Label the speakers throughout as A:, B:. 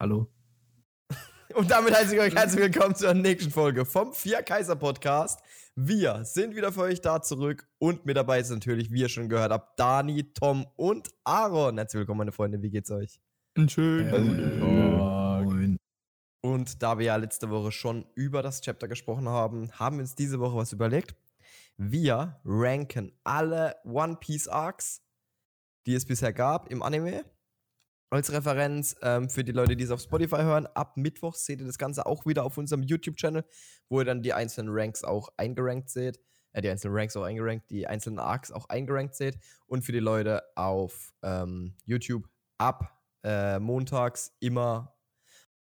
A: Hallo.
B: Und damit heiße ich euch herzlich willkommen zur nächsten Folge vom Vier Kaiser Podcast. Wir sind wieder für euch da zurück und mit dabei ist natürlich, wie ihr schon gehört habt, Dani, Tom und Aaron. Herzlich willkommen, meine Freunde. Wie geht's euch?
A: Einen äh, schönen
B: Und da wir ja letzte Woche schon über das Chapter gesprochen haben, haben wir uns diese Woche was überlegt. Wir ranken alle One Piece Arcs, die es bisher gab im Anime. Als Referenz ähm, für die Leute, die es auf Spotify hören, ab Mittwoch seht ihr das Ganze auch wieder auf unserem YouTube-Channel, wo ihr dann die einzelnen Ranks auch eingerankt seht. Äh, die einzelnen Ranks auch eingerankt, die einzelnen Arcs auch eingerankt seht. Und für die Leute auf ähm, YouTube ab äh, montags immer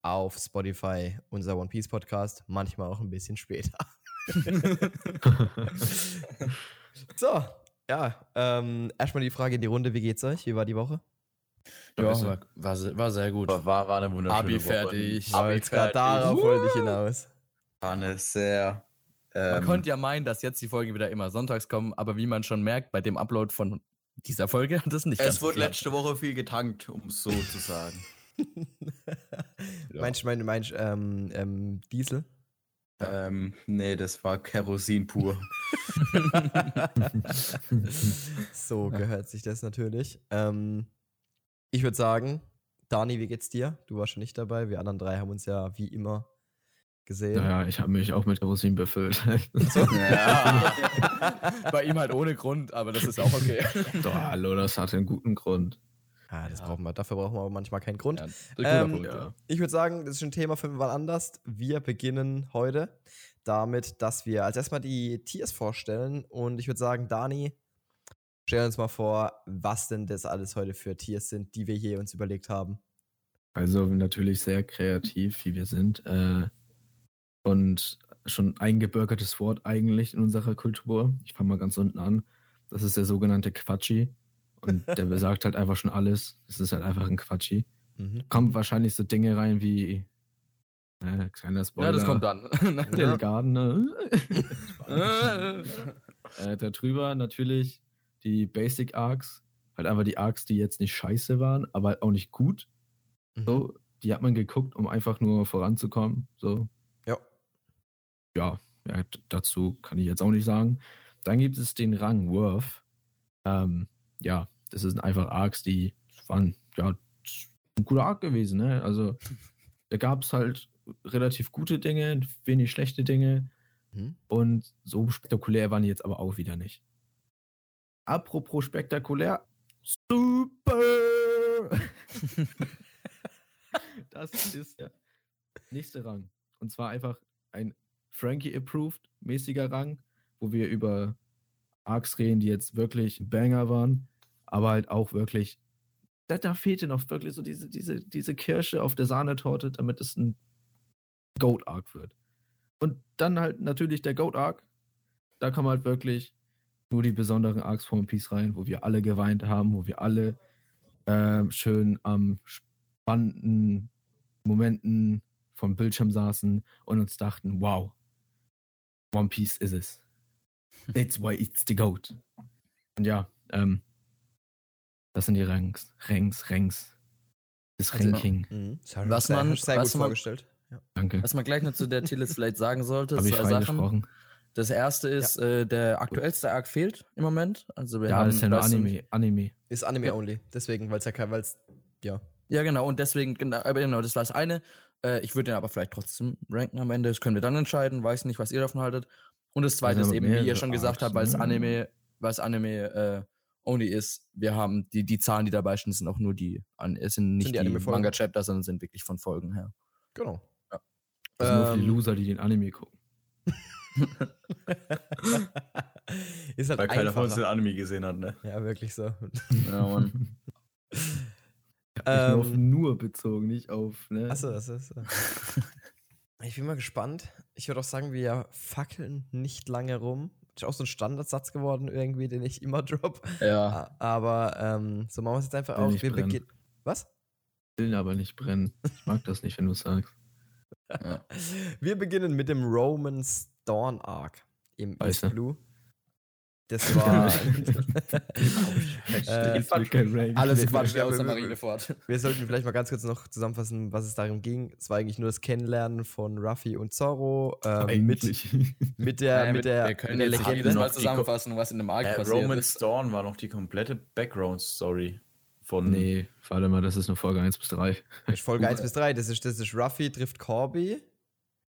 B: auf Spotify unser One Piece Podcast, manchmal auch ein bisschen später. so, ja, ähm, erstmal die Frage in die Runde: Wie geht's euch? Wie war die Woche?
C: Ja, war, war, se- war sehr gut.
D: War, war eine wunderschöne
C: Abi
D: Woche.
C: fertig.
D: Abi
B: Jetzt gerade darauf wollte ich hinaus.
E: War eine sehr.
C: Man
E: Ähm,
C: konnte ja meinen, dass jetzt die Folgen wieder immer sonntags kommen, aber wie man schon merkt, bei dem Upload von dieser Folge hat es nicht ganz
D: es wurde
C: geklappt.
D: letzte Woche viel getankt, um es so zu sagen.
B: Meinst du, mein, meinst, du, ähm, ähm, Diesel?
E: ähm, nee, das war Kerosin pur.
B: So gehört sich das natürlich. Ähm, ich würde sagen, Dani, wie geht's dir? Du warst schon nicht dabei. Wir anderen drei haben uns ja wie immer gesehen.
A: Naja, ich habe mich auch mit Kerosin befüllt.
D: ja.
C: Bei ihm halt ohne Grund, aber das ist auch okay.
A: Doch, hallo, das hatte einen guten Grund.
B: Ah, das brauchen wir. Dafür brauchen wir aber manchmal keinen Grund.
C: Ja, das ist ein guter
B: Ähm,
C: Punkt,
A: ja.
B: Ich würde sagen, das ist ein Thema für mal anders. Wir beginnen heute damit, dass wir als erstmal die Tiers vorstellen. Und ich würde sagen, Dani, stell uns mal vor, was denn das alles heute für Tiers sind, die wir hier uns überlegt haben.
A: Also natürlich sehr kreativ, wie wir sind. Äh, und schon eingebürgertes Wort eigentlich in unserer Kultur. Ich fange mal ganz unten an. Das ist der sogenannte Quatschi. Und der besagt halt einfach schon alles. Es ist halt einfach ein Quatschi.
B: Mhm.
A: Kommt wahrscheinlich so Dinge rein wie. Äh, kleiner Spoiler.
C: Ja, das kommt dann.
A: Del Garden. Ne? äh, darüber natürlich die Basic Arcs. Halt einfach die Arcs, die jetzt nicht scheiße waren, aber halt auch nicht gut.
B: Mhm.
A: So, die hat man geguckt, um einfach nur voranzukommen. So.
B: Ja.
A: Ja, ja d- dazu kann ich jetzt auch nicht sagen. Dann gibt es den Rang Worth. Ähm, ja, das sind einfach Arcs, die waren, ja, ein guter Arc gewesen, ne? Also, da gab es halt relativ gute Dinge, wenig schlechte Dinge.
B: Mhm.
A: Und so spektakulär waren die jetzt aber auch wieder nicht. Apropos spektakulär. Super! das ist der nächste Rang. Und zwar einfach ein Frankie-approved mäßiger Rang, wo wir über Arcs reden, die jetzt wirklich Banger waren, aber halt auch wirklich. Da, da fehlte noch wirklich so diese, diese, diese Kirsche auf der Sahnetorte, damit es ein Goat-Arc wird. Und dann halt natürlich der Goat Arc. Da kam halt wirklich nur die besonderen Arcs von One Piece rein, wo wir alle geweint haben, wo wir alle ähm, schön am spannenden Momenten vom Bildschirm saßen und uns dachten, wow, One Piece ist es. That's why it's the Goat. Und ja, ähm, das sind die Ranks, Ranks, Ranks. Das
C: Also-
A: Ranking.
B: Mhm.
C: Was
B: sehr,
C: man-
B: sehr
C: was
B: gut
C: man-
B: vorgestellt. Ja.
A: Danke.
C: Was man gleich noch zu der Tillis vielleicht sagen sollte,
A: Habe ich
C: zwei Sachen.
A: freigesprochen.
C: Das erste ist, äh, der aktuellste Arc fehlt im Moment. Also wir
A: Ja,
C: haben
A: das ist ja nur
C: und-
A: Anime. Anime.
B: Ist Anime only. Deswegen, weil es ja kein, weil es, ja.
C: Ja, genau, und deswegen, genau, aber genau das war das eine. Äh, ich würde den aber vielleicht trotzdem ranken am Ende. Das können wir dann entscheiden. Weiß nicht, was ihr davon haltet. Und das zweite
A: sind
C: ist
A: aber
C: eben, wie ihr
A: mehrere
C: schon gesagt
A: Arcs,
C: habt, weil es
A: ne?
C: Anime, weil es Anime äh, only ist. Wir haben die, die Zahlen, die dabei stehen, sind auch nur die, an, es sind nicht
B: die
C: die,
B: Anime-Folgen.
C: Manga-Chapter, sondern sind wirklich von Folgen her.
B: Genau.
A: Das sind nur für die
B: Ähm,
A: Loser, die den Anime gucken.
B: ist halt
D: Weil keiner von uns den
B: einfacher.
D: Anime gesehen hat, ne?
B: Ja, wirklich so.
C: Ja, Mann.
A: Ich hab mich nur auf
B: Ähm,
A: nur bezogen, nicht auf. Ne?
B: Achso, achso, achso. Ich bin mal gespannt. Ich würde auch sagen, wir fackeln nicht lange rum. Ist auch so ein Standardsatz geworden, irgendwie, den ich immer drop.
C: ja.
D: Ah.
B: A- Aber ähm, so machen wir es jetzt einfach
A: Will
B: auch.
A: nicht
B: Wir
A: brennen.
B: beginn- Was?
A: Will aber nicht brennen. Ich mag das nicht, wenn du sagst.
B: Wir beginnen mit dem Romans Dawn Arc im East
A: Scheiße.
B: Blue. Das war.
D: Genau. Verstehst
A: Ist mir kein Rank.
C: Alles
B: wir-
C: Quatsch,
B: wir-
C: wir aus der
B: wir-
C: Marine fort.
B: wir sollten vielleicht mal ganz kurz noch zusammenfassen, was es darum ging. Es war eigentlich nur das Kennenlernen von Ruffy und Zorro. Äh, mit,
A: Eigentlich.
B: mit der,
C: Naja,
B: mit der,
C: wir können
B: mit der
C: jetzt
B: Legende.
C: jedes
D: noch
C: Mal
D: die Ko-
C: zusammenfassen, was in dem Arc
D: äh,
C: passiert
D: Romance
C: ist.
D: Dawn war noch die komplette Background-Story von.
A: Nee, warte mal, das ist nur Folge 1 bis 3.
B: Ist Folge 1 bis 3. Das ist, das ist Ruffy trifft Corby.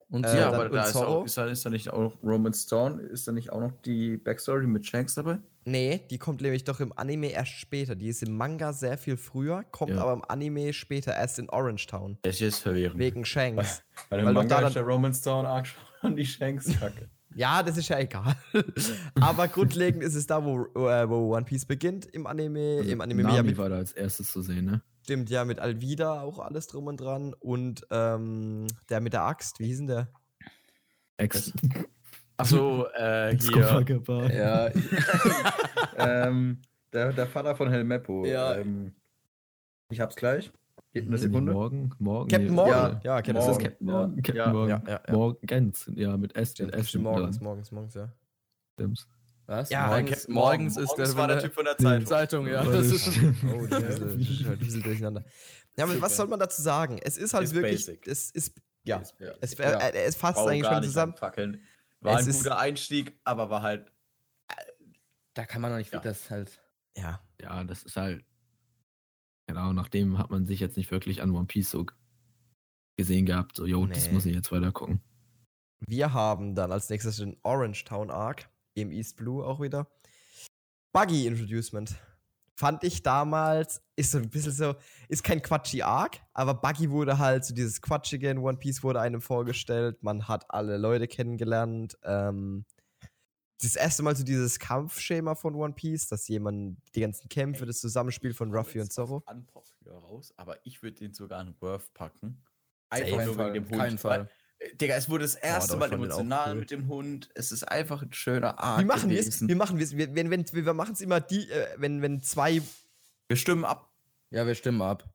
C: Und
B: Äh,
D: Ja,
B: dann-
D: aber
B: und
D: da ist,
B: Zorro?
D: auch, ist, da, ist da nicht auch noch Romance Dawn? Ist da nicht auch noch die Backstory mit Shanks dabei?
B: Nee, die kommt nämlich doch im Anime erst später. Die ist im Manga sehr viel früher, kommt
A: Ja.
B: aber im Anime später erst in Orangetown.
D: Das ist jetzt verwirrend.
B: Wegen Shanks.
E: Weil im
B: Weil doch
E: Manga
B: da dann-
E: ist der Romance Dawn Arc schon an die Shanks kacke.
B: Ja, das ist ja egal. aber grundlegend ist es da, wo, äh, wo One Piece beginnt. Im Anime, im Anime ja
A: Nami
B: mit,
A: war da als erstes zu sehen, ne?
B: stimmt ja mit Alvida auch alles drum und dran. Und ähm, der mit der Axt, wie hieß denn der?
A: Ex.
D: Achso, äh, hier.
A: Escobar.
E: Ja. ähm, der, der Vater von Helmeppo.
B: Ja.
E: Ähm, ich hab's gleich. Gebt mir eine
A: Ist nicht
E: Sekunde.
A: Mhm. Morgen, morgen.
B: Captain
A: nee,
B: Morgan.
A: äh,
B: Ja, Captain
A: Ist das
B: Morgan.
A: Captain Morgan? Captain
D: Ja. Ja.
A: Morgan.
B: Ja, ja, ja.
A: Morgens, ja, mit S.
B: Stimmt,
A: mit
B: das
A: S
B: stimmt, morgens,
A: dran.
B: morgens, morgens, ja.
A: Stimmt's.
C: Was?
B: Ja,
C: morgens, morgens ist der, von der
E: von der
C: Zeitung, ja.
A: Warte,
C: Das ist
A: stimmt.
B: Oh, das ist das ist halt ein bisschen durcheinander. Ja, aber was soll man dazu sagen? Es ist halt
E: Ist
B: wirklich,
E: basic.
B: es ist, ja,
E: Ist basic.
B: es, wär-
C: Ja.
B: äh, es fasst
D: Brauch
B: eigentlich
D: gar
B: schon
D: nicht
B: zusammen.
D: anfackeln. War
B: Es
D: ein
B: ist-
D: guter Einstieg, aber war halt.
C: Da kann man doch nicht,
D: Ja.
C: das halt.
B: Ja,
A: Ja, das ist halt. Genau, nachdem hat man sich jetzt nicht wirklich an One Piece so gesehen gehabt. So, yo, das
B: Nee.
A: muss ich jetzt weiter gucken.
B: wir haben dann als nächstes den Orange Town Arc im East Blue auch wieder. Buggy Introducement. Fand ich damals, ist so ein bisschen so, ist kein quatschy Arc, aber Buggy wurde halt so dieses Quatschige in One Piece wurde einem vorgestellt. Man hat alle Leute kennengelernt. Ähm, das erste Mal so dieses Kampfschema von One Piece, dass jemand die ganzen Kämpfe, das Zusammenspiel von Ruffy und Zorro.
D: Unpopular raus, aber ich würde den sogar an Worth packen.
C: Auf
D: Einfach
C: keinen
D: nur wegen
C: Fall.
D: dem Hund.
C: Keinen Fall.
D: Weil, äh, Digga, es wurde das erste
B: doch, ich
D: Mal
B: fand den auch
D: emotional
B: cool.
D: mit dem Hund. Es ist einfach ein schöner Arc.
B: Wie machen wir es?
D: gewesen.
B: Wir machen wir's. wir Wenn, wenn, wir machen es immer die, äh, wenn, wenn zwei.
D: Wir stimmen ab.
C: Ja, wir stimmen ab.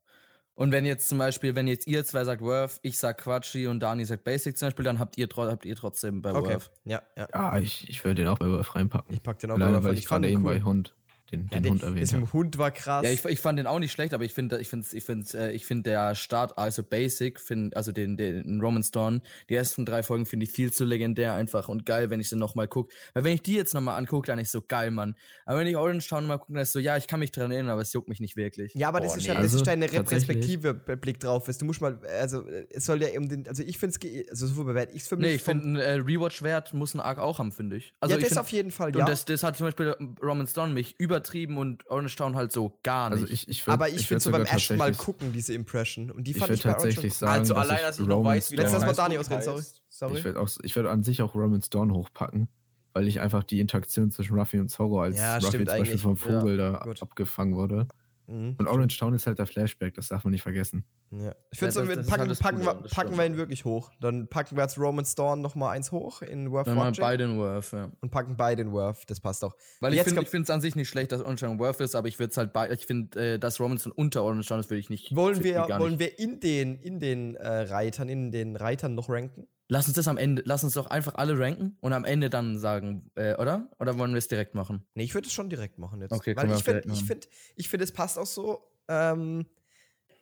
C: Und wenn jetzt zum Beispiel, wenn jetzt ihr zwei sagt Worth, ich sag Quatschi und Dani sagt Basic zum Beispiel, dann habt ihr, tro- habt ihr trotzdem bei
B: Okay.
C: Worth.
B: Ja, ja.
A: Ja, ich, ich würde den auch bei Wolf reinpacken.
B: Ich pack den auch
A: Leider,
B: drauf,
A: weil ich gerade
B: fand ihn
A: eben
B: cool.
A: bei Hund den,
B: ja,
A: den Hund erwähnt
B: Das
A: habe.
B: mit dem Hund war krass.
C: Ja, ich, ich fand den auch nicht schlecht, aber ich finde, ich finde, ich finde, äh, ich finde der Start, also Basic, find, also den, den Roman Dawn, die ersten drei Folgen finde ich viel zu legendär einfach und geil, wenn ich sie nochmal gucke. Weil wenn ich die jetzt nochmal angucke, dann ist so geil, Mann. Aber wenn ich Orange Town mal gucke, dann ist so, ja, ich kann mich dran erinnern, aber es juckt mich nicht wirklich.
B: ja, aber das,
D: Boah,
B: ist
D: nee.
B: ja, das
A: Also,
B: ist deine
A: tatsächlich-
B: Retrospektive Blick drauf. Ist. Du musst mal, also äh, es soll ja um den, also ich finde es, also so bewerte ich es für mich.
C: Nee, ich
B: vom-
C: finde, äh, Rewatch-Wert muss ein Arc auch haben, finde ich. Also
B: ja,
C: ich
B: das
C: find-
B: auf jeden Fall, ja.
C: Und das, das hat zum Beispiel ähm, Roman Stone mich übertrieben und Orange Town halt so gar nicht.
A: Also ich, ich würd,
B: aber ich finde so
A: würd
B: beim
A: sogar
B: ersten Mal
A: tatsächlich-
B: gucken, diese Impression. Und die
A: Ich
B: fand
A: würde
B: ich, bei Orange schon
A: tatsächlich
B: cool.
A: sagen,
D: Also
A: dass
D: allein,
A: ich
D: dass ich noch
A: Roman
D: weiß, wie der
A: Stone-
B: Jetzt lass mal
D: heißt,
B: Dani
D: gut
B: ausreden, sorry.
D: heißt.
B: Sorry.
A: Ich würde auch, ich würde an sich auch Romans Dawn hochpacken, weil ich einfach die Interaktion zwischen Ruffy und Zorro als
B: Ja,
A: Ruffy
B: stimmt
A: zum Beispiel
B: eigentlich.
A: vom Vogel da
B: gut.
A: abgefangen wurde.
B: Mhm.
A: Und Orange Town ist halt der Flashback, das darf man nicht vergessen.
B: Ja. Ich
C: Ja,
B: finde, so,
C: das-
B: wir
C: das ist
B: packen,
C: halt das
B: packen,
C: Coole,
B: wir-
C: das
B: packen
C: stimmt.
B: wir ihn wirklich hoch. Dann packen wir jetzt Roman Storm nochmal eins hoch in Worth
C: Wenn man
B: Watching
C: beide in Worth, ja.
B: und packen beide in Worth. Das passt auch.
C: Weil
B: Jetzt
C: ich
B: kommt-
C: finde es an sich nicht schlecht, dass Orange Town Worth ist, aber ich würde es halt bei, ich finde, äh, dass Robinson unter Orange Town ist, würde ich nicht.
B: Wollen
C: find
B: wir,
C: ich gar
B: wollen
C: nicht.
B: wir in den, in den äh, Reitern, in den Reitern noch ranken?
C: Lass uns das am Ende, lass uns doch einfach alle ranken und am Ende dann sagen, äh, oder? Oder wollen wir es direkt machen?
B: Nee, ich würde es schon direkt machen jetzt.
C: Okay,
B: Weil
C: können wir
B: ich finde,
C: direkt
B: ich
C: machen.
B: finde, ich finde, es passt auch so. Ähm,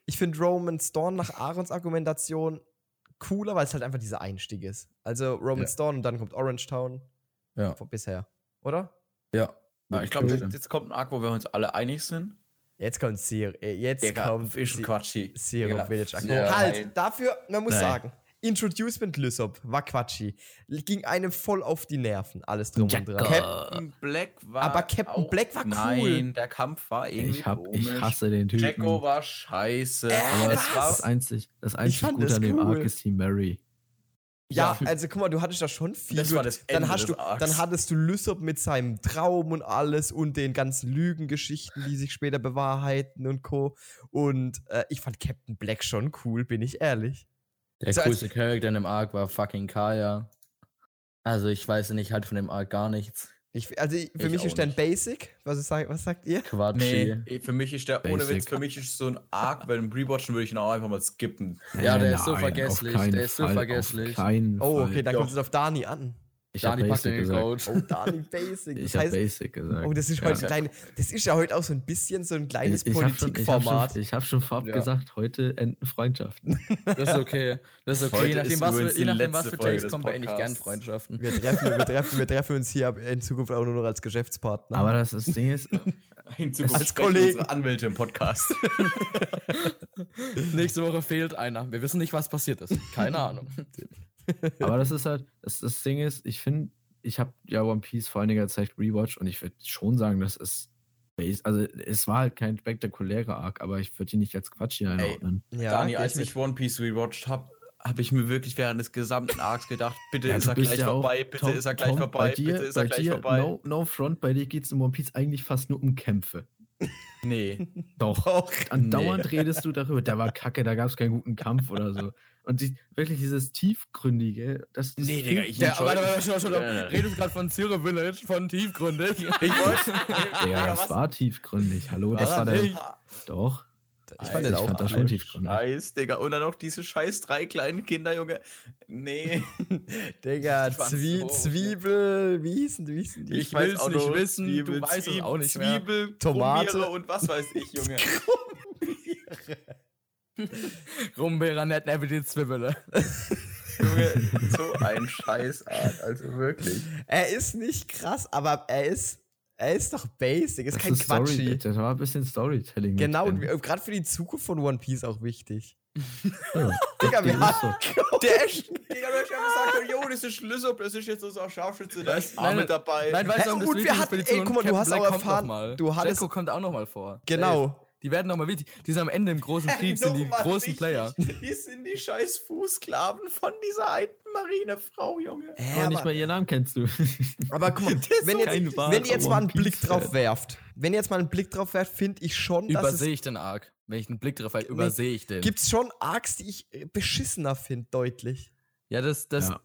B: ich finde Roman Storm nach Aarons Argumentation cooler, weil es halt einfach dieser Einstieg ist. Also Roman
C: Ja.
B: Storm und dann kommt Orange Town.
C: Ja.
B: Von bisher. Oder?
C: Ja.
B: Ah,
D: Ja, ich glaube,
A: Äh,
C: Cool.
D: jetzt, jetzt kommt ein Arc, wo wir uns alle einig sind.
B: Jetzt kommt Zero. Jetzt kommt
D: ist schon
B: Sie-
D: Quatschi.
B: Zero
D: Ja.
B: Village Akku.
C: Ja.
B: Halt,
D: Nein.
B: dafür, man muss
D: Nein.
B: sagen, Introducement Lysop war quatschi. Ging einem voll auf die Nerven, alles drum und dran.
D: Captain Black war.
B: Aber Captain
D: auch-
B: Black war cool.
D: Nein, der Kampf war irgendwie.
A: Ich, hab, ich
D: komisch.
A: hasse den Typen.
D: Jacko war scheiße.
A: aber
D: es
A: das
D: war,
A: einzig, das einzig
B: fand
A: Gute
B: das
A: an dem
B: cool.
A: Arc ist Team Mary.
B: Ja,
D: Ja.
B: also guck mal, du hattest da schon viel.
D: Das war
B: Glück.
D: das
B: dann,
D: Ende
B: hast du,
D: des Arcs.
B: dann hattest du Lysop mit seinem Traum und alles und den ganzen Lügengeschichten, die sich später bewahrheiten und Co. Und äh, ich fand Captain Black schon cool, bin ich ehrlich.
C: Der
B: So, als-
C: coolste Charakter in dem Arc war fucking Kaya. Also ich weiß nicht halt von dem Arc gar nichts.
B: Ich, also ich- für
D: Ich
B: mich
D: auch
B: ist der ein
D: nicht.
B: Basic. Was, ist, was sagt ihr?
C: Quatschi.
D: nee, für mich ist der, ohne
A: Basic.
D: Witz, für mich ist so ein Arc, wenn Rewatchen würde ich ihn auch einfach mal skippen.
C: Ja, der
A: Nein,
C: ist so
A: auf
C: vergesslich,
A: keinen
C: der ist so
A: Fall,
C: vergesslich.
A: Auf keinen
B: Oh,
A: Fall.
B: okay, dann kommt es auf Dani an.
A: Ich habe
C: Dani packt
A: Basic
C: den
A: gesagt.
C: Code.
B: Oh, Dani Basic. Das
A: Ich habe
B: heißt,
A: Basic gesagt.
B: oh, das ist
A: Ja.
B: heute klein, das ist ja heute auch so ein bisschen so ein kleines
A: Ich- ich hab schon-
B: Politikformat.
A: Ich habe schon, ich hab schon vorab
C: Ja.
A: gesagt, heute enden Freundschaften.
C: Das ist okay. Das ist
D: Heute
C: okay. Je nachdem,
D: ist
C: was,
D: übrigens
C: für- je
D: die
C: nachdem, was
D: letzte
C: für
D: Folge
C: Takes
D: des
C: kommen wir eigentlich gern
D: Podcasts.
C: Freundschaften.
B: Wir treffen, wir, treffen, wir treffen uns hier in Zukunft auch nur noch als Geschäftspartner.
A: Aber das, das Ding ist,
D: In Zukunft
B: Als
D: sprechen
B: Kollegen.
D: unsere Anwälte im Podcast.
C: Nächste Woche fehlt einer. Wir wissen nicht, was passiert ist. Keine Ahnung.
A: aber das ist halt, das, das Ding ist, ich finde, ich habe ja One Piece vor einiger Zeit rewatcht und ich würde schon sagen, das ist bas- also es war halt kein spektakulärer Arc, aber ich würde ihn nicht als Quatsch hier einordnen.
B: ja,
D: Dani, als
B: jetzt-
D: ich One Piece rewatched habe, habe ich mir wirklich während des gesamten Arcs gedacht, bitte
A: Ja,
D: ist
A: du
D: er
A: bist
D: gleich
A: ja auch-
D: vorbei, bitte
A: Tom-
D: ist er gleich
A: Tom,
D: vorbei,
A: bei dir,
D: bitte ist er
A: bei
D: gleich
A: dir,
D: vorbei.
A: No, no front, bei dir geht es in One Piece eigentlich fast nur um Kämpfe.
D: Nee.
A: Doch.
B: Doch.
A: Andauernd redest du darüber, da war Kacke, da gab es keinen guten Kampf oder so. Und die, wirklich dieses Tiefgründige, das ist.
D: Nee, Digga, ich-
C: Der,
D: Entschuldigung.
C: warte, warte, warte, warte,
D: Nein, nein,
C: warte.
D: nein.
C: Redest gerade von Zero Village, von tiefgründig.
D: Ich wollte.
A: Digga, das war tiefgründig. Hallo, das war der. Doch.
B: Ich fand den
A: ich
B: auch
A: fand das schon
B: geil.
A: tiefgründig.
D: Scheiß, Digga. Und dann noch diese scheiß drei kleinen Kinder, Junge. Nee.
B: Digga,
D: Ich fand's
B: Zwie
D: so okay.
B: Zwiebel, wie hießen, wie hießen die?
C: Ich will's
D: auch
C: nicht wissen, du
D: Zwiebel,
C: weißt es
D: Zwiebel,
C: auch nicht mehr.
D: Zwiebel,
B: Tomate.
D: Tomate und was weiß ich, Junge.
C: Rumbeere, net evidence Zwiebele.
D: Junge, so ein Scheißart, also wirklich.
B: Er ist nicht krass, aber er ist, er ist doch basic, ist
A: Das
B: kein
A: ist Story,
B: Quatschi.
A: das war ein bisschen Storytelling. mit
B: Genau, und
A: drin.
B: gerade für die Zukunft von One Piece auch wichtig.
A: Ja,
B: Digga, wir
A: dem ist
B: haben.
D: Der Ash, Digga, du hast ja gesagt, jo, das ist Schlüssel, das ist jetzt unser Scharfschütze, da ist
C: Nein,
D: Arme
C: nein.
D: dabei.
C: Nein, weißt
B: Hä,
C: du, warum das
B: und wir
C: wichtig ist
B: hatten-
C: für die
B: ey,
C: Zukunft?
B: guck mal, du
C: Captain
B: hast
C: Black
B: auch
C: kommt noch
B: erfahren,
C: mal.
B: du hattest-
C: Jacko kommt auch nochmal vor. Safe.
B: Genau.
C: Die werden nochmal wichtig. Die sind am Ende im großen Krieg, sind die
D: Nochmal
C: großen
D: richtig.
C: Player.
D: Die sind die scheiß Fußsklaven von dieser alten Marinefrau, Junge.
B: Hä,
A: Aber
B: aber,
A: nicht mal ihren Namen kennst du.
B: aber guck mal, wenn,
A: kein
B: jetzt,
A: wahrer
B: wenn ihr jetzt mal einen
A: One Piece
B: Blick drauf
A: Fan.
B: werft, wenn ihr jetzt mal einen Blick drauf werft, finde ich schon, dass
C: Übersehe
B: es
C: ich den Arc. Wenn ich einen Blick drauf halte, übersehe ich den.
B: gibt's schon Arcs, die ich äh, beschissener finde, deutlich.
C: ja, das, das,
A: Ja.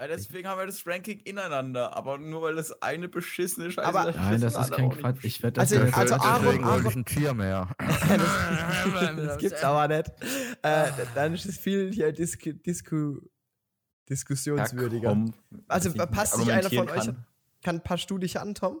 D: Ja, deswegen haben wir das Ranking ineinander, aber nur weil das eine beschissene Scheiße
B: Aber-
A: Nein, das ist kein Quatsch. Ich werde das
B: Also-
A: ja-
B: also Aaron- Aaron-
C: ein Tier mehr.
B: das gibt's aber nicht. Äh, dann ist es viel hier Disku, Disku, diskussionswürdiger. also passt sich einer von euch an? Kann, passt du dich an, Tom?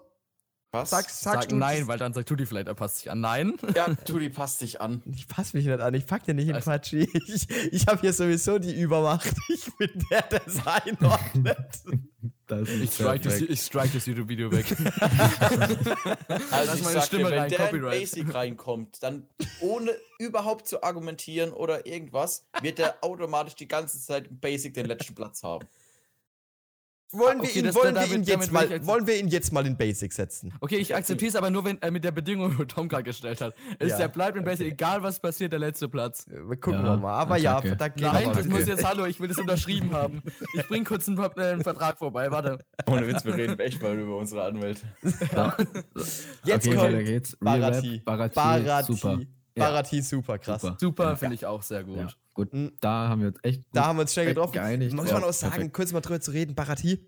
D: Was?
B: Sag, sagst
C: Sag
B: du,
C: nein, weil dann sagt Tutti vielleicht, er passt sich an. Nein.
D: Ja, Tudi passt dich an.
B: Ich passe mich nicht an, ich pack dir nicht in
C: Weiß-
B: Quatschi. Ich, ich habe hier sowieso die Übermacht. Ich bin der, der es einordnet.
C: Ah,
A: Das ist
C: Ich strike das,
A: perfekt.
C: ich strike das YouTube-Video weg.
D: Also
C: Lass
D: ich
C: meine
D: sag
C: Stimme
D: dir, wenn
C: rein,
D: der
C: Copyright.
D: in Basic reinkommt, dann ohne überhaupt zu argumentieren oder irgendwas, wird der automatisch die ganze Zeit im Basic den letzten Platz haben.
B: wollen
C: Ah,
B: wir
C: okay,
B: ihn,
C: das-
B: wollen
C: da-
B: wir ihn
C: damit-
B: jetzt
C: damit will ich
B: mal,
C: jetzt-
B: wollen wir ihn jetzt mal in Basic setzen?
C: Okay, ich akzeptiere es aber nur wenn, äh, mit der Bedingung, die Tom gerade gestellt hat. Ist
B: Ja,
C: der bleibt im Basic, egal was passiert, der letzte Platz.
B: Äh, Wir gucken
A: Ja,
B: wir mal. Aber ja,
A: Attacke.
B: da geht
C: Nein,
B: aber-
C: das muss jetzt, hallo, ich will das unterschrieben haben. Ich bring kurz einen, Pap- äh, einen Vertrag vorbei, warte.
D: Ohne Witz, wir reden echt mal über unsere Anwälte.
B: Jetzt
A: okay,
B: kommt
A: weiter geht's. Real
B: Barati.
A: Rap, Barati.
B: Barati.
A: Super. Ja.
B: Barati, super krass.
A: Super.
C: Super, finde ich auch sehr gut.
A: Ja, gut.
B: Mhm.
A: Da haben wir uns echt. gut
B: Da haben wir uns schnell getroffen.
A: geeinigt.
B: Muss
A: Ja,
B: man auch sagen,
A: perfekt.
B: kurz mal drüber zu reden, Barati.
D: Ja,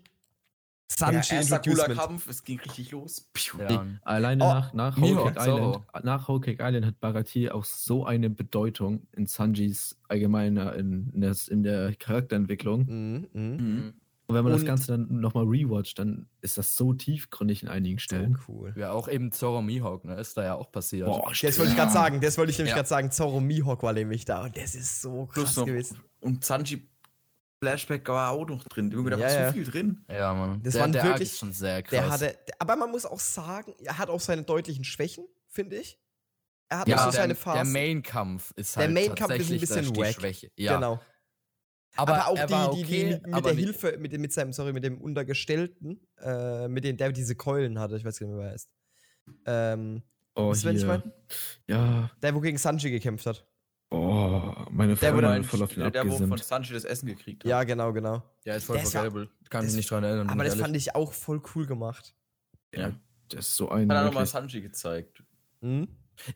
B: Sanji
D: erster cooler
B: Introducement.
D: Kampf, es ging richtig los. Piu.
A: Die-
C: Ja.
A: Alleine
B: Oh,
A: nach, nach,
C: Mihawk,
A: Whole Cake Island,
C: Zorro.
A: nach Whole Cake Island hat Barati auch so eine Bedeutung in Sanjis allgemeiner, in, in, der, in der Charakterentwicklung.
B: Mhm, mhm.
D: Mhm.
A: Und wenn man das
B: Und-
A: Ganze dann nochmal rewatcht, dann ist das so tiefgründig in einigen
C: Mhm.
A: Stellen.
B: So cool.
C: ja, auch eben Zorro Mihawk, ne? Ist da ja auch passiert.
B: Das wollte ich gerade sagen, das wollte ich nämlich
C: Ja.
B: gerade sagen. Zorro Mihawk war nämlich da und das ist so krass
D: Plus noch,
B: gewesen.
D: und Sanji Flashback war auch noch drin. Junge, da
B: Ja,
D: war
B: ja.
D: so viel drin.
C: Ja, Mann.
B: Das
C: der,
B: waren
C: der Arc
B: wirklich-
C: ist schon sehr krass.
B: Der hatte, aber man muss auch sagen, er hat auch seine deutlichen Schwächen, finde ich. Er hat auch
C: ja,
B: so
C: der,
B: seine
C: der
B: Phasen.
C: Main-Kampf ist
B: Der
C: halt
B: Main-Kampf ist ein
C: tatsächlich
B: bisschen
C: die
B: wack.
C: Schwäche. Ja,
B: Genau.
C: Aber,
B: Aber,
C: er
B: auch
C: war
B: die,
C: okay,
B: die, die mit
C: aber
B: der
C: nicht-
B: Hilfe, mit dem, mit seinem, sorry, mit dem Untergestellten, äh, mit dem der diese Keulen hatte, ich weiß gar nicht mehr, wer er ist. Ähm,
A: Oh,
B: Wisst ihr, wen ich
A: hier.
B: mein?
A: Ja.
B: der, wo gegen Sanji gekämpft hat.
A: Oh, meine
B: Der
A: Freunde
B: wurde
A: haben voll auf den
D: der, der wo von
A: abgesimmt.
D: Sanji das Essen gekriegt hat.
B: Ja, genau, genau.
C: Ja, ist voll
B: Das war-
C: forgettable. Kann mich
B: das-
C: nicht dran erinnern.
B: Aber das fand ich auch voll cool gemacht.
A: Der ist so ein.
D: Hat er nochmal
A: wirklich-
D: Sanji gezeigt.
B: Hm?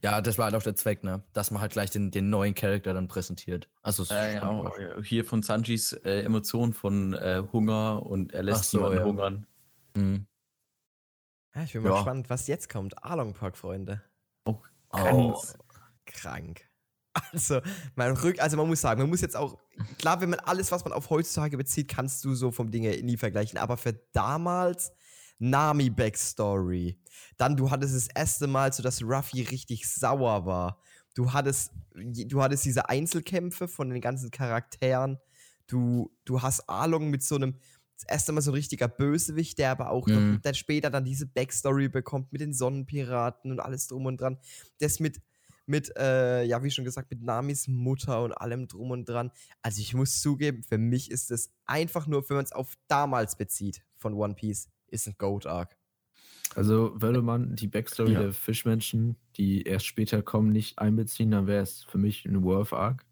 C: ja, das war halt auch der Zweck, ne? Dass man halt gleich den, den neuen Charakter dann präsentiert. Also, es ist
D: Ja,
C: schon
D: genau.
C: cool.
D: Hier von Sanjis äh, Emotionen von äh, Hunger und er
C: Ach
D: lässt
C: so,
D: so, jemanden
C: ja.
D: hungern.
C: Mhm.
B: Ja, ich bin mal
C: Ja.
B: gespannt, was jetzt kommt. Along Park, Freunde.
D: Oh,
C: Oh.
B: Krank. Also, mein Rück, also man muss sagen, man muss jetzt auch, klar, wenn man alles, was man auf heutzutage bezieht, kannst du so vom Ding her nie vergleichen. Aber für damals, Nami Backstory. Dann, du hattest das erste Mal, so dass Ruffy richtig sauer war. Du hattest, du hattest diese Einzelkämpfe von den ganzen Charakteren. Du, du hast Along mit so einem, das erste Mal so ein richtiger Bösewicht, der aber auch
C: Mhm.
B: noch, dann später dann diese Backstory bekommt mit den Sonnenpiraten und alles drum und dran. Das mit, mit äh, ja, wie schon gesagt, mit Namis Mutter und allem drum und dran. Also ich muss zugeben, für mich ist es einfach nur, wenn man es auf damals bezieht von One Piece, ist ein Goat-Arc.
A: Also würde man die Backstory
C: Ja.
A: der Fischmenschen, die erst später kommen, nicht einbeziehen, dann wäre es für mich ein Worth-Arc.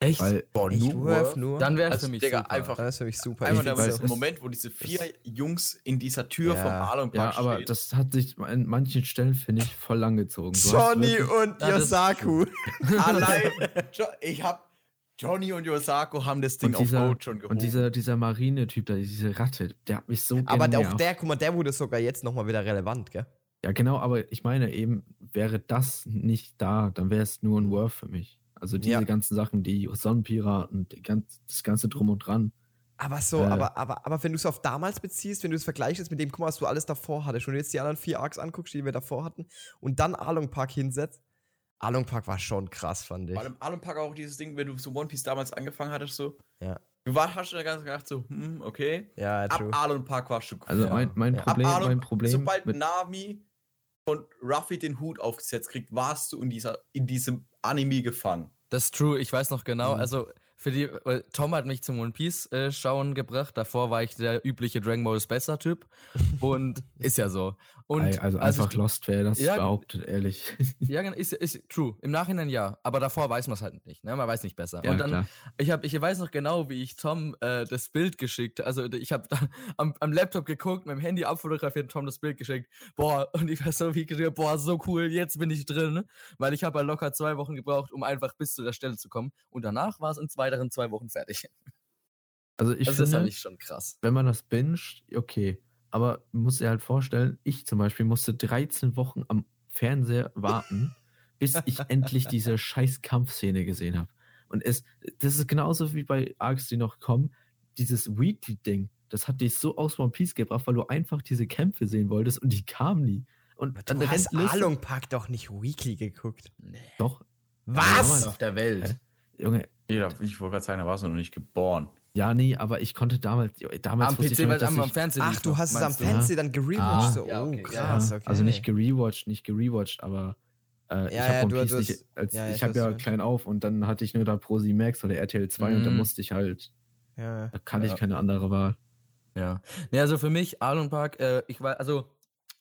C: Echt?
A: Weil
E: Boah,
B: Echt,
E: nur
B: Worf
E: Worf?
B: nur?
C: Dann wäre es
E: Also,
C: für mich
E: Digga,
C: super.
E: einfach-
B: das ist für mich super.
E: Einmal
A: Ich
E: der
A: weiß,
E: Moment-
A: es-
E: Moment, wo diese vier Jungs in dieser Tür
B: Ja.
E: vom Arlong
A: Ja,
E: Park
A: aber
E: stehen.
A: das hat sich an manchen Stellen, finde ich, voll langgezogen. Du hast
B: Johnny
A: wirklich-
B: und
C: Ja, das ist
B: Yosaku.
E: Allein, Jo- ich hab, Johnny und Yosako haben das Ding
A: und dieser,
E: auf Goat schon geholt.
A: und dieser, dieser Marine-Typ da, diese Ratte, der hat mich so
B: Aber
A: genervt.
B: auch der, guck mal, der wurde sogar jetzt nochmal wieder relevant, gell?
A: Ja, genau, aber ich meine eben, wäre das nicht da, dann wäre es nur ein Worth für mich. Also diese
B: Ja.
A: ganzen Sachen, die Sonnenpiraten, die ganz, das ganze Drum und Dran.
B: Aber so,
A: Äh.
B: aber, aber, aber wenn du es auf damals beziehst, wenn du es vergleichst mit dem, guck mal, was du alles davor hattest, wenn du jetzt die anderen vier Arcs anguckst, die wir davor hatten, und dann Along Park hinsetzt, Along Park war schon krass, fand ich.
E: Vor allem Alan Parker auch dieses Ding, wenn du so One Piece damals angefangen hattest, so.
B: Ja.
E: Du warst, hast schon ganz gedacht, so, hm, okay.
B: Ja,
E: Ab
B: true.
E: Alan Park warst du cool.
A: Also
B: Ja.
A: mein, mein
B: Ja.
A: Problem,
E: Ab Ahnung,
A: mein Problem
E: Sobald
A: mit,
E: Nami von Ruffy den Hut aufgesetzt kriegt, warst du in, dieser, in diesem Anime gefangen.
C: Das ist true, ich weiß noch genau. Also, für die, weil Tom hat mich zum One Piece äh, schauen gebracht. Davor war ich der übliche Dragon Ball ist besser Typ. Und ist ja so. Und
A: Ei, also
C: als ich-
A: einfach Lost wäre das
C: Ja.
A: behauptet, ehrlich.
C: Ja, genau, ist, ist true. Im Nachhinein ja. Aber davor weiß man es halt nicht. Ne? Man weiß nicht besser. und dann,
A: klar.
C: ich, hab, ich weiß noch genau, wie ich Tom äh, das Bild geschickt Also, ich habe am, am Laptop geguckt, mit dem Handy abfotografiert und Tom das Bild geschickt. Boah, und ich weiß so, wie ich geschrieben hab, boah, so cool, jetzt bin ich drin. Weil ich habe halt locker zwei Wochen gebraucht, um einfach bis zu der Stelle zu kommen. Und danach war es in zwei, weiteren zwei Wochen fertig.
A: Also ich
C: Also das
A: finde,
C: fand ich schon krass.
A: wenn man das binget, okay. Aber man muss dir halt vorstellen, ich zum Beispiel musste 13 Wochen am Fernseher warten, bis ich endlich diese scheiß Kampfszene gesehen habe. Und es, das ist genauso wie bei Arcs, die noch kommen, dieses Weekly-Ding, das hat dich so aus One Piece gebracht, weil du einfach diese Kämpfe sehen wolltest und die kamen nie. Und dann
B: Du hast
A: rennt Luffy-
B: Along Park doch nicht weekly geguckt.
A: Doch,
B: Was?
A: auf
C: der Welt.
A: Junge,
E: Jeder, ich wollte gerade sagen, da warst du noch nicht geboren.
A: ja, nee, aber ich konnte damals, damals
C: Am
A: wusste ich
C: PC,
A: noch
C: weil
A: nicht, dass
C: am, am
A: ich-
C: Fernsehen.
B: Ach,
C: lief
B: du
C: noch,
B: hast es am
C: meinst du?
B: Fernseher dann gerewatcht.
A: Ah.
B: so.
C: Ja,
B: Oh,
C: okay, ja.
B: krass, okay.
A: Also nicht gerewatcht, nicht gerewatcht, aber äh, ich
B: Ja,
A: habe
B: ja,
A: One
B: du-
A: Piece
B: du
A: nicht,
B: hast-
A: als,
B: ja, ja, ich
A: ich habe
B: weiß,
A: ja
B: ja.
A: klein auf und dann hatte ich nur da Prosi Max oder RTL 2 und da
C: Mhm.
A: musste ich halt,
B: Ja, ja.
A: da kannte
C: Ja.
A: ich keine andere Wahl.
C: Ja. Nee, also für mich, Arlong Park, äh, ich war, also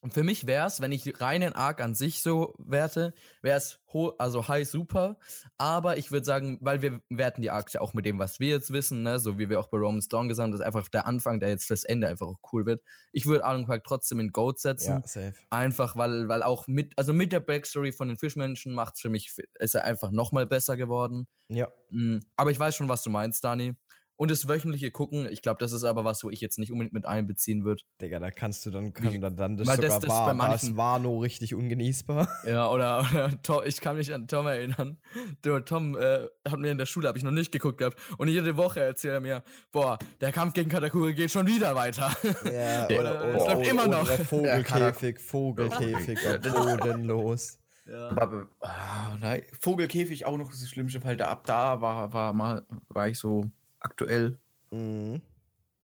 C: für mich wäre es, wenn ich reinen Arc an sich so werte, wäre es also high super, aber ich würde sagen, weil wir werten die Arcs ja auch mit dem, was wir jetzt wissen, ne, so wie wir auch bei Roman Storm gesagt haben, das ist einfach der Anfang, der jetzt fürs Ende einfach auch cool wird. Ich würde Arlong Park trotzdem in Goat setzen,
B: ja, safe.
C: Einfach, weil, weil auch mit, also mit der Backstory von den Fischmenschen macht es für mich, ist er einfach nochmal besser geworden.
B: Ja.
C: Mm, Aber ich weiß schon, was du meinst, Dani. Und das wöchentliche Gucken, ich glaube, das ist aber was, wo ich jetzt nicht unbedingt mit einbeziehen würde.
B: Digga, da kannst du dann, kann, dann, dann das
C: Weil das-
B: sogar
C: das
B: war,
C: bei
B: da
C: manchen-
B: ist Wano richtig ungenießbar.
C: Ja, oder, oder Tom, ich kann mich an Tom erinnern. Der Tom äh, hat mir in der Schule, habe ich noch nicht geguckt gehabt. Und jede Woche erzählt er mir, boah, der Kampf gegen Katakuri geht schon wieder weiter.
B: Ja, oder,
C: Ja, es
B: oder,
C: läuft
B: oder,
C: immer
B: oder
C: noch.
B: Vogelkäfig, Vogelkäfig, am bodenlos.
E: Aber, ah, nein, Vogelkäfig auch noch das Schlimmste, weil da ab da war, war mal, war ich so aktuell.
B: Mhm.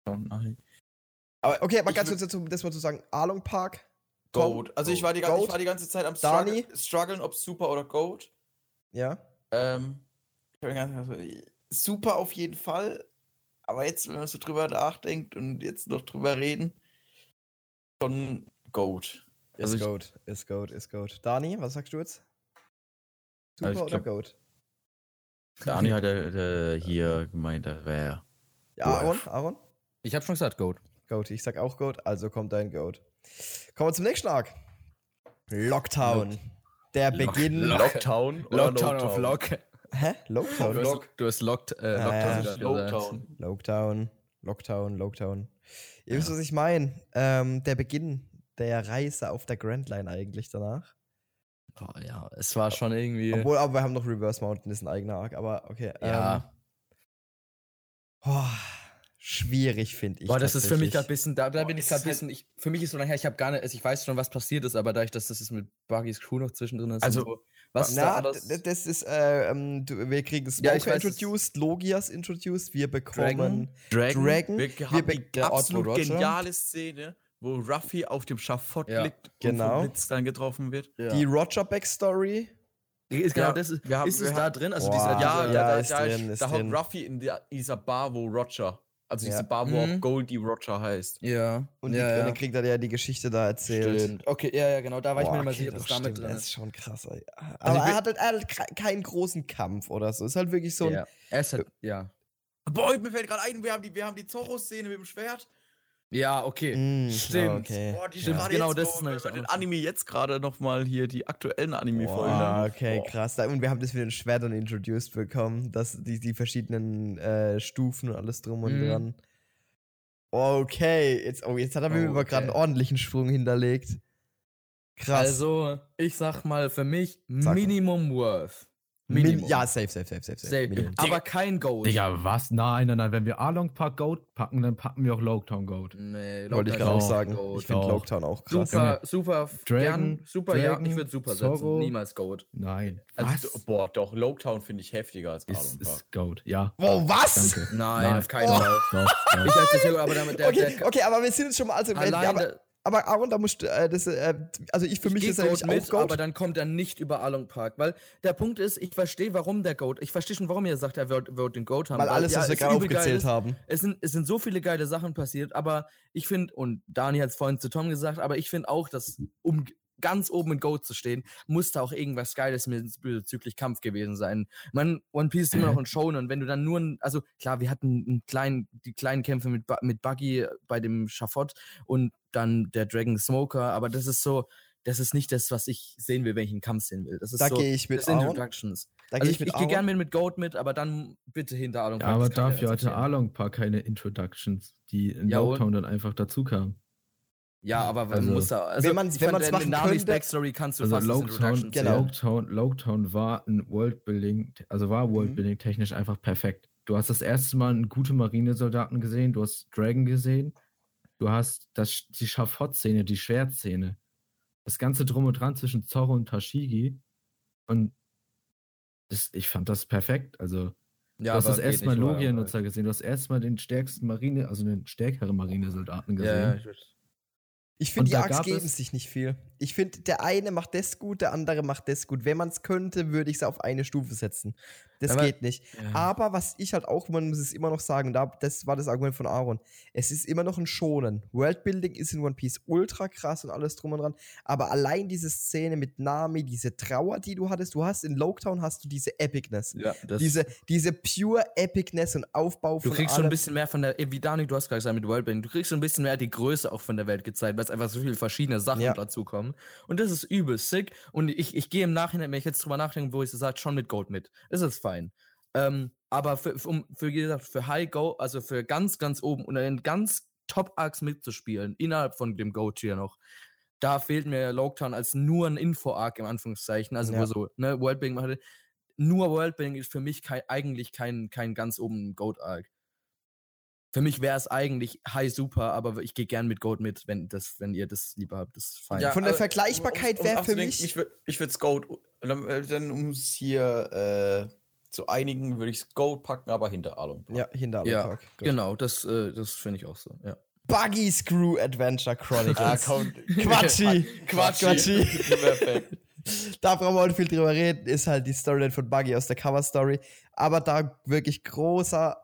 E: Oh, nein.
B: Aber okay, aber
E: Ich
B: ganz
E: wür-
B: kurz dazu, das mal zu sagen, Arlong Park. Tom,
E: Goat. Also ich war, die, ga-
B: Goat,
E: ich war die ganze Zeit am
B: Dani?
E: struggle- struggeln, ob Super oder Goat.
B: Ja.
E: Ähm, ich bin ganz- also, super auf jeden Fall. Aber jetzt, wenn man so drüber nachdenkt und jetzt noch drüber reden, schon Goat.
B: Ist
E: Also ich-
B: Goat, ist Goat, ist Goat. Dani, was sagst du jetzt?
E: Ja,
B: Super
E: ich
B: oder
E: glaub-
B: Goat?
E: Dani hat
F: äh,
E: hier gemeint, das wäre.
B: Ja,
E: Worf.
B: Aaron, Aaron?
C: Ich habe schon gesagt, Goat.
B: Goat, ich sag auch Goat, also kommt dein Goat. Kommen wir zum nächsten Arc. Lockdown. Der Beginn.
E: Lockdown.
C: Lockdown auf Lock.
B: Hä?
C: Du
B: Lockdown?
C: hast, du hast Locked, äh,
B: Ja,
C: Lockdown
B: ja.
C: wieder gesagt.
E: Lockdown.
B: Lockdown, Lockdown, Lockdown. Ihr wisst, was ich meine. Ähm, der Beginn der Reise auf der Grand Line eigentlich danach.
C: Boah, ja, es war schon irgendwie.
B: Obwohl, aber wir haben noch Reverse Mountain, ist ein eigener Arc, aber okay.
C: ja.
B: Ähm, boah, schwierig finde ich.
C: Boah, das ist für mich gerade
B: tatsächlich.
C: ein bisschen, da, da
E: Boah,
C: bin ich
E: es
C: gerade
E: ist
C: ein
E: halt-
C: bisschen, ich, für mich ist so nachher, ich habe gar nicht, also ich weiß schon, was passiert ist, aber dadurch, dass das ist mit Buggy's Crew noch zwischendrin ist. und
A: Also,
C: so, was ist da
B: Na,
C: anders?
B: d- das ist, äh, ähm, du, wir kriegen
C: Ja, ich
B: Smoker
C: weiß, es-
B: introduced, Logias introduced, wir bekommen.
F: Dragon.
B: Dragon,
F: Wir
B: wir
F: haben
B: be-
F: die
C: der Ort, wo
F: absolut
C: Roger-
F: geniale Szene, wo Ruffy auf dem Schafott
C: Ja,
F: liegt
B: genau.
F: und vom Blitz reingetroffen wird.
C: ja.
B: Die Roger Backstory.
C: ist genau
F: Ja,
C: das ist,
F: wir haben-
C: ist es
F: wir
C: da drin? Also
B: Boah.
C: dieser,
F: ja,
C: dieser,
F: ja,
B: ja,
F: da,
B: ist
F: da,
B: drin, ist
F: da
B: drin.
F: hockt Ruffy in der, dieser Bar, wo Roger, also
B: Ja.
F: diese Bar, wo
C: Mhm.
F: auch Goldie Roger heißt.
C: ja.
B: Und, die, und
C: ja,
B: dann kriegt er ja die Geschichte da erzählt.
C: Stimmt. Okay, ja, ja, genau, da war ich mir
B: Boah,
C: nicht mal
B: okay,
C: sicher, ob
B: das
C: es damit
B: stimmt,
C: drin
B: Das ist
C: ist.
B: schon krass, ey. Aber
C: ich
B: er
C: will-
B: hat halt, er hat ke- keinen großen Kampf oder so. Ist halt wirklich so ein.
C: ja. Es hat, ja.
F: Boah, mir fällt gerade ein, wir haben die, wir haben die Zorro-Szene mit dem Schwert.
C: Ja, okay.
B: Mm,
C: Stimmt.
B: ja, Okay.
F: Boah, die
B: Ja.
F: gerade
C: Genau,
F: jetzt,
C: das
F: wo
C: ist
F: wir
C: nämlich
F: über
C: auch
F: den
C: noch so.
F: Anime jetzt gerade nochmal hier die aktuellen Anime-Folgen.
B: Boah,
F: haben.
B: Ah, okay,
F: Boah.
B: krass. Da- Und wir haben das mit den Schwertern introduced bekommen, dass die, die verschiedenen äh, Stufen und alles drum und
C: Mhm.
B: dran. Okay, jetzt, oh, jetzt hat er mir
C: Oh,
B: aber gerade einen
C: okay.
B: ordentlichen Schwung hinterlegt. Krass.
C: Also, ich sag mal für mich
B: mal.
C: Minimum Worth.
B: Min, ja, safe, safe, safe, safe, safe.
C: Safe.
B: Minimum.
C: Aber kein Gold.
A: Digga, was? Nein, nein, nein. Wenn wir Along Park Gold packen, dann packen wir auch Logtown Gold.
C: Nee,
B: Wollte ich
C: Lockdown
B: gerade
A: Doch,
B: auch
C: ist kein
B: sagen.
C: Gold.
B: ich finde
A: doch.
B: Lockdown auch krass.
C: Super, super,
A: Dragon,
C: gern, super, ja, ich
A: Dragon,
C: würde super
A: Zorro.
C: setzen. Niemals Gold.
A: Nein.
F: Also, boah, doch, Loketown finde ich heftiger als
A: Ist,
F: Arlong Park.
A: ist Gold. Ja.
B: Wow, was?
A: Danke.
C: Nein,
A: Nein. Oh.
C: auf keinen Fall.
A: Doch,
C: Ich
A: doch.
C: sag das ja, aber damit der,
B: okay,
C: der
B: okay, aber wir sind jetzt schon mal. Also, wir-
C: allein
B: aber,
C: der-
B: aber Aaron, da musst du, äh, das, äh, also ich für mich
C: ich
B: ist
C: geh Goat
B: eigentlich
C: mit,
B: auch Goat.
C: aber dann kommt er nicht über Along Park, weil der Punkt ist, ich verstehe, warum der Goat, ich verstehe schon, warum ihr sagt, er wird, wird den Goat haben.
B: Weil alles, was
C: ja,
B: wir
C: es
B: gerade
C: übel geil
B: aufgezählt
C: ist.
B: haben.
C: Es sind, es sind so viele geile Sachen passiert, aber ich finde, und Dani hat es vorhin zu Tom gesagt, aber ich finde auch, dass um g- ganz oben in Goat zu stehen, muss da auch irgendwas Geiles mit- bezüglich Kampf gewesen sein. Man, One Piece ist immer
B: Mhm.
C: noch ein Shonen und wenn du dann nur, ein, also klar, wir hatten einen kleinen, die kleinen Kämpfe mit, Bu- mit Buggy bei dem Schafott und dann der Dragon Smoker, aber das ist so, das ist nicht das, was ich sehen will, wenn ich einen Kampf sehen will. Das ist
B: Da
C: so,
B: gehe ich
C: das
B: mit
C: sind
B: Aaron.
C: Introductions.
B: Da
C: Also
B: gehe
C: ich,
B: ich mit
C: ich gehe gerne
B: Aaron.
C: mit, mit Goat mit, aber dann bitte hinter Ahnung.
A: Ja, aber dafür hatte Along Park keine Introductions, die in
C: Ja, und-
A: Logtown dann einfach dazu kamen.
C: Ja, aber
A: Also,
C: man muss da. Also
B: wenn man-
C: ich
B: wenn
C: fand,
B: man's
C: in
B: machen
C: Namis
B: könnte-
C: Backstory kannst du
A: Also
C: fast als Introduction
A: Logtown,
C: zählen.
B: Genau.
A: Logtown, Logtown war ein Worldbuilding, also
C: Mhm.
A: war Worldbuilding technisch einfach perfekt. Du hast das erste Mal einen gute Marinesoldaten gesehen, du hast Dragon gesehen, du hast das, die Schafott-Szene, die Schwertszene. Das ganze Drum und Dran zwischen Zorro und Tashigi. Und das, ich fand das perfekt. Also, du
C: Ja,
A: hast
C: aber
A: das
C: geht
A: erste Mal
C: nicht, oder?
A: Logia-Nutzer gesehen, du hast erstmal den stärksten Marine, also den stärkeren
B: also,
A: Marinesoldaten gesehen.
B: ne?
C: Ja, ja, ich-
B: Ich
A: Und
B: finde, die
A: da
B: Arcs
A: gab
B: geben
A: es-
B: sich nicht viel. Ich finde, der eine macht das gut, der andere macht das gut. Wenn man es könnte, würde ich es auf eine Stufe setzen. Das
C: Aber-
B: geht nicht.
C: ja.
B: Aber was ich halt auch, man muss es immer noch sagen, da, das war das Argument von Aaron. Es ist immer noch ein Schonen. Worldbuilding ist in One Piece ultra krass und alles drum und dran. Aber allein diese Szene mit Nami, diese Trauer, die du hattest, du hast in Loketown hast du diese Epicness.
C: Ja, das,
B: diese, diese pure Epicness und Aufbau
C: du
B: von
C: kriegst schon ein
B: allem.
C: bisschen mehr von der, eh, wie Dani, du hast gerade gesagt mit Worldbuilding, du kriegst schon ein bisschen mehr die Größe auch von der Welt gezeigt, weil es einfach so viele verschiedene Sachen
B: Ja.
C: dazukommen. Und das ist übel sick. Und ich, ich gehe im Nachhinein, wenn ich jetzt drüber nachdenke, wo ich es sage, schon mit Gold mit. Ist es fein. Ähm, aber für, für- um, für, wie gesagt, für High Go, also für ganz, ganz oben und einen ganz Top-Arcs mitzuspielen, innerhalb von dem Go-Tier noch, da fehlt mir Logtown als nur ein Info-Arc im Anführungszeichen, also
B: Ja.
C: wo so, ne, Worldbuilding hatte. Nur Worldbuilding ist für mich kei- eigentlich kein, kein ganz oben Goat-Arc. Für mich wäre es eigentlich High Super, aber ich gehe gern mit Goat mit, wenn, das, wenn ihr das lieber habt. Das ist fein.
B: Ja. Von der
F: äh,
E: aber
B: Vergleichbarkeit
F: um,
B: wär für
E: abzulenken,
B: mich-
E: Ich würde ich würd Goat, dann, äh, dann um es hier äh, zu einigen, würde ich Goat packen, aber hinter Alum.
B: Ja, hinter
C: Ja,
B: Park.
C: Genau, das, äh, das finde ich auch so. Ja.
B: Buggy Screw Adventure
E: Ah,
B: Chronicles.
E: komm.
B: Quatschi.
E: Quatschi.
B: Quatschi.
E: Perfekt.
B: da brauchen wir heute viel drüber reden. Ist halt die Storyline von Buggy aus der Cover Story. Aber da wirklich großer,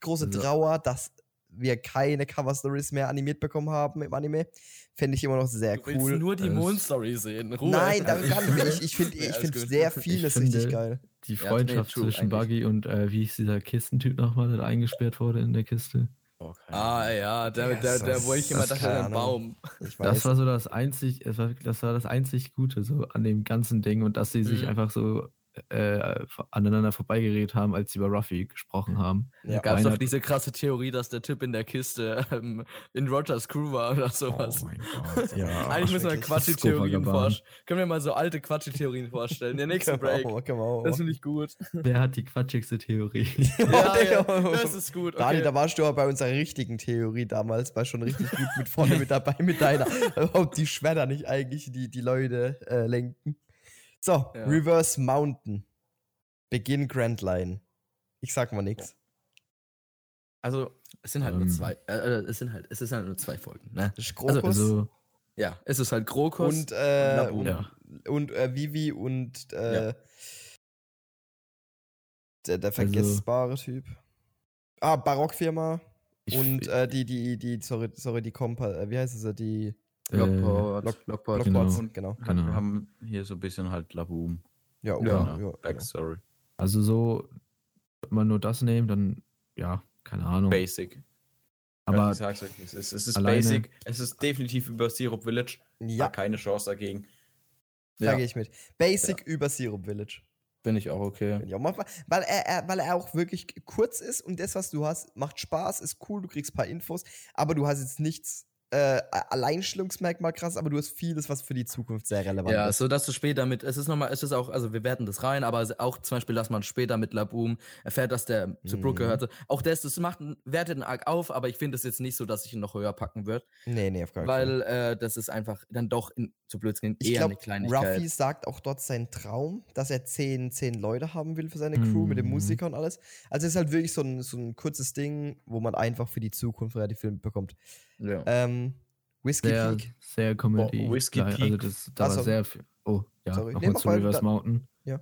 B: große
A: Also-
B: Trauer, dass wir keine Cover Stories mehr animiert bekommen haben im Anime. Fände ich immer noch sehr
C: Du willst
B: cool.
C: nur die
A: Das-
C: Moon-Story sehen. Ruhe.
B: Nein, da
A: Also
B: gar
A: ich
B: nicht.
A: finde-
B: Ich finde
C: Nee,
B: ich
C: alles
B: find
C: gut.
B: sehr
C: Ich
B: vieles richtig
A: finde-
B: geil.
A: Die
C: Ja, nee,
A: Freundschaft
C: true,
A: zwischen
C: eigentlich.
A: Buggy und äh, wie hieß dieser Kistentyp nochmal, der eingesperrt wurde in der Kiste?
C: Ah ja, der,
B: Ja,
C: der,
B: so-
C: der wo ich immer
B: das-
C: dachte,
B: keine
C: ein Baum.
B: Ich
A: Das
B: weiß.
A: war so das einzig, es war- das war das einzig Gute so an dem ganzen Ding und dass sie sich
C: Mhm.
A: einfach so äh, aneinander vorbeigeredet haben, als sie über Ruffy gesprochen haben.
B: Ja.
C: Gab es doch
A: Reinhard-
C: diese krasse Theorie, dass der Typ in der Kiste ähm, in Rogers Crew war oder sowas.
B: Oh mein Gott. Ja.
C: Eigentlich müssen wir
B: schrecklich.
C: Quatschi-Theorien
A: Skopagaban.
C: vorstellen. Können wir mal so alte Quatschi-Theorien vorstellen? Der nächste Break.
B: Genau, genau.
C: Das finde ich gut.
A: Wer hat die quatschigste Theorie?
C: Ja, ja,
B: genau.
C: das ist gut. Okay.
B: Dani, da warst du aber bei unserer richtigen Theorie damals, war schon richtig gut mit vorne mit dabei, mit deiner, ob die Schwerter nicht eigentlich die, die Leute äh, lenken. So,
C: Ja.
B: Reverse Mountain. Beginn Grand Line. Ich sag mal nichts.
C: also, es sind halt nur
A: Ähm.
C: zwei. Äh, äh, es sind halt, es ist halt nur zwei Folgen. Ne?
B: Das ist
C: Also,
B: Krokus
A: also,
C: Ja, es ist halt Krokus.
B: und, äh,
C: Labu.
B: und,
A: ja.
B: und äh, Vivi und äh, der, der vergessbare Typ. Ah, Barockfirma
A: Ich,
B: und äh, die, die, die, sorry, sorry, die Kompa, äh, wie heißen sie, die
A: äh,
B: Lock-
D: Lockport.
A: Lock-
B: Blockbots,
A: genau.
B: genau.
A: keine
D: Wir
A: Ahnung.
D: haben hier so ein bisschen halt Laboom. Genau.
B: Ja, oh,
A: Ja.
C: Genau.
B: ja, ja.
D: Backstory.
A: also so, wenn man nur das nehmen, dann, ja, keine Ahnung.
D: Basic.
A: Aber
C: also
D: ich sag's euch, es ist, es ist
A: alleine-
D: basic. Es ist definitiv über Syrup Village.
B: Ja,
D: Keine Chance dagegen.
B: da
C: Ja.
B: gehe ich mit. Basic über Syrup Village.
C: Bin ich auch okay.
B: Bin ich auch mal, weil, er, er, weil er auch wirklich kurz ist und das, was du hast, macht Spaß, ist cool, du kriegst ein paar Infos, aber du hast jetzt nichts äh, Alleinstellungsmerkmal krass, aber du hast vieles, was für die Zukunft sehr relevant
C: Ja,
B: ist.
C: so dass du später mit, es ist nochmal, es ist auch, also wir werten das rein, aber es- auch zum Beispiel, dass man später mit Laboom erfährt, dass der zu Brooke
B: Mhm.
C: gehörte. Auch das, das macht, einen- wertet einen Arc auf, aber ich finde es jetzt nicht so, dass ich ihn noch höher packen würde,
B: Nee, nee, auf gar keinen Fall.
C: weil äh, das ist einfach dann doch in, zu blöd klingt,
B: Ich
C: eher eine
B: glaube,
C: Kleinigkeit.
B: Ruffy sagt auch dort seinen Traum, dass er zehn, zehn Leute haben will für seine Crew mit dem
A: Mhm.
B: Musiker und alles. Also es ist halt wirklich so ein, so ein kurzes Ding, wo man einfach für die Zukunft relativ viel mitbekommt.
C: ja.
B: Ähm, Whiskey
A: sehr,
B: Peak.
A: sehr Comedy.
D: Bo- Whiskey
A: gleich. Also
D: Peak.
A: das, da
B: Ach so.
A: war sehr viel. Oh, ja,
B: Sorry.
A: nochmal
B: Nee, mach
A: zu
B: weiter,
A: Reverse
B: dann-
A: Mountain.
B: Ja.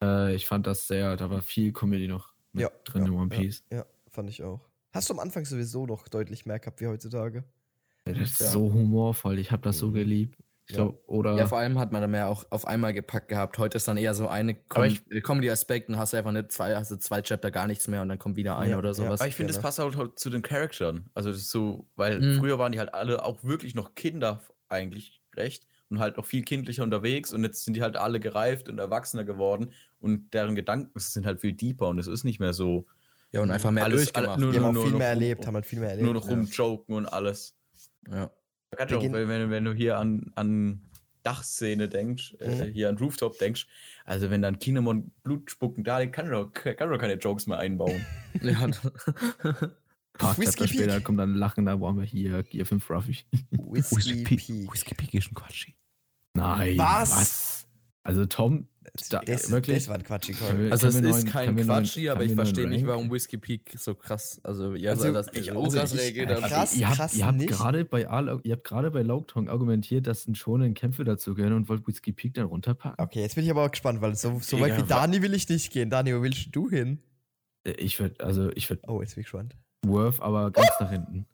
A: Äh, ich fand das sehr, da war viel Comedy noch mit
B: Ja,
A: drin
B: ja,
A: in One Piece.
B: Ja, fand ich auch. Hast du am Anfang sowieso noch deutlich mehr gehabt wie heutzutage?
A: Ey, Das ist
C: Ja.
A: so humorvoll. Ich habe das so geliebt. Ich
B: Mhm. Ja.
A: glaube, oder
C: ja, vor allem hat man da mehr auch auf einmal gepackt gehabt. Heute ist dann eher so eine
D: Aber
C: Com Comedy-Aspekt und hast einfach nicht zwei, hast du zwei Chapter gar nichts mehr und dann kommt wieder ein
B: Ja, ja.
C: oder sowas.
D: Aber ich finde, das
B: gerne.
D: passt halt halt zu den Charakteren. Also das ist so, weil
C: Mhm.
D: früher waren die halt alle auch wirklich noch Kinder eigentlich recht und halt noch viel kindlicher unterwegs und jetzt sind die halt alle gereift und erwachsener geworden und deren Gedanken sind halt viel deeper und es ist nicht mehr so
C: ja, und einfach mehr
D: alles-
C: durchgemacht.
D: alle- nur-
B: Die haben auch
D: nur
B: viel
D: noch um-
B: mehr
D: rum-
B: erlebt, haben halt viel mehr erlebt.
D: nur noch rumjoken und alles.
C: ja.
D: Ja, doch,
B: Beginn-
D: Wenn, wenn, wenn du hier an, an Dachszene denkst, äh,
B: Mhm.
D: hier an Rooftop denkst, also wenn dann Kinemon Blut spucken da, liegt, kann er doch, kann er doch keine Jokes mehr einbauen.
C: ja.
A: ein paar
B: Whiskey
A: Chapter
B: Peak.
A: später kommt dann Lachen, da brauchen wir hier, hier fünf Ruffy.
B: ne? Whiskey Peak.
A: Peak ist ein Quatschi. Nein.
B: Was?
A: Also Tom, da,
B: Das,
A: wirklich.
B: das war ein Quatschig.
C: Also es
A: Können wir
C: ist
A: neuen-
C: kein
A: können wir neuen-
C: Quatschi, aber
A: können
C: ich
A: wir neuen
C: verstehe nicht,
A: Rank?
C: warum Whiskey Peak so krass, also ja,
B: Also,
C: also, das
D: ich
C: so
D: auch
C: krass
D: nicht.
C: reagiert
D: Also,
C: hat.
B: Krass,
A: ihr habt,
B: krass
A: ihr habt
B: nicht.
A: gerade bei Al ihr habt gerade bei Laugtong argumentiert, dass ein schonen Kämpfe dazu gehören und wollt Whiskey Peak dann runterpacken.
B: Okay, jetzt bin ich aber auch gespannt, weil so, so weit
D: Digga,
B: wie Dani will ich nicht gehen. Dani, wo willst du hin?
A: Äh, Ich würde also ich würde
B: Oh, jetzt bin ich gespannt.
A: Worth aber ganz nach hinten.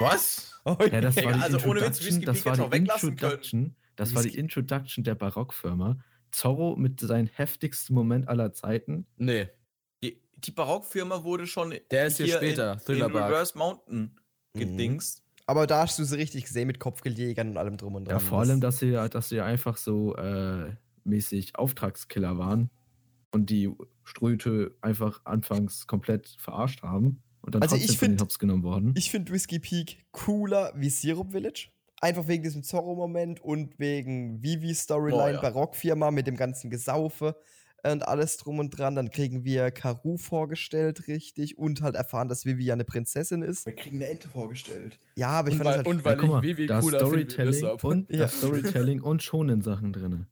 D: Was?
B: Oh,
A: Ja, das war
D: Digga,
A: die
D: also ohne Witz,
A: Introduction,
D: Whiskey
A: das
D: Peak
A: war die
D: hätte man weglassen
A: Introduction, das war die
B: Whiskey-
A: Introduction der Barockfirma. Zorro mit seinem heftigsten Moment aller Zeiten.
C: Nee,
D: Die, die Barockfirma wurde schon
C: der ist hier, später,
D: in, in
C: Thriller Bark.
D: Reverse Mountain
B: Mhm.
D: gedingst.
B: Aber da hast du sie richtig gesehen mit Kopfgeldjägern und allem drum und dran.
A: Ja, vor allem, dass sie, dass sie einfach so äh, mäßig Auftragskiller waren und die Ströte einfach anfangs komplett verarscht haben und dann
B: Also ich
A: trotzdem von
B: find-
A: den Hops genommen worden.
B: Ich finde Whiskey Peak cooler wie Syrup Village. Einfach wegen diesem Zorro-Moment und wegen
D: Boah,
C: Oh
B: Vivi-Storyline
D: ja.
B: bei Rockfirma mit dem ganzen Gesaufe und alles drum und dran. Dann kriegen wir Karu vorgestellt, richtig. Und halt erfahren, dass Vivi ja eine Prinzessin ist.
E: Wir kriegen eine Ente vorgestellt.
B: Ja, aber ich
C: Und
B: fand das
C: weil,
B: halt.
C: und
A: Ja,
C: weil
A: guck mal,
C: ich Vivi
A: da ist
C: cooler finde, wie
A: Storytelling
C: Lissab.
A: und
B: Ja.
A: das Storytelling und schonen Sachen drin.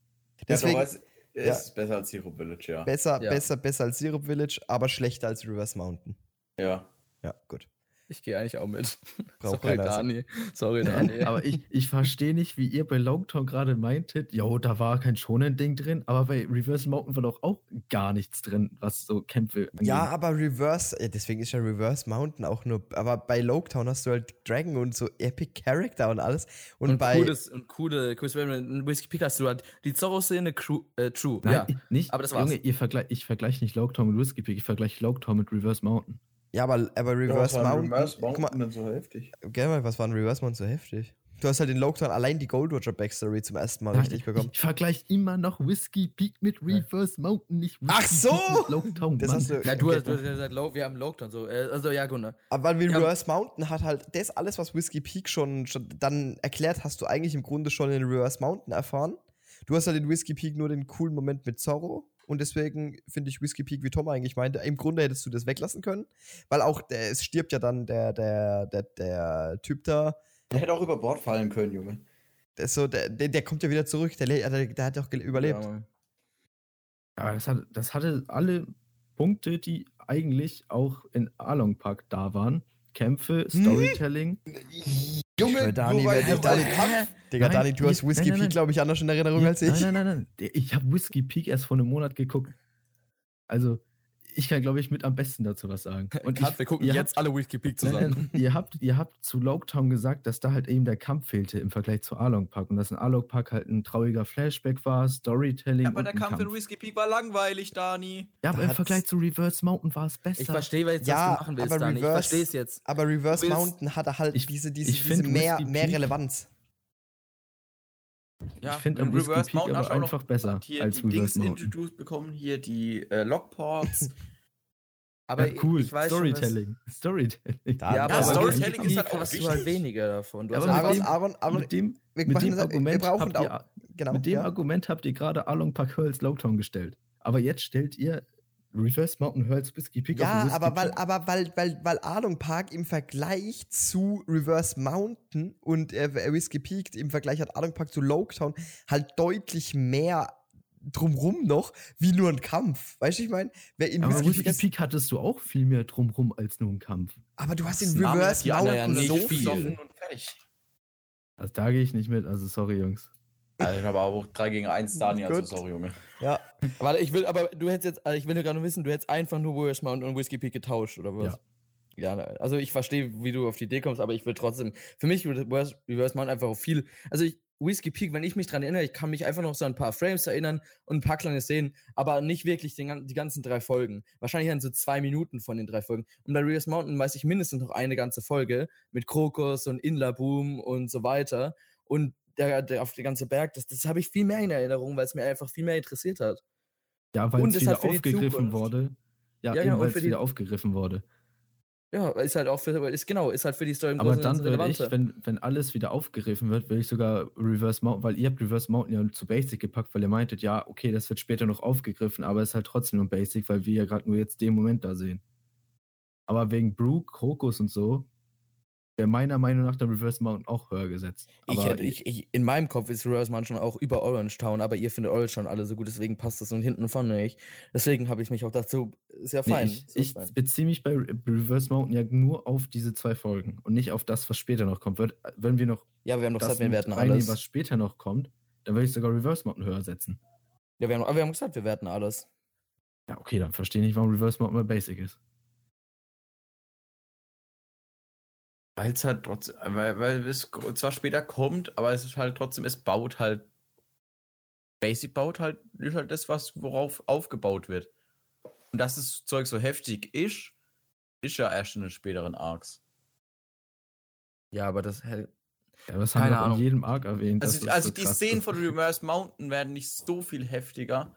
B: deswegen ja.
D: ist besser als Hero Village, ja.
B: besser,
C: Ja.
B: besser, besser als Syrup Village, aber schlechter als Reverse Mountain.
D: ja.
B: Ja, gut.
C: Ich gehe eigentlich auch mit.
B: Braucht
C: Sorry,
B: keiner. Also.
C: Dani. Sorry, Dani.
A: Aber ich, ich verstehe nicht, wie ihr bei Longtown gerade meintet, jo, da war kein schonen Ding drin, aber bei Reverse Mountain war doch auch gar nichts drin, was so Kämpfe angeht.
B: Ja, aber Reverse, ja, deswegen ist ja Reverse Mountain auch nur. Aber bei Loketown hast du halt Dragon und so Epic Character und alles. Und,
C: und,
B: bei.
C: cooles, und coole Chris Raymond und Whiskey Peak hast du halt die Zorro-Szene Crew- äh, True.
A: Nein,
C: ja.
A: i- nicht.
C: aber das war's.
A: Junge, ihr vergleich, ich vergleiche nicht Logtown mit Whiskey Peak, ich vergleiche Logtown mit Reverse Mountain.
B: Ja, aber, aber Reverse Mountain. Guck mal,
E: so heftig.
B: gell, mal, was war ein Reverse Mountain so heftig? Du hast halt in Lockdown allein die Gold Roger Backstory zum ersten Mal richtig bekommen.
A: Ich vergleiche immer noch Whiskey Peak mit Reverse Mountain, nicht Whiskey
B: Ach so!
A: Peak mit Longtown,
B: Das
A: Mann.
B: hast du,
C: Na, du,
B: okay.
C: hast- du hast ja gesagt, Low, wir haben Lockdown. So. Äh, Also, ja, Gunnar.
B: Aber weil
C: Ja.
B: Reverse Mountain hat halt das alles, was Whiskey Peak schon, schon dann erklärt, hast du eigentlich im Grunde schon in Reverse Mountain erfahren. Du hast halt in Whiskey Peak nur den coolen Moment mit Zorro. Und deswegen finde ich Whiskey Peak, wie Tom eigentlich meinte, im Grunde hättest du das weglassen können. Weil auch der, es stirbt ja dann der, der, der, der Typ da.
E: Der hätte auch über Bord fallen können, Junge.
B: Der, ist so, der, der, der kommt ja wieder zurück. Der, le- der, der hat ja auch gele- überlebt.
E: Ja, Mann.
A: Aber das, hat, das hatte alle Punkte, die eigentlich auch in Along Park da waren. Kämpfe,
B: Hm?
A: Storytelling.
B: schwör,
E: Junge,
B: Dani,
E: nur weil
B: wer
E: du
B: Dani-
E: einen Kampf-
B: Digga,
A: Nein,
B: Dani, du hast
A: nein,
B: Whiskey
A: nein,
B: Peak,
A: nein.
B: glaube ich, anders in Erinnerung als ich.
A: Hm. Nein, nein, nein, nein. Ich habe Whiskey Peak erst vor einem Monat geguckt. Also, ich kann, glaube ich, mit am besten dazu was sagen. Und
C: Kat,
A: ich,
C: wir gucken
A: ihr
C: jetzt alle Whiskey Peak
A: Nein,
C: zusammen.
A: nein, ihr, habt, ihr habt zu Logtown gesagt, dass da halt eben der Kampf fehlte im Vergleich zu Along Park und dass in Along Park halt ein trauriger Flashback war, Storytelling.
D: Ja, aber
A: und
D: der
A: ein
D: Kampf in Whiskey Peak war langweilig, Dani.
A: Ja, aber im
B: hat's-
A: Vergleich zu Reverse Mountain war es besser.
C: Ich verstehe jetzt,
B: Ja,
C: was du machen willst,
B: aber
C: Dani. Ich
B: Reverse-
C: verstehe es jetzt.
B: Aber Reverse
C: Du willst-
B: Mountain hatte halt
A: Ich-
B: diese, diese,
A: ich
B: diese
A: find
B: mehr,
A: Whiskey
B: mehr
A: Peak-
B: Relevanz.
A: ich finde am
D: in
A: Whiskey
D: Reverse
A: Peak
D: Mountain
A: aber
D: hast du auch noch
A: einfach besser
D: Hier
A: als
D: die Dings
A: Reverse Mountain.
D: introduced bekommen, hier die äh, Lockports.
C: Aber
A: ja, cool,
C: ich weiß schon, was-
A: Storytelling. Storytelling.
B: Da-
C: Ja,
B: Aber
C: aber
D: Storytelling
C: Whiskey
D: ist halt
C: Peak
D: auch
C: hast du
D: wichtig.
C: halt weniger davon. Du
A: Ja,
C: hast
A: aber
C: halt
A: mit
B: Aaron,
A: dem-
B: Aaron, Aaron,
A: mit dem,
B: wir,
A: mit
B: machen
A: dem
B: das, wir
A: Argument
B: brauchen
A: habt
B: auch,
A: ihr,
B: genau,
A: mit dem
B: ja.
A: Argument habt ihr gerade Along Park Hurls Logtown gestellt. Aber jetzt stellt ihr Reverse Mountain Hurls Whiskey Peak auf
B: Ja,
A: den Whiskey
B: aber weil,
A: Peak.
B: aber weil, weil, weil Arlong Park im Vergleich zu Reverse Mountain und äh, Whiskey Peak im Vergleich hat Arlong Park zu Loketown halt deutlich mehr drumrum noch, wie nur ein Kampf. Weißt du, ich meine, wer in
A: aber
B: Whiskey
A: Whiskey
B: Peak ist,
A: Peak hattest du auch viel mehr drumrum als nur einen Kampf.
B: aber du hast
D: Das
B: in
D: Name hat
B: Reverse
D: die anderen ja
B: Mountain
D: nicht
B: so
D: viel.
B: viel.
E: und fertig.
A: Also da gehe ich nicht mit, also sorry, Jungs.
D: Alter, aber auch 3 gegen 1 Dani, also
B: Gut.
D: sorry, Junge.
B: Ja,
C: Warte, ich will, aber du hättest jetzt, also ich will nur gerade nur wissen, du hättest einfach nur Warriors Mount und Whiskey Peak getauscht, oder was? Ja. na, also ich verstehe, wie du auf die Idee kommst, aber ich will trotzdem, für mich würde Warriors- Reverse Mount einfach auch viel, also ich, Whiskey Peak, wenn ich mich dran erinnere, ich kann mich einfach noch so an ein paar Frames erinnern und ein paar kleine Szenen, aber nicht wirklich den, gan- die ganzen drei Folgen. Wahrscheinlich dann so zwei Minuten von den drei Folgen. Und bei Reverse Mountain weiß ich mindestens noch eine ganze Folge mit Krokus und Inla Boom und so weiter. Und der, der auf den ganzen Berg, das, das habe ich viel mehr in Erinnerung, weil es mir einfach viel mehr interessiert hat.
A: Ja, weil
C: Und
A: es
C: es
A: wieder
C: hat für die
A: aufgegriffen
C: Zukunft.
A: wurde. Ja, ja,
C: Ja, ja,
A: eben,
C: und
A: weil
C: für
A: es
C: die-
A: wieder aufgegriffen wurde.
C: Ja, ist halt auch für, ist genau, ist halt für die Story im
A: Aber
C: Großen und
A: dann
C: Ganzen
A: würde ich,
C: relevanter.
A: wenn, wenn alles wieder aufgegriffen wird, würde ich sogar Reverse Mountain, weil ihr habt Reverse Mountain ja zu Basic gepackt, weil ihr meintet, ja, okay, das wird später noch aufgegriffen, aber es ist halt trotzdem nur Basic, weil wir ja gerade nur jetzt den Moment da sehen. Aber wegen Brook, Krokus und so, wäre meiner Meinung nach der Reverse Mountain auch höher gesetzt.
C: ich
A: Aber
C: hätte, ich, ich, in meinem Kopf ist Reverse Mountain schon auch über Orange Town, aber ihr findet Orange Town alle so gut, deswegen passt das und hinten und vorne nicht. Deswegen habe ich mich auch dazu, ist ja
A: Nee,
C: fein.
A: ich,
C: ist ja
A: ich
C: fein.
A: beziehe mich bei Re- Reverse Mountain ja nur auf diese zwei Folgen und nicht auf das, was später noch kommt. Wird, wenn wir noch
C: ja, wir haben doch
A: das
C: gesagt, wir
A: mit
C: werten
A: reinnehmen,
C: alles.
A: was später noch kommt, dann würde ich sogar Reverse Mountain höher setzen.
C: Ja, wir haben, aber wir haben gesagt, wir werten alles.
A: Ja, okay, dann verstehe ich nicht, warum Reverse Mountain mal Basic ist.
D: Weil es halt trotzdem, weil, weil es gro- zwar später kommt, aber es ist halt trotzdem, es baut halt. Basic baut halt, ist halt das, was worauf aufgebaut wird. Und dass das Zeug so heftig ist, ist ja erst in den späteren Arcs.
C: Ja, aber das,
A: Ja, das
C: Keine
A: haben wir auch
C: Ahnung.
A: in jedem Arc erwähnt. dass
D: Also,
A: das
D: also
A: so
D: die
A: krass
D: Szenen
A: ist.
D: von Reverse Mountain werden nicht so viel heftiger.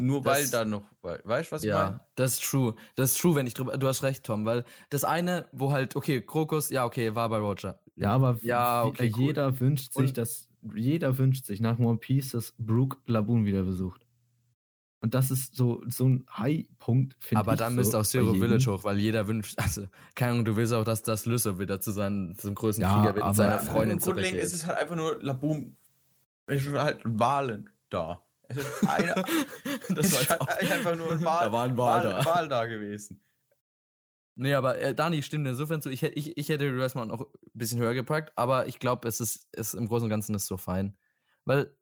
D: Nur
C: Das-
D: weil da noch. we- Weißt du, was ich meine?
C: Ja, das ist true. Das ist true, wenn ich drüber. Du hast recht, Tom, weil das eine, wo halt, okay, Krokus, ja, okay, war bei Roger.
A: Ja, aber
C: Ja,
A: wie-
C: okay, cool.
A: jeder wünscht sich,
C: Und-
A: dass jeder wünscht sich nach One Piece, dass Brook Laboon wieder besucht. Und das ist so, so ein High-Punkt, finde ich.
C: aber dann
A: so
C: müsste auch
A: bei
C: Zero
A: jedem.
C: Village hoch, weil jeder wünscht, also, keine Ahnung, du willst auch, dass das Lüsse wieder zu seinen, zum größten
A: Ja,
C: Krieger wird
A: aber- äh,
C: und seiner
A: Ja,
C: Freundin
D: Im Grundlegend ist
C: zurückgeht.
D: es halt einfach nur Laboom. Es ist halt Wahlen da. Es ist eine,
C: Das war
D: es ist
C: jetzt
D: halt
C: auch-
D: einfach nur ein Wahl,
C: Da war ein Wahl
D: Wahl,
C: da.
D: Wahl da gewesen.
C: Nee, aber äh, Dani, stimmt insofern zu. Ich, hätt- ich, ich hätte Reverse Mountain auch ein bisschen höher gepackt, aber ich glaube, es ist, es im Großen und Ganzen ist so fein. Weil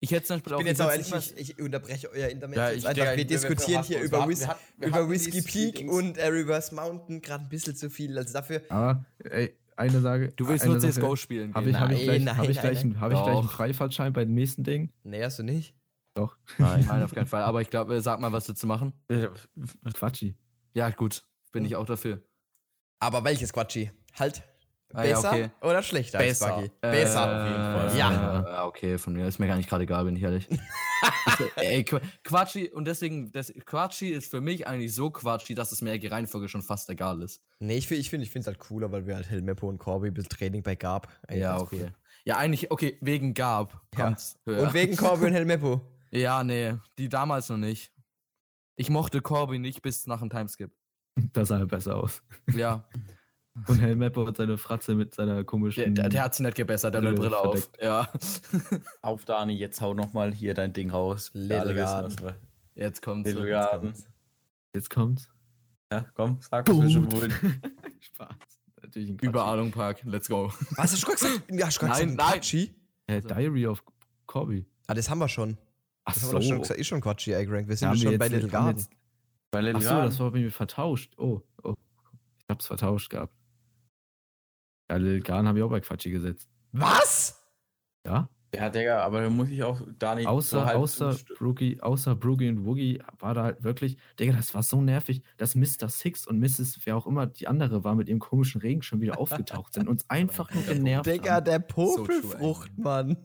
C: ich hätte zum Beispiel
B: ich
C: auch.
B: bin jetzt
C: ich
B: auch
C: will's
B: ehrlich,
C: niemals-
B: ich, ich unterbreche euer Internet
D: Ja,
B: jetzt
D: ich-
B: einfach.
D: Digga,
B: Wir
D: wir- wir
B: diskutieren
D: verhaken
B: hier
D: uns.
B: über,
D: Wir
B: Whis
D: hatten- wir
B: über
D: hatten
B: Whiskey
D: dieses
B: Peak
D: Dings.
B: und äh, Reverse Mountain gerade ein bisschen zu viel. Also dafür
A: Aber, ey, eine Sache.
C: Du willst
A: eine
C: nur
A: Sache.
C: CSGO spielen.
A: Habe
C: gehen.
A: ich, hab ich,
B: Nein,
A: gleich,
B: nein,
A: hab ich,
B: nein,
A: gleich, einen- hab ich gleich einen
C: Doch.
A: Freifahrtschein bei dem nächsten Ding?
B: Nee, hast du nicht?
C: Nein, nein, auf keinen Fall. Aber ich glaube, sag mal, was du zu machen.
A: Quatschi.
C: Ja, gut, bin ich auch dafür.
B: Aber welches Quatschi? Halt.
C: Ah, ja,
B: Besser
C: okay.
B: oder schlechter als
D: Besser.
B: Buggy? Besser auf jeden Fall.
C: Äh,
B: Ja.
C: Ja, okay, von mir ist mir gar nicht gerade egal, bin ich ehrlich. Ist, äh, Ey, Qu- Quatschi, und deswegen, das, Quatschi ist für mich eigentlich so Quatschi, dass es mir die Reihenfolge schon fast egal ist.
B: Nee, ich finde ich find, ich find's halt cooler, weil wir halt Helmeppo und Corby bis Training bei Gab. Eigentlich
C: ja,
B: ganz
C: okay. Ja, eigentlich, okay, wegen Gab.
B: Ja.
C: kommt's
B: cool.
C: höher.
B: Und wegen Corby und Helmeppo.
C: ja, nee, die damals noch nicht. Ich mochte Corby nicht bis nach dem Timeskip.
A: Das sah halt besser aus.
C: Ja,
A: Und Herr Meppo hat seine Fratze mit seiner
C: der,
A: komischen.
C: der, der hat sich nicht gebessert, der hat eine
A: Brille
C: Brille auf. Ja,
D: Auf, Dani, jetzt hau nochmal hier dein Ding raus.
B: Little
D: Alle wissen,
B: Garden.
D: was wir-
C: jetzt kommt's.
D: Little Garden.
A: Jetzt kommt's.
D: Ja, komm, sag es mir schon wohl.
A: Spaß. Natürlich ein Quatsch.
C: Über Ahnung Park, let's go.
B: Was hast du gerade gesagt? Ja, hast du gerade
C: Nein,
B: gesagt,
C: nein.
B: Quatschi?
A: Äh, Diary of Corby.
B: Ah, das haben wir schon.
A: Ach
B: Das haben wir doch schon gesagt. Ist schon Quatschi eingerankt. Wir sind
A: Da haben
B: doch
A: wir
B: schon bei
A: jetzt-
B: Little
A: haben
B: Garden.
A: jetzt-
D: Bei Little
A: Ach so,
D: Garden.
A: das war bei mir vertauscht. Oh, oh. Ich hab's vertauscht gehabt. Ja, Lil Garn habe ich auch bei Quatschi gesetzt.
B: Was?
A: Ja?
D: Ja, Digga, aber da muss ich auch Dani
A: Außer,
D: so halb
A: außer
D: zustimmen.
A: Brookie, außer Brookie und Woogie war da halt wirklich, Digga, das war so nervig, dass Mr. Six und Mrs., wer auch immer die andere war, mit ihrem komischen Regen schon wieder aufgetaucht sind. Uns einfach nur genervt.
B: Digga,
A: haben.
B: der
C: So true,
B: Popelfrucht, Mann.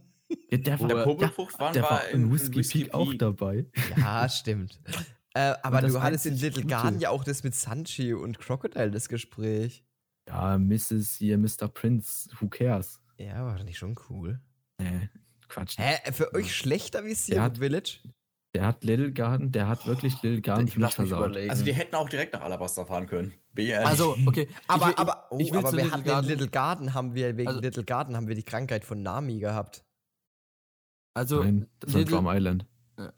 A: Ja, der war,
D: Der
A: der,
D: Popelfruchtwahn
A: der
D: war
A: war in Whiskey, Peak auch
D: Peak.
A: dabei.
B: Ja, stimmt. äh, aber
A: Und das
B: du hattest in
A: einzig
B: Little
A: Gute.
B: Garden ja auch das mit Sanchi und Crocodile, das Gespräch.
A: Ja, Mrs. hier, Mr. Prince, who cares?
B: Ja, war doch nicht schon cool.
A: Nee, Quatsch.
B: Hä, für euch schlechter wie
A: Der
B: Sierra
A: hat-
B: Village?
A: Der hat Little Garden, der hat wirklich Little Garden für mich versaut.
D: Also die hätten auch direkt nach Alabasta fahren können. Bin ich ehrlich.
C: Also, okay.
B: Aber,
C: ich, will-
B: aber, oh,
C: ich, ich will
B: aber
C: zu
B: wir
C: Little
B: hatten
C: Garden-
B: in Little Garden haben wir wegen
C: Also-
B: Little Garden haben wir die Krankheit von Nami gehabt.
C: also
A: Nein, das war
C: Little-
A: Drum Island.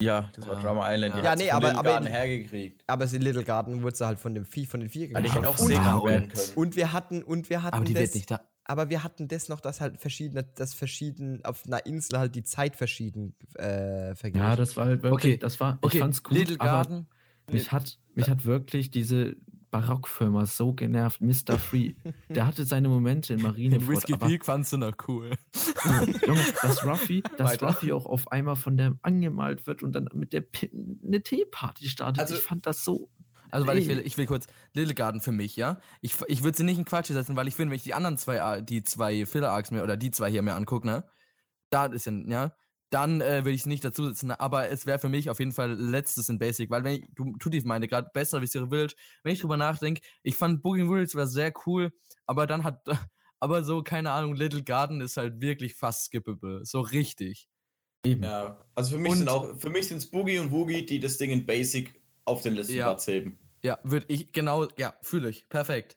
D: ja, das war
C: Ja.
D: Drama Island.
C: Ja,
D: die hat's
B: nee,
D: von
B: aber-
D: Little
B: aber
D: Garden
B: in-
D: hergekriegt.
B: Aber in Little Garden wurde sie halt von dem Vieh, von den Vieh
D: Also ich
B: gegessen.
D: hätte auch
B: und,
D: Sega
C: und-
D: werden können.
B: und wir hatten und wir hatten
C: aber die
B: das,
C: wird nicht da.
B: aber wir hatten das noch, dass halt verschiedene, dass verschieden auf einer Insel halt die Zeit verschieden äh, vergeht.
A: Ja, das war halt wirklich,
C: Okay,
A: das war, ich
C: Okay,
A: fand's gut,
C: Little
A: aber
C: Garden.
A: mich hat, mich hat wirklich diese Barockfirma so genervt, Mr. Free. Der hatte seine Momente in
C: Den
A: Marineford,
C: Whiskey
A: aber
C: Peak fandst du noch cool.
A: Junge, dass Ruffy, dass
C: Weiter.
A: Ruffy auch auf einmal von der angemalt wird und dann mit der Pi- eine Teeparty startet.
D: Also-
A: ich fand das so,
C: Also, weil ich will,
A: Ey.
C: ich will kurz, Little Garden für mich, ja. Ich, ich würde sie nicht in Quatsch setzen, weil ich finde, wenn ich die anderen zwei, Ar- die zwei Filler Arcs mir oder die zwei hier mir angucke, ne, da ist ja, ja, dann äh, will ich sie nicht dazusetzen. Aber es wäre für mich auf jeden Fall letztes in Basic, weil wenn ich, du, Tutif meine gerade besser wie Siri Village, wenn ich drüber nachdenke, ich fand Boogie Village war sehr cool, aber dann hat, aber so, keine Ahnung, Little Garden ist halt wirklich fast skippable, so richtig.
D: Ja. Also für mich
C: Und-
D: sind auch, für mich sind Boogie und Woogie, die das Ding in Basic auf den letzten
C: Ja.
D: Platz heben.
C: Ja, würde ich, genau, ja, fühle ich, perfekt.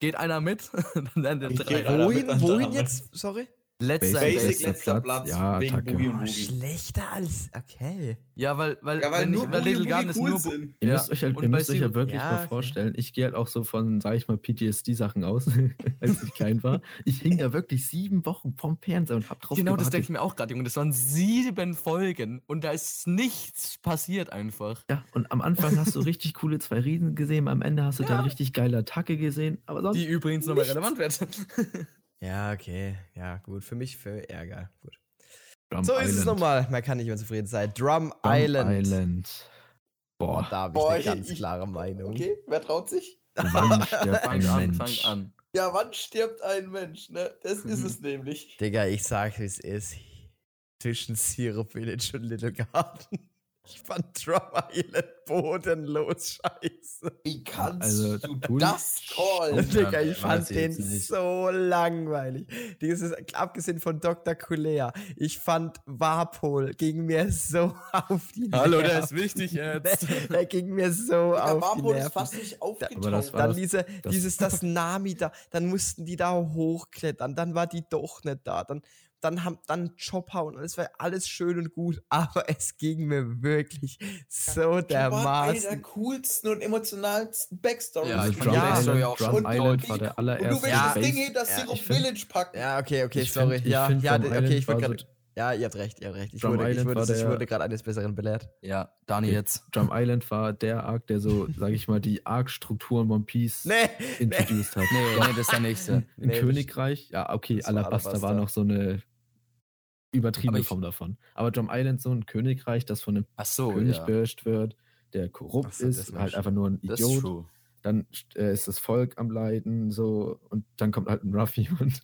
C: Geht einer mit? dann werden wir
D: Ich
C: drei.
D: geh rein.
B: wohin
D: Alter,
B: wohin
D: Alter.
B: jetzt? Sorry.
C: Letzter
A: Basic.
C: Basic.
D: Basic
A: bester
D: letzter
A: Platz.
D: Platz,
A: Ja,
D: wegen
A: Attacke.
D: Boogie und
B: Ah,
D: Woogie.
B: schlechter als okay.
C: Ja, weil, weil,
D: Ja, weil
C: wenn
D: nur
C: ich, weil
D: Boogie
C: Little
D: und
C: Garden
D: Woogie
C: ist
D: cool
C: nur. Bo-
D: sind.
A: Ihr
C: Ja,
A: müsst euch halt,
C: und
A: ihr
C: bei
A: müsst euch
C: Zero-
A: ja wirklich
B: Ja,
A: mal
B: okay.
A: vorstellen, ich gehe halt auch so von, sag ich mal, PTSD-Sachen aus, als ich klein war. Ich hing da wirklich sieben Wochen vom Fernseher und hab drauf
C: Genau, das denke ich
A: gewartet.
C: mir auch gerade, Junge. Das waren sieben Folgen und da ist nichts passiert einfach.
A: Ja, und am Anfang hast du richtig coole zwei Riesen gesehen, am Ende hast du dann richtig geile Attacke gesehen, aber sonst
C: Die übrigens nochmal
A: nichts.
C: relevant wird.
B: Ja, okay. Ja, gut. Für mich für Ärger. Gut.
A: Drum
B: so ist es
A: Island.
B: nochmal. Man kann nicht mehr zufrieden sein. Drum,
A: Drum
B: Island.
A: Island.
B: Oh,
A: Boah,
B: da habe ich
E: Boah,
B: eine
E: ich-
B: ganz
E: ich-
B: klare Meinung.
E: Okay, wer traut sich?
A: wann stirbt ein
C: Fang an, fang
A: Mensch?
C: an.
E: Ja, wann stirbt ein Mensch, ne? Das ist
C: Mhm.
E: es nämlich.
B: Digga, ich sag, wie es ist. Zwischen Syrup Village und Little Garden. Ich fand Drum Island bodenlos scheiße.
E: Wie kannst
A: Also,
E: du
A: du-
E: das
D: Oh,
E: callen?
B: Digga,
D: ja,
B: ich fand
D: weiß ich jetzt
B: den
D: nicht.
B: so langweilig. Dieses, abgesehen von Dr. Kulea, ich fand Warpol ging mir so auf die Nerven.
C: wichtig
B: Der ne? ging mir so
E: Der
B: auf die
E: Warpo ist
B: Nerven.
E: fast nicht
A: Aber das
E: aufgetaucht.
A: war
B: Dann
A: das,
B: diese,
A: das-
B: dieses, das Nami da, dann mussten die da hochklettern, dann war die doch nicht da, dann, dann haben, dann Chopper und alles war alles schön und gut, aber es ging mir wirklich so
E: war eine der
B: dermaßen.
E: coolsten und emotionalsten Backstories.
C: Ja,
A: also
C: ich
A: Drum
C: fand die
A: Island,
C: Story auch
A: Drum
E: schon
A: Island
E: deutlich.
A: war der
E: Und du
A: allererste
E: willst
B: Ja,
E: das Ding
A: Base-
E: in das
B: ja,
E: Sirup
A: ich find-
E: Village packen.
B: Ja, okay, okay,
A: Ich
B: sorry.
A: find- ich
B: ja,
A: find
B: ja,
A: Drum
B: de- okay,
A: Island
B: ich wollte
A: war
B: gerade.
A: so-
B: ja, ihr habt recht, ihr habt recht. Ich
A: Drum
B: wurde, ich
A: Island
B: wurde,
A: war
B: ich
A: der-
B: wurde gerade eines Besseren belehrt.
C: Ja, Dani
A: Okay.
C: jetzt.
A: Drum Island war der Arc, der so, sag ich mal, die Arc-Strukturen One Piece
B: Nee,
A: introduced hat.
C: Nee, nee, das ist der nächste.
A: Ein
B: Nee, das
A: Königreich, ja, okay,
B: das war
A: Alabasta, war
B: Alabasta.
A: noch so eine
C: Aber
A: übertriebene
C: ich-
A: Form davon. Aber Drum Island, so ein Königreich, das von einem
C: Ach so,
A: König
C: Oh, ja.
A: beherrscht wird, der korrupt
B: Ach so, das
A: ist,
B: war
A: halt
B: schon-
A: einfach nur ein
C: Das ist
A: Idiot.
C: true.
A: dann äh, ist das Volk am Leiden, so, und dann kommt halt ein Ruffy und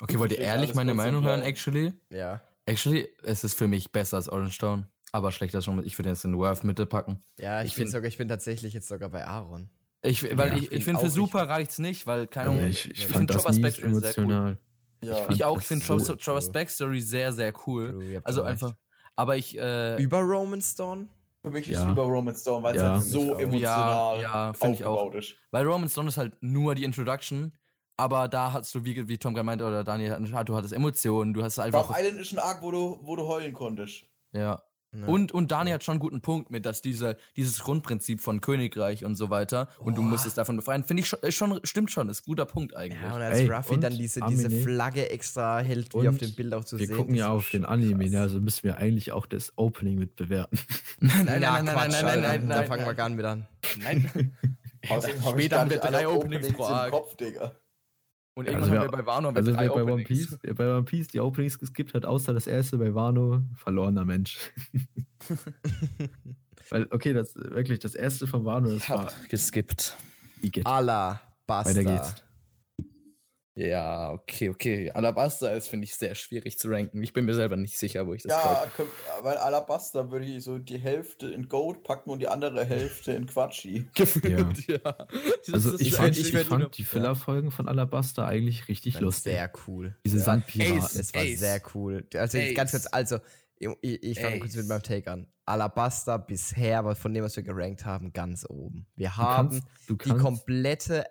C: Okay, wollt ihr
E: Kriegt
C: ehrlich
E: alles
C: meine
E: trotzdem
C: Meinung hören,
E: gleich.
C: actually?
B: Ja.
C: Actually, es ist für mich besser als Orange Town, aber schlechter schon. Ich würde jetzt den Worth Mitte packen.
B: Ja, ich,
C: Ich
B: bin
C: find-
B: sogar, ich bin tatsächlich jetzt sogar bei Aaron.
C: Ich, weil
A: Ja,
C: ich, ich
B: find
C: finde, für
B: auch
C: super reicht's nicht, weil keine
A: Also
C: Ahnung.
A: ich, ich
B: Ich
A: fand
C: find
A: das
C: Jobber's
A: nie
C: Backstory sehr gut.
A: emotional.
E: Ja.
A: fand
C: Ich auch,
A: das
C: ich finde
A: so
C: Travis,
A: cool.
C: Travis Backstory sehr, sehr
A: Äh,
C: cool.
B: True, ihr habt
C: Also
B: schon recht.
C: einfach, aber ich, äh,
B: Über Roman Stone?
E: Für mich
A: Ja.
E: ist lieber Roman Storm, weil
A: Ja.
E: es halt so
B: Ja,
E: emotional
C: ja, find ich auch.
E: aufgebaut ist.
C: weil Roman Stone ist halt nur die Introduction, aber da hast du, wie, wie Tom gerade meinte, oder Daniel, hat- du hattest Emotionen, du hast
E: Rock
C: einfach,
E: Island ist ein Arc, wo du, wo du heulen konntest.
C: ja.
B: Ne.
C: Und, und Dani hat schon einen guten Punkt mit, dass diese, dieses Grundprinzip von Königreich und so weiter und du
B: Boah.
C: musst es davon befreien, finde ich schon, ist schon, stimmt schon, ist ein guter Punkt eigentlich.
B: Ja, und als
A: Ey,
B: Ruffy
A: und
B: dann diese, diese
A: Amine.
B: Flagge extra hält, wie auf
A: Und
B: dem Bild auch zu
A: Wir
B: sehen
A: gucken ja
B: ist,
A: auf
B: ist
A: den
B: schon
A: Anime,
B: krass.
A: ne, also müssen wir eigentlich auch das Opening mit bewerten.
B: Nein, nein, nein, nein, nein, nein, Da fangen wir gar nicht mit an.
E: Außerdem hab ich
C: Später
E: gar
C: haben wir
E: nicht
C: drei
E: alle
C: Openings pro
E: im
C: Arc.
E: Kopf, Digga.
C: Und
A: Ja,
C: irgendwann
A: also
C: haben wir bei Wano haben wir
A: Also
C: drei
A: wer bei One
C: Openings.
A: Piece, wer bei One Piece die Openings geskippt hat, außer das erste bei Wano, verlorener Mensch. Weil, okay, das wirklich, das erste von Wano, das war
C: geskippt.
B: Ah,
A: Iget.
B: Alla, Basta.
A: Weiter geht's.
C: Ja, okay, okay. Alabaster ist, finde ich, sehr schwierig zu ranken. Ich bin mir selber nicht sicher, wo ich das
E: Ja,
C: glaub.
E: könnt- weil Alabaster würde ich so die Hälfte in Gold packen und die andere Hälfte in Quatschi.
C: gefühlt, ja. Das
A: Also
C: ist
A: ich
C: so
A: fand,
C: ein-
A: ich
C: werd wieder-
A: fand die Filler-Folgen von Alabaster eigentlich richtig
B: Dann
A: lustig.
B: Sehr cool.
A: Diese Sandpiraten.
C: Ace.
B: Es war sehr cool. Also jetzt ganz kurz, also ich, ich ich fange kurz mit meinem Take an. Alabasta bisher, aber von dem, was wir gerankt haben, ganz oben. Wir
A: Du
B: haben
A: kannst- du
B: die komplette,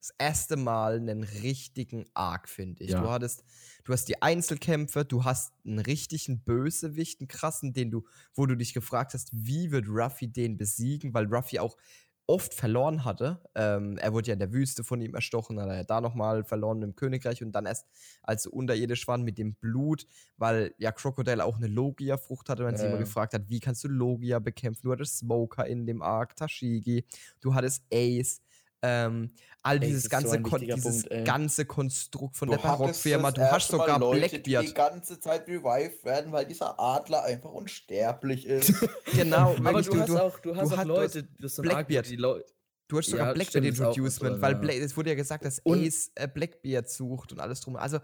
B: das erste Mal einen richtigen Arc, finde ich.
A: Ja.
B: Du hattest, du hast die Einzelkämpfe, du hast einen richtigen Bösewicht, einen krassen, den du, wo du dich gefragt hast, wie wird Ruffy den besiegen, weil Ruffy auch oft verloren hatte. Ähm, er wurde ja in der Wüste von ihm erstochen, dann hat er da nochmal verloren im Königreich und dann erst, als sie unterirdisch waren mit dem Blut, weil ja Crocodile auch eine Logia-Frucht hatte, wenn sie immer
C: Ja.
B: gefragt hat, wie kannst du Logia bekämpfen? Du hattest Smoker in dem Arc, Tashigi, du hattest Ace, ähm, all
C: Ace
B: dieses
C: ist
B: ganze,
C: so ein
B: Kon
C: wichtiger
B: dieses
C: Punkt, ey.
B: ganze Konstrukt von der
E: hattest
B: Barockfirma,
E: das
B: du hast
E: erste Mal
B: sogar
E: Leute, Die die
B: Blackbeard.
E: ganze Zeit revived werden, weil dieser Adler einfach unsterblich ist.
B: Genau,
C: Aber
B: wirklich,
C: du, hast auch, du hast
B: hast-
C: auch
B: du hast
C: Leute, das sind
B: Blackbeard.
C: die Leute.
B: Du hast sogar
C: Ja,
B: Blackbeard
C: stimmt, ist auch
B: introduced,
C: was dran,
B: weil
C: ja.
B: Bla es wurde ja gesagt, dass
C: Und-
B: Ace äh, Blackbeard sucht und alles drum. Also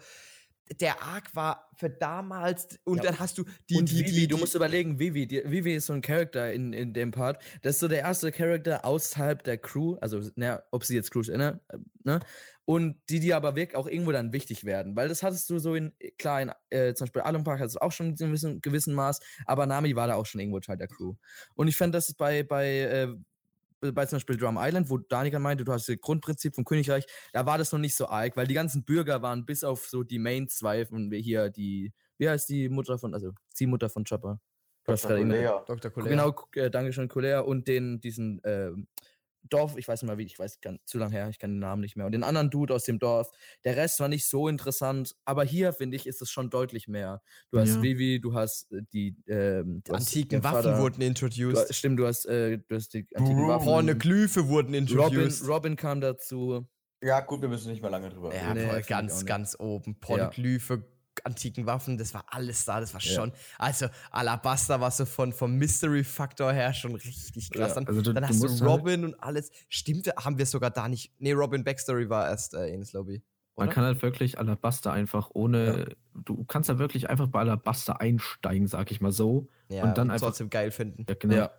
B: der Arc war für damals und
C: Ja,
B: dann hast du die,
C: und
B: die,
C: Vivi,
B: die,
C: du
B: die-
C: musst überlegen, Vivi, die, Vivi ist so ein Charakter in, in dem Part. Das ist so der erste Charakter außerhalb der Crew, also na, ob sie jetzt Crew ist, ne? ne? Und die, die aber wirklich auch irgendwo dann wichtig werden. Weil das hattest du so in, klar, in, äh, zum Beispiel Alum Park hattest du auch schon in gewissen, gewissen Maß, aber Nami war da auch schon irgendwo Teil der Crew. Und ich fand, dass es bei, bei, äh, bei zum Beispiel Drum Island, wo Danica meinte, du hast das Grundprinzip vom Königreich, da war das noch nicht so arg, weil die ganzen Bürger waren bis auf so die Main zwei und wir hier die, wie heißt die Mutter von, also Ziehmutter von Chopper? Du hast gerade eben-
B: Dr. Collier.
C: Genau, K- äh, Dankeschön, Colea und den, diesen ähm, Dorf, ich weiß nicht mal wie, ich weiß gar nicht, zu lang her, ich kann den Namen nicht mehr. Und den anderen Dude aus dem Dorf. Der Rest war nicht so interessant, aber hier, finde ich, ist es schon deutlich mehr. Du hast
A: Ja.
C: Vivi, du hast äh, die, ähm, du hast
B: Antiken
C: den
B: Waffen
C: Vater.
B: wurden
C: Du, hast-
B: introduced.
C: stimmt, du hast, äh, du hast die antiken Waffen.
B: Pornoglyphe wurden
C: Robin,
B: introduced.
C: Robin kam dazu.
E: Ja, gut, wir müssen nicht mehr lange drüber
B: ja,
E: reden.
C: Nee,
B: voll,
C: find ich auch
B: ganz,
C: nicht.
B: ganz oben. Pornoglyphe, antiken Waffen, das war alles da, das war
C: Ja.
B: schon. Also Alabasta war so von, vom Mystery-Faktor her schon richtig krass.
C: Ja,
B: Dann,
A: also du-
B: dann
A: du
B: hast
A: musst
B: du
A: halt-
B: Robin und alles. Stimmt, haben wir sogar da nicht. Nee, Robin Backstory war erst äh, in Slobby.
A: Man
B: oder?
A: kann halt wirklich Alabaster einfach ohne. Du kannst da wirklich einfach bei Alabaster einsteigen, sag ich mal so.
B: Ja,
A: Und dann
B: und
A: einfach-
B: trotzdem geil finden.
A: Ja, genau.
C: Ja.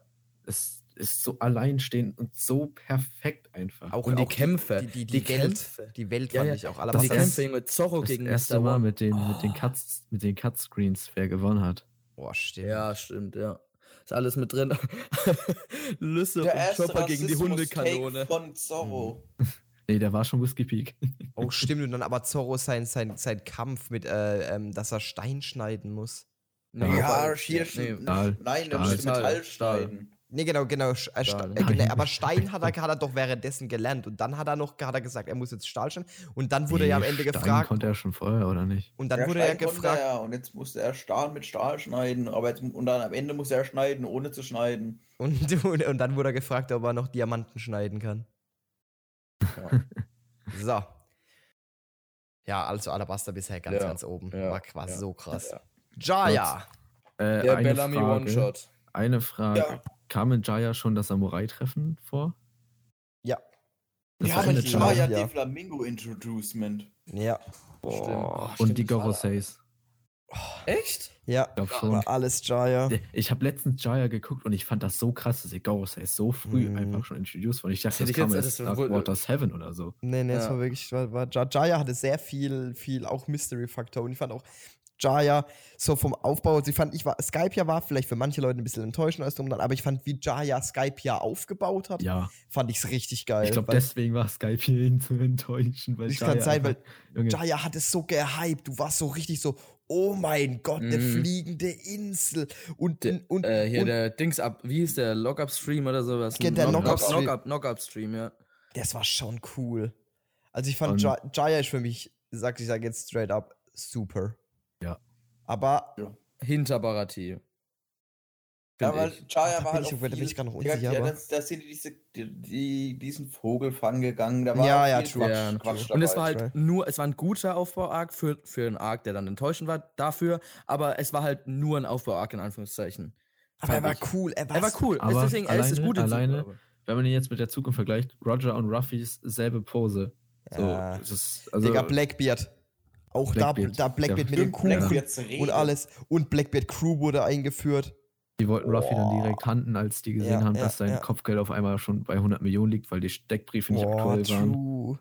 A: Es ist so alleinstehend und so perfekt einfach.
B: Auch,
C: Und die
B: auch
C: Kämpfe,
B: Die, die, die,
C: die
B: Welt,
C: Kämpfe.
B: die Welt
C: Ja,
B: fand
C: ja,
B: ich auch
A: das
C: die
B: Alabasta.
A: erst-
C: Kämpfe mit Zorro
A: das
C: gegen
A: erste
C: Mr.
A: Mal
C: One.
A: mit den, mit
C: Oh.
A: den Cuts, mit den Cutscreens, wer gewonnen hat.
B: Boah, stimmt.
C: Ja, stimmt, ja. Ist alles mit drin. Lüsse
E: Der
C: und
E: erste
C: Chopper gegen die
E: Rassismus-Take
C: Hundekanone. Mhm.
E: von Zorro.
A: Nee, der war schon Whiskey Peak.
B: Oh, stimmt. Und dann aber Zorro sein, sein, sein Kampf mit, äh, ähm, dass er Stein schneiden muss.
C: Nee,
E: Ja,
C: aber-
E: hier
C: nee,
E: sch-
A: Stahl,
E: Nein, da
A: Stahl,
E: muss Metall
C: Stahl, Stahl.
E: schneiden.
B: Nee, genau, genau. Sch- äh, Sta-
C: Stahl.
B: äh, genau
A: Nein.
B: aber Stein hat er, hat er doch währenddessen gelernt. Und dann hat er noch hat er gesagt, er muss jetzt Stahl schneiden. Und dann wurde
A: Nee,
B: er am Ende
A: Stein
B: gefragt.
A: Konnte er schon vorher oder nicht?
B: Und dann
E: Ja,
B: wurde er
E: schneiden konnte
B: gefragt.
E: Er, und jetzt musste er Stahl mit Stahl schneiden, aber jetzt, und dann am Ende musste er schneiden, ohne zu schneiden.
B: Und, und, und dann wurde er gefragt, ob er noch Diamanten schneiden kann. Ja. so. Ja, also Alabaster bisher ganz,
C: Ja,
B: ganz oben.
C: ja,
B: War quasi
C: ja,
B: so krass.
C: ja.
B: Jaya.
A: Äh,
C: Der
A: eine
C: Bellamy
A: Frage,
C: One-Shot.
A: Eine Frage.
E: Ja.
A: Kam in Jaya schon das Samurai-Treffen vor?
B: Ja.
A: Das
E: Wir
A: war
E: haben
A: in der
E: die
A: Chart.
B: Maya-
E: Maya
B: ja.
E: de Flamingo Introducement.
B: Ja.
C: Boah,
A: Und die
C: stimmt, war-
A: Goroseis.
C: Echt?
B: Ja.
A: Ich glaube schon.
B: War alles Jaya.
A: Ich habe letztens Jaya geguckt und ich fand das so krass, dass Goroseis so früh
B: Mhm.
A: einfach schon introduced wurde. Ich dachte,
C: Hätte
A: das
C: ich
A: kam
C: jetzt-
A: jetzt
C: das
A: nach
C: wurde-
A: Waters Heaven oder so.
B: Nee, nee, es
C: Ja.
B: war wirklich, war, war, Ja- Jaya hatte sehr viel, viel auch Mystery-Faktor und ich fand auch Jaya so vom Aufbau, also ich fand, ich war, Skype ja war vielleicht für manche Leute ein bisschen enttäuschend als drum dran, aber ich fand, wie Jaya Skype ja aufgebaut hat,
A: Ja,
B: fand ich es richtig geil.
A: ich glaube,
B: weil-
A: deswegen war Skype hierhin zu enttäuschen. Weil
B: Das kann
A: Jaya
B: sein, weil
A: einfach- Junge,
B: Jaya hat es so gehypt, du warst so richtig so, oh mein Gott, eine
C: Mhm.
B: fliegende Insel und,
C: De-
B: und,
C: äh, hier
B: und
C: der Dings ab, wie hieß der? Lockup-Stream oder sowas?
B: Ja, der Lockup-Stream.
C: Lockup, Lockup-Stream, ja.
B: das war schon cool. Also ich fand,
A: Und-
B: Ja- Jaya ist für mich, sag, ich sag jetzt straight up, super.
A: Ja.
B: Aber
C: Hinter Barati.
E: Ja,
C: Find
E: aber
C: ich.
E: Jaya
B: da
E: war
B: bin
E: halt
B: ich-
E: auch
B: da bin
E: viel-
B: ich gerade noch
E: Digga,
B: unsicher,
E: ja,
B: aber-
E: das- Da sind die, diese, die, die diesen Vogelfang gegangen. Da war
B: Ja,
E: auch
B: ja,
E: viel
B: true.
E: Quatsch,
C: Ja,
E: Quatsch
C: Und es
E: dabei.
C: war halt
B: Right.
C: nur, es war ein guter Aufbau-Arc für, für einen Arc, der dann enttäuschend war, dafür, aber es war halt nur ein Aufbau-Arc in Anführungszeichen.
B: Aber er
C: Fand
B: war
C: ich.
B: cool. Er war,
C: Er war cool.
A: aber
C: es deswegen, er ist das
A: alleine-
C: Gute.
A: alleine-
C: aber-
A: wenn man ihn jetzt mit der Zukunft vergleicht, Roger und Ruffys selbe Pose. So,
B: Ja.
A: das ist, also,
B: Digga, Blackbeard. Auch
A: Blackbeard,
B: da, da Blackbeard
A: ja.
B: mit dem
E: Stimmt,
B: Kuchen
E: Blackbeards
B: und
E: Rede.
B: alles. Und Blackbeard Crew wurde eingeführt.
A: die wollten Ruffy dann
B: Boah.
A: direkt handen, als die gesehen
B: Ja,
A: haben,
B: ja,
A: dass sein
B: ja.
A: Kopfgeld auf einmal schon bei 100 Millionen liegt, weil die Steckbriefe nicht
B: Boah,
A: aktuell waren.
B: true.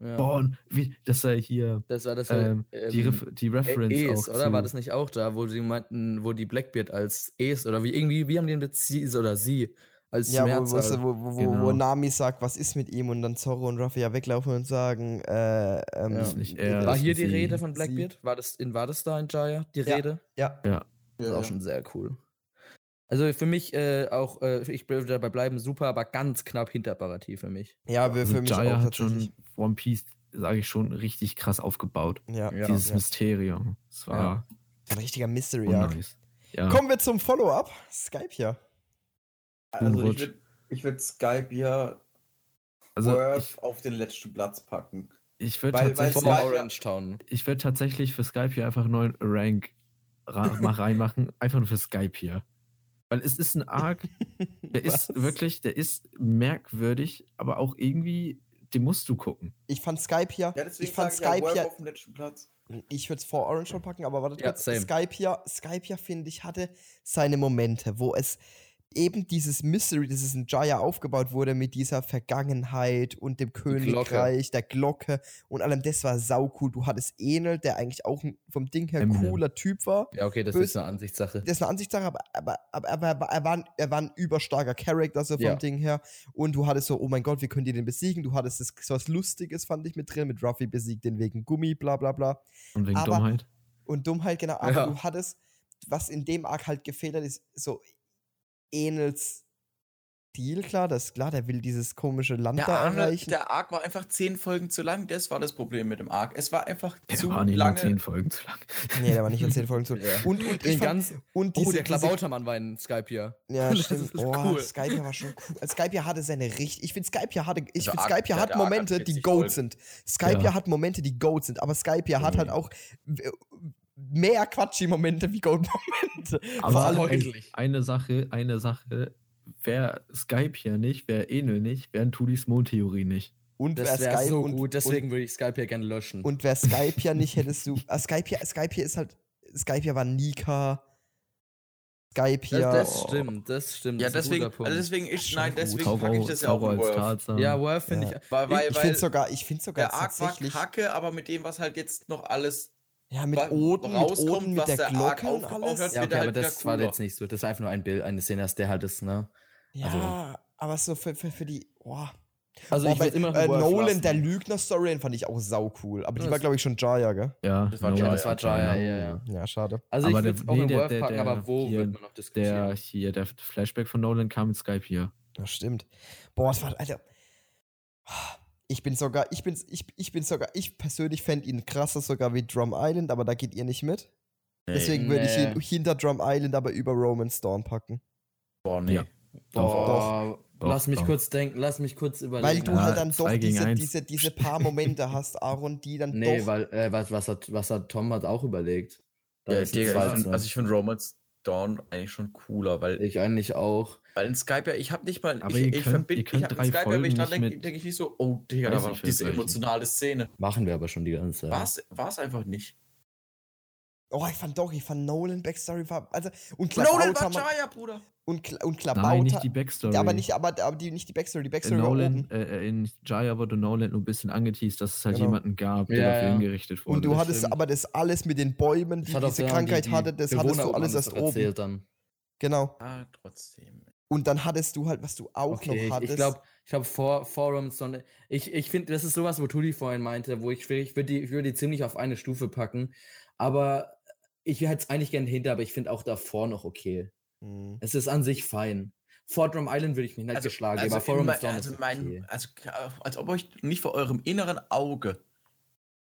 C: Ja.
A: Boah, und wie, dass er hier
C: Das war das
A: ähm, die,
C: ähm,
A: Ref die Reference
C: Ä-
A: auch
C: Es, oder?
A: zu-
C: War das nicht auch da, wo sie meinten, wo die Blackbeard als Es oder wie irgendwie, wir haben den Bezieh oder sie als
B: Ja, wo,
C: Schmerz.
B: wo,
C: als-
B: wo, wo, wo,
A: Genau.
B: wo Nami sagt, was ist mit ihm? Und dann Zorro und Ruffy ja weglaufen und sagen, äh, ähm,
C: Ja.
A: Ist nicht er,
C: war
A: ist
C: hier
A: sie.
C: die Rede von
B: Sie-
C: Blackbeard? War das in war das da in Jaya die
B: Ja.
C: Rede?
B: Ja.
C: Das ist auch schon sehr cool. Also für mich äh, auch, äh, ich will dabei bleiben, super, aber ganz knapp hinter Barati für mich.
B: Ja, wir
A: Also
B: für mich
A: Jaya
B: auch
A: hat
B: tatsächlich.
A: schon One Piece, sage ich schon, richtig krass aufgebaut.
B: ja,
C: Ja.
A: Dieses Oh,
B: ja.
A: Mysterium. Es war
B: ein richtiger Mystery,
A: ja.
B: ja.
A: nice. Ja,
B: Kommen wir zum Follow-up. Skype ja.
E: Also
A: Unrutsch.
E: ich würde ich würd Skype ja
A: also
E: Worth
A: ich,
E: auf den letzten Platz packen.
A: ich würde
E: weil- weil
A: tatsächlich,
E: es war-
C: Vor
E: ja.
C: Orange Town.
A: ich würd tatsächlich für Skype hier einfach einen neuen Rank ra- mach- reinmachen. Einfach nur für Skype hier. Weil es ist ein Arc, der ist
B: Was?
A: wirklich, der ist merkwürdig, aber auch irgendwie, den musst du gucken.
B: Ich fand Skype ja.
E: Ja, deswegen
B: ich fand
E: sag
B: Skype
E: Worth
B: ja.
E: auf den letzten Platz.
B: Ich würde es vor Orange schon packen, aber warte
C: Ja,
B: kurz.
C: same.
B: Skype ja, Skype ja, finde ich, hatte seine Momente, wo es eben dieses Mystery, das es in Jaya aufgebaut wurde, mit dieser Vergangenheit und dem Königreich, der Glocke und allem, das war saucool. Du hattest Enel, der eigentlich auch ein- vom Ding her
A: Eminem.
B: cooler Typ war.
C: Ja, okay, das
B: Böse-
C: ist eine Ansichtssache.
B: Das ist eine Ansichtssache, aber, aber, aber, aber, aber er, war ein, er war ein überstarker Charakter so vom
C: Ja.
B: Ding her. Und du hattest so, oh mein Gott, wie könnt ihr den besiegen? Du hattest das, so was Lustiges, fand ich, mit drin, mit Ruffy besiegt den wegen Gummi, bla bla bla.
A: Und wegen
B: Aber-
A: Dummheit.
B: Und Dummheit, genau. Aber
C: Ja.
B: du hattest, was in dem Arc halt gefehlt hat, ist so Enels Deal, klar, das ist klar, der will dieses komische Land
E: Der,
B: da
E: Arne,
B: erreichen.
E: der Arc war einfach zehn Folgen zu lang. Das war das Problem mit dem Arc. Es war einfach
A: Der
E: zu
A: war nicht nur
E: lange.
A: zehn Folgen zu lang.
B: nee, der war nicht in zehn Folgen zu.
C: Ja.
B: Und, und, ich
C: Den
B: fand,
C: ganzen,
B: und diese,
C: oh, der
B: diese,
C: Klabautermann war in Skype hier.
B: ja,
C: Das
B: stimmt.
C: ist
B: Oh,
C: cool.
B: Skype ja war schon cool. Also Skype ja hatte seine richtig. Ich finde Skype ja hatte. Ich
E: Also
B: finde
E: Arc-
B: Skype
E: der-
B: ja hat
E: der Arc hat
B: Momente, die
E: 40
B: Goat
E: Folgen.
B: sind. Skype ja.
A: Ja.
B: hat Momente, die Goat sind. Aber Skype ja hat
A: Mhm.
B: halt auch äh, mehr quatschige Momente wie Goat-Momente.
A: Aber
B: Vor allem-
A: eine, eine Sache, eine Sache, wer Skype hier nicht, wer Enel nicht, wären Tudis Mondtheorie nicht.
B: Und
C: Das
B: wer
C: wäre
B: Skype
C: so
B: und,
C: gut,
B: und,
C: deswegen würde ich Skype hier gerne löschen.
B: Und wer Skype ja nicht, hättest du. Ah, Skype, ja, Skype hier ist halt. Skype ja war Nika. Skype
C: das,
B: ja.
C: das stimmt, das stimmt.
E: Ja,
C: das ist ein
E: deswegen,
C: guter Punkt.
E: also deswegen ist,
B: Schon
E: nein,
B: gut.
E: deswegen packe
A: Tauro,
E: ich das ja auch
A: Tauro
E: in
A: als
E: Worth.
A: Tarzan.
C: ja, Worth finde
B: Ja.
C: ich.
E: Weil,
B: Ich-
E: weil,
B: ich
E: weil
B: finde sogar, ich find's sogar
E: der Arc war
B: tatsächlich.
E: kacke, aber mit dem, was halt jetzt noch alles
B: Ja, mit
E: wa-
B: Oden, mit,
E: rauskommt,
B: Oden, mit
E: was
B: der
E: der Arc
B: Glocke und
E: aufgebaut
B: alles.
E: hat,
C: Ja,
E: wird halt
C: okay, aber
E: wieder
C: das war
E: cooler.
C: jetzt nicht so. Das war einfach nur ein Bild, eine Szene, dass der halt ist, ne?
B: Ja,
C: also-
B: aber so für, für, für die. Boah.
C: Also
B: Boah,
C: ich
B: bei,
C: würde immer noch
B: äh,
C: Worth
B: Nolan,
C: lassen.
B: der Lügner-Story, fand ich auch sau cool. Aber die
C: Ja,
B: war,
C: das-
B: glaube ich, schon Jaya, gell?
A: Ja,
E: Das war
A: Noah
E: Jaya,
A: ist
E: das
C: war Jaya, ja, ja.
B: Ja, schade.
C: Also
A: Aber
C: ich
A: der-
C: würde es auch
A: nee,
C: in
A: der-
C: Worth
A: der-
C: packen,
A: der-
C: aber wo
A: hier-
C: wird man noch diskutieren?
A: Der hier, der Flashback von Nolan kam mit Skype hier.
B: Ja, stimmt. Boah, es war, Alter. Ich bin sogar, ich bin, ich, ich bin sogar, ich persönlich fände ihn krasser sogar wie Drum Island, aber da geht ihr nicht mit. Deswegen würde ich ihn
C: Nee.
B: hinter Drum Island, aber über Roman Storm packen.
E: Boah, nee.
A: Ja.
C: Boah,
A: doch,
C: lass mich
A: doch.
C: kurz denken, lass mich kurz überlegen.
B: Weil du
A: Ja,
B: halt dann doch
A: zwei gegen
B: diese,
A: eins.
B: diese, diese paar Momente hast, Aaron, die dann
C: Nee,
B: doch.
C: weil äh, was, was, hat, was hat Tom hat auch überlegt. Da
D: Ja,
C: ist ein
D: Digga, ich
C: Schweizer.
D: find, also ich finde Romans Dawn eigentlich schon cooler, weil,
C: Ich eigentlich auch.
D: weil in Skype ja, ich habe nicht mal,
A: Aber
D: ich,
A: ihr
D: ich
A: könnt-
D: verbind-
A: ihr könnt
D: ich hab
A: drei
D: in Skype, wenn
A: Folgen
D: ich dran
A: nicht
D: denke,
A: mit-
D: denke ich nicht so, oh Digga,
A: Weiß
D: da war
A: ich
D: doch diese
A: vergleichen.
D: emotionale Szene.
C: Machen wir aber schon die ganze Zeit.
D: War's, war's einfach nicht.
B: Oh, ich fand doch, ich fand Nolan Backstory war. Also, und
D: Nolan
B: Klabauter.
D: war
B: man-
D: Jaya, Bruder.
B: und, Kla und Klabauter.
A: Nein, nicht die Backstory.
B: Ja, aber nicht, aber, aber die, nicht die Backstory, die
A: in
B: Backstory war
A: Nolan,
B: oben.
A: äh, in Jaya wurde Nolan nur ein bisschen angeteased, dass es halt
B: Genau.
A: jemanden gab, der
C: Ja,
A: dafür
C: ja.
A: hingerichtet wurde.
B: Und du hattest
C: stimmt.
B: aber das alles mit den Bäumen, die
C: Das hat auch
B: diese
C: der-
B: Krankheit
C: die- die
B: hatte, das hattest du alles
C: Bewohner haben das
B: erst
C: doch
B: oben.
C: erzählt dann.
B: Genau.
D: Ah, trotzdem.
B: Und dann hattest du halt, was du auch
C: Okay,
B: noch
C: ich,
B: hattest.
C: ich glaube, ich glaube For Forums, sondern ich, ich finde, das ist sowas, wo Tudi vorhin meinte, wo ich schwierig, ich würde die, ich würd die ziemlich auf eine Stufe packen, aber ich hätte es eigentlich gerne hinter, aber ich finde auch davor noch okay.
B: Hm.
C: Es ist an sich fein. Fordrum Island würde ich mich nicht geschlagen,
D: also
C: aber Forum
D: in mein-
C: Storm
D: also
C: ist
D: mein,
C: okay.
D: also, äh, als ob euch nicht vor eurem inneren Auge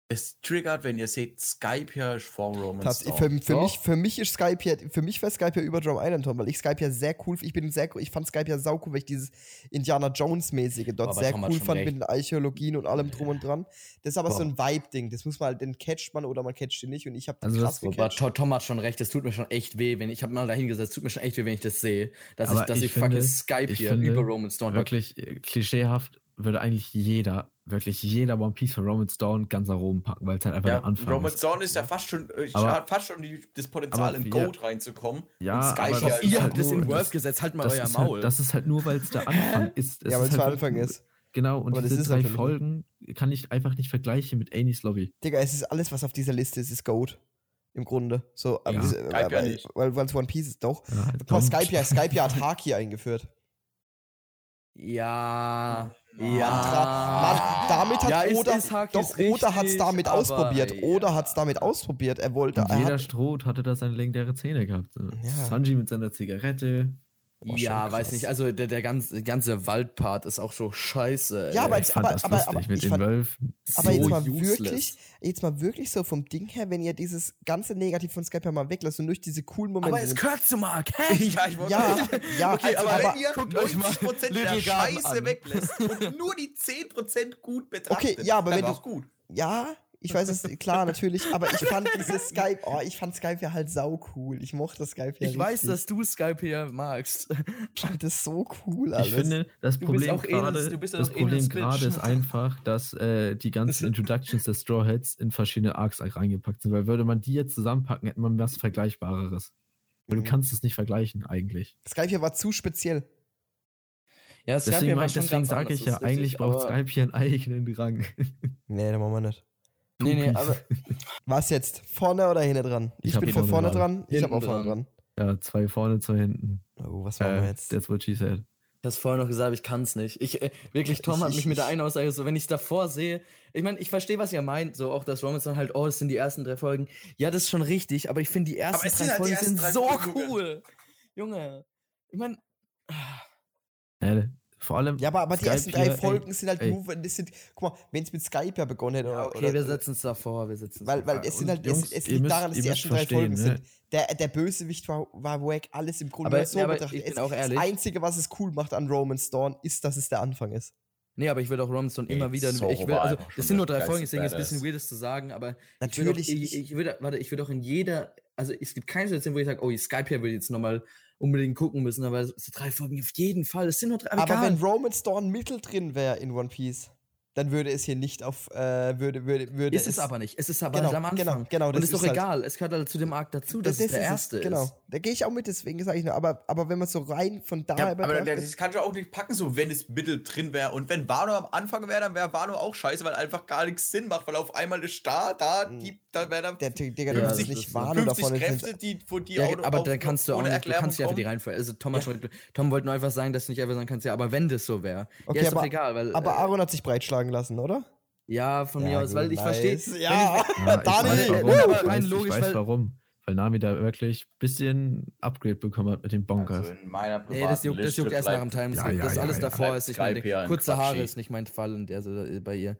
D: es triggert, wenn ihr seht, Skype hier ist vor Roman
B: Tats-
D: Storm.
B: für, für,
C: Doch.
B: mich, für mich ist Skype ja, für mich wäre Skype ja über Drum Island Tom, weil ich Skype ja sehr cool, ich bin sehr, ich fand Skype ja sau cool, weil ich dieses Indiana Jones mäßige dort
C: Aber
B: sehr
C: Tom hat
B: cool
C: schon
B: fand mit
C: recht.
B: den Archäologien und allem drum und dran. Das ist aber so
C: Boah.
B: ein Vibe-Ding, das muss man halt, den catcht man oder man catcht ihn nicht und ich habe den
A: Also
B: krass
A: das-
C: Wobei
B: gecatcht.
C: To- Tom hat schon recht, es tut mir schon echt weh, wenn ich habe mal dahingesetzt, es tut mir schon echt weh, wenn ich das sehe, dass ich,
A: Aber
C: dass
A: ich
C: ich, fucking
A: finde-
C: Skype
A: ich
C: hier
A: finde
C: über Roman Storm
A: wirklich äh, klischeehaft würde eigentlich jeder, wirklich jeder One Piece von Roman Dawn ganz nach oben packen, weil es halt einfach
D: ja,
A: der Anfang
D: Roman
A: ist.
D: Storm ist ja fast schon, äh,
A: Aber-
D: hat fast schon die, das Potenzial,
A: aber
D: in
A: wir-
D: Gold reinzukommen.
A: Ja,
D: Und Sky
A: aber das
D: ist ja-
A: ist
C: Ihr
A: halt
C: habt es
A: nur-
C: in Worth
A: das-
C: gesetzt, halt mal
A: das
C: euer
A: ist
C: Maul.
A: Halt, das ist halt nur, weil es der Anfang ist. Es
B: Ja, weil
A: ist halt
B: es der
A: wirklich
B: Anfang
A: nur-
B: ist.
A: Genau, und
B: Aber das
A: diese
B: ist
A: drei
B: natürlich nicht.
A: Folgen kann ich einfach nicht vergleichen mit Amy's Lobby.
B: Digga, es ist alles, was auf dieser Liste ist, ist Goat. Im Grunde. So, aber
A: Ja.
B: diese-
D: Skype ja
B: weil-
D: nicht.
B: weil weil es One Piece ist, doch.
A: Ja,
B: Boah,
A: Tom-
B: Skype ja, Skype ja hat Haki eingeführt.
C: ja, ja.
B: Mann, damit hat
C: Ah. Ja, ist-
B: Oda,
C: ist Haki
B: doch
C: ist
B: Oda hat es
C: richtig,
B: damit
C: aber
B: ausprobiert. Oda
C: ja.
B: hat es damit ausprobiert. Er wollte.
A: Und
B: er
A: jeder
B: hat,
A: Strohd hatte da seine legendäre Zähne gehabt.
B: Ja.
A: Sanji mit seiner Zigarette.
B: Boah,
C: ja,
B: schon
C: weiß
B: krass.
C: nicht. Also der, der ganze, ganze Waldpart ist auch so scheiße.
B: Ja,
C: ey.
B: aber-
A: ich fand das
B: aber-
A: lustig
B: aber
A: mit
B: ich
A: den
B: fand-
A: Wölfen.
B: aber
A: So
B: jetzt mal
C: useless.
B: wirklich, jetzt mal wirklich so vom Ding her, wenn ihr dieses ganze Negativ von Skype ja mal weglasst und durch diese coolen Momente.
C: aber es
B: sind-
C: gehört zu Mark. Hä?
D: Ja, ich wollte
B: ja, ja,
D: Okay,
B: also,
D: aber,
B: aber,
D: wenn ihr
C: guckt euch mal
D: 90% der
C: Little Garden
D: Scheiße
C: an.
D: weglässt und nur die 10% gut betrachtet,
B: ja, aber
D: dann
B: wenn du-
D: war's gut.
B: ja, ich weiß es, klar, natürlich, aber ich fand dieses Skype, oh, ich fand Skype ja halt sau cool. Ich mochte Skype ja
C: Ich weiß,
B: richtig.
C: dass du Skype hier magst.
B: Ich fand das so cool alles.
A: Ich finde, das
C: bist
A: Problem
C: auch eh
A: gerade
C: das- du bist ja
A: das
C: auch eh
A: Problem
C: das
A: gerade
C: Bitch.
A: ist einfach, dass äh, die ganzen Introductions der Straw Hats in verschiedene Arcs reingepackt sind, weil würde man die jetzt zusammenpacken, hätte man was Vergleichbareres. Weil
B: Mhm.
A: du kannst es nicht vergleichen eigentlich.
B: Skype ja war zu speziell.
C: Ja,
A: Deswegen, mein- deswegen sage ich ja, eigentlich braucht Skype hier einen eigenen Rang.
B: Nee, da machen wir nicht.
C: Nee, nee, aber
B: Was jetzt? Vorne oder hinten dran?
A: Ich
B: Ich,
A: hab
B: bin
A: hinten
B: für vorne
A: dran.
B: dran, ich hab
C: Hinten
B: auch vorne dran.
A: ja, zwei vorne, zwei hinten.
B: Oh, was machen wir
A: Äh,
B: jetzt?
A: that's what she said.
C: Ich hab's vorher noch gesagt, ich kann's nicht. Ich, äh, wirklich, Tom
B: Ich-
C: hat
B: ich-
C: mich mit der
B: ich-
C: einen Aussage so, wenn ich davor sehe, ich meine, ich verstehe, was ihr meint, so auch, dass Robinson halt, oh, das sind die ersten drei Folgen. Ja, das ist schon richtig, aber ich finde, die ersten
D: es
C: drei
D: sind halt die
C: Folgen
D: ersten
C: sind
D: drei
C: so
D: Folgen, Junge.
C: cool. Junge, ich meine,
A: Äh, vor allem,
B: Ja, aber, aber die
A: Skype
B: ersten drei
A: hier, ey,
B: Folgen sind halt
A: ey.
B: nur, wenn das sind, guck mal, wenn es mit Skype ja begonnen hätte. oder-
C: okay,
B: oder,
C: wir setzen's davor, wir setzen's
B: Weil, weil
C: davor.
B: es sind
A: Und
B: halt,
A: äh, Jungs,
B: es, es
A: ihr
B: liegt
A: müsst-
B: daran, dass
A: ihr
B: die
A: müsst
B: ersten drei
A: verstehen,
B: Folgen
A: ne?
B: sind. Der, der Bösewicht war, war wack, alles im Grunde
C: Aber-
B: so
C: ja, aber
B: betrachtet.
C: ich bin
B: Es-
C: auch ehrlich.
B: Das Einzige, was es cool macht an Roman Storm, ist, dass es der Anfang ist.
C: Nee, aber ich will auch Robinson immer
D: Nee,
C: wieder.
D: Zorro
C: Ich will,
D: war
C: also,
D: einfach schon
C: es sind nur
D: der
C: drei Folgen,
D: geilste
C: deswegen ist es ein bisschen
D: Badass.
C: weird, das zu sagen, aber
B: Natürlich.
C: Ich will, doch, ich,
B: ich-
C: ich will, da- warte, ich will doch in jeder, also es gibt keine Situation, wo ich sage, oh, Skype hier will ich jetzt nochmal unbedingt gucken müssen, aber so drei Folgen auf jeden Fall. Es sind nur drei.
B: aber
C: egal.
B: wenn Roman Storm mittel drin wäre in One Piece, dann würde es hier nicht auf, äh, würde, würde, würde
C: ist es aber nicht. Es ist aber
B: Genau,
C: halt am Anfang.
B: genau, genau.
C: Und ist doch
B: halt-
C: egal. Es gehört halt zu dem Arc dazu, dass es der erste ist.
B: Genau, da gehe ich auch mit, deswegen sage ich nur, aber, aber wenn man so rein von
C: Ah,
B: da
D: Ja,
B: her
D: aber
B: betrachtet-
D: das kannst du auch nicht packen, so wenn es mittel drin wäre. Und wenn Wano am Anfang wäre, dann wäre Wano auch scheiße, weil einfach gar nichts Sinn macht, weil auf einmal ist da, da,
C: Hm.
D: die, da wäre dann
B: Der Digga,
C: Ja,
B: du musst
C: das
B: dich
C: ist
B: nicht
C: so.
B: warnen
D: 50
B: davon. es
D: Kräfte,
B: sind-
D: die von dir
C: Ja,
D: auch noch
C: aber
D: auf-
C: dann kannst du auch
D: ohne
C: nicht, du kannst ja einfach die
D: kommen.
C: Reihenfolge. Also Tom, hat schon, Tom wollte nur einfach sagen, dass du nicht einfach sagen kannst, ja, aber wenn das so wäre.
B: Okay,
C: ja, ist doch
B: aber-
C: egal, weil.
B: Aber
C: äh,
B: Aaron hat sich breitschlagen lassen, oder?
C: ja, von mir
B: Ja,
C: aus, weil
B: gut,
C: ich verstehe.
B: nice. Ja,
A: Ja, ich
B: Daniel,
A: weiß warum.
C: Nein, aber
A: ich
C: uh, rein
A: weiß,
C: logisch,
A: ich weiß
C: weil-
A: warum. Weil Nami da wirklich ein bisschen Upgrade bekommen hat mit den Bonkers.
D: Also in meiner privaten
C: Nee, das juckt, das
D: Liste
C: juckt erst nach dem
D: bleibt-
C: Time
A: Ja,
C: Skip.
A: ja,
C: das
A: ja,
C: alles
A: ja.
C: davor
D: Bleibt
C: ist, ich meine,
D: Skype ja ein
C: kurze Haare
D: Quatschi.
C: ist nicht mein Fall und der so äh, bei ihr.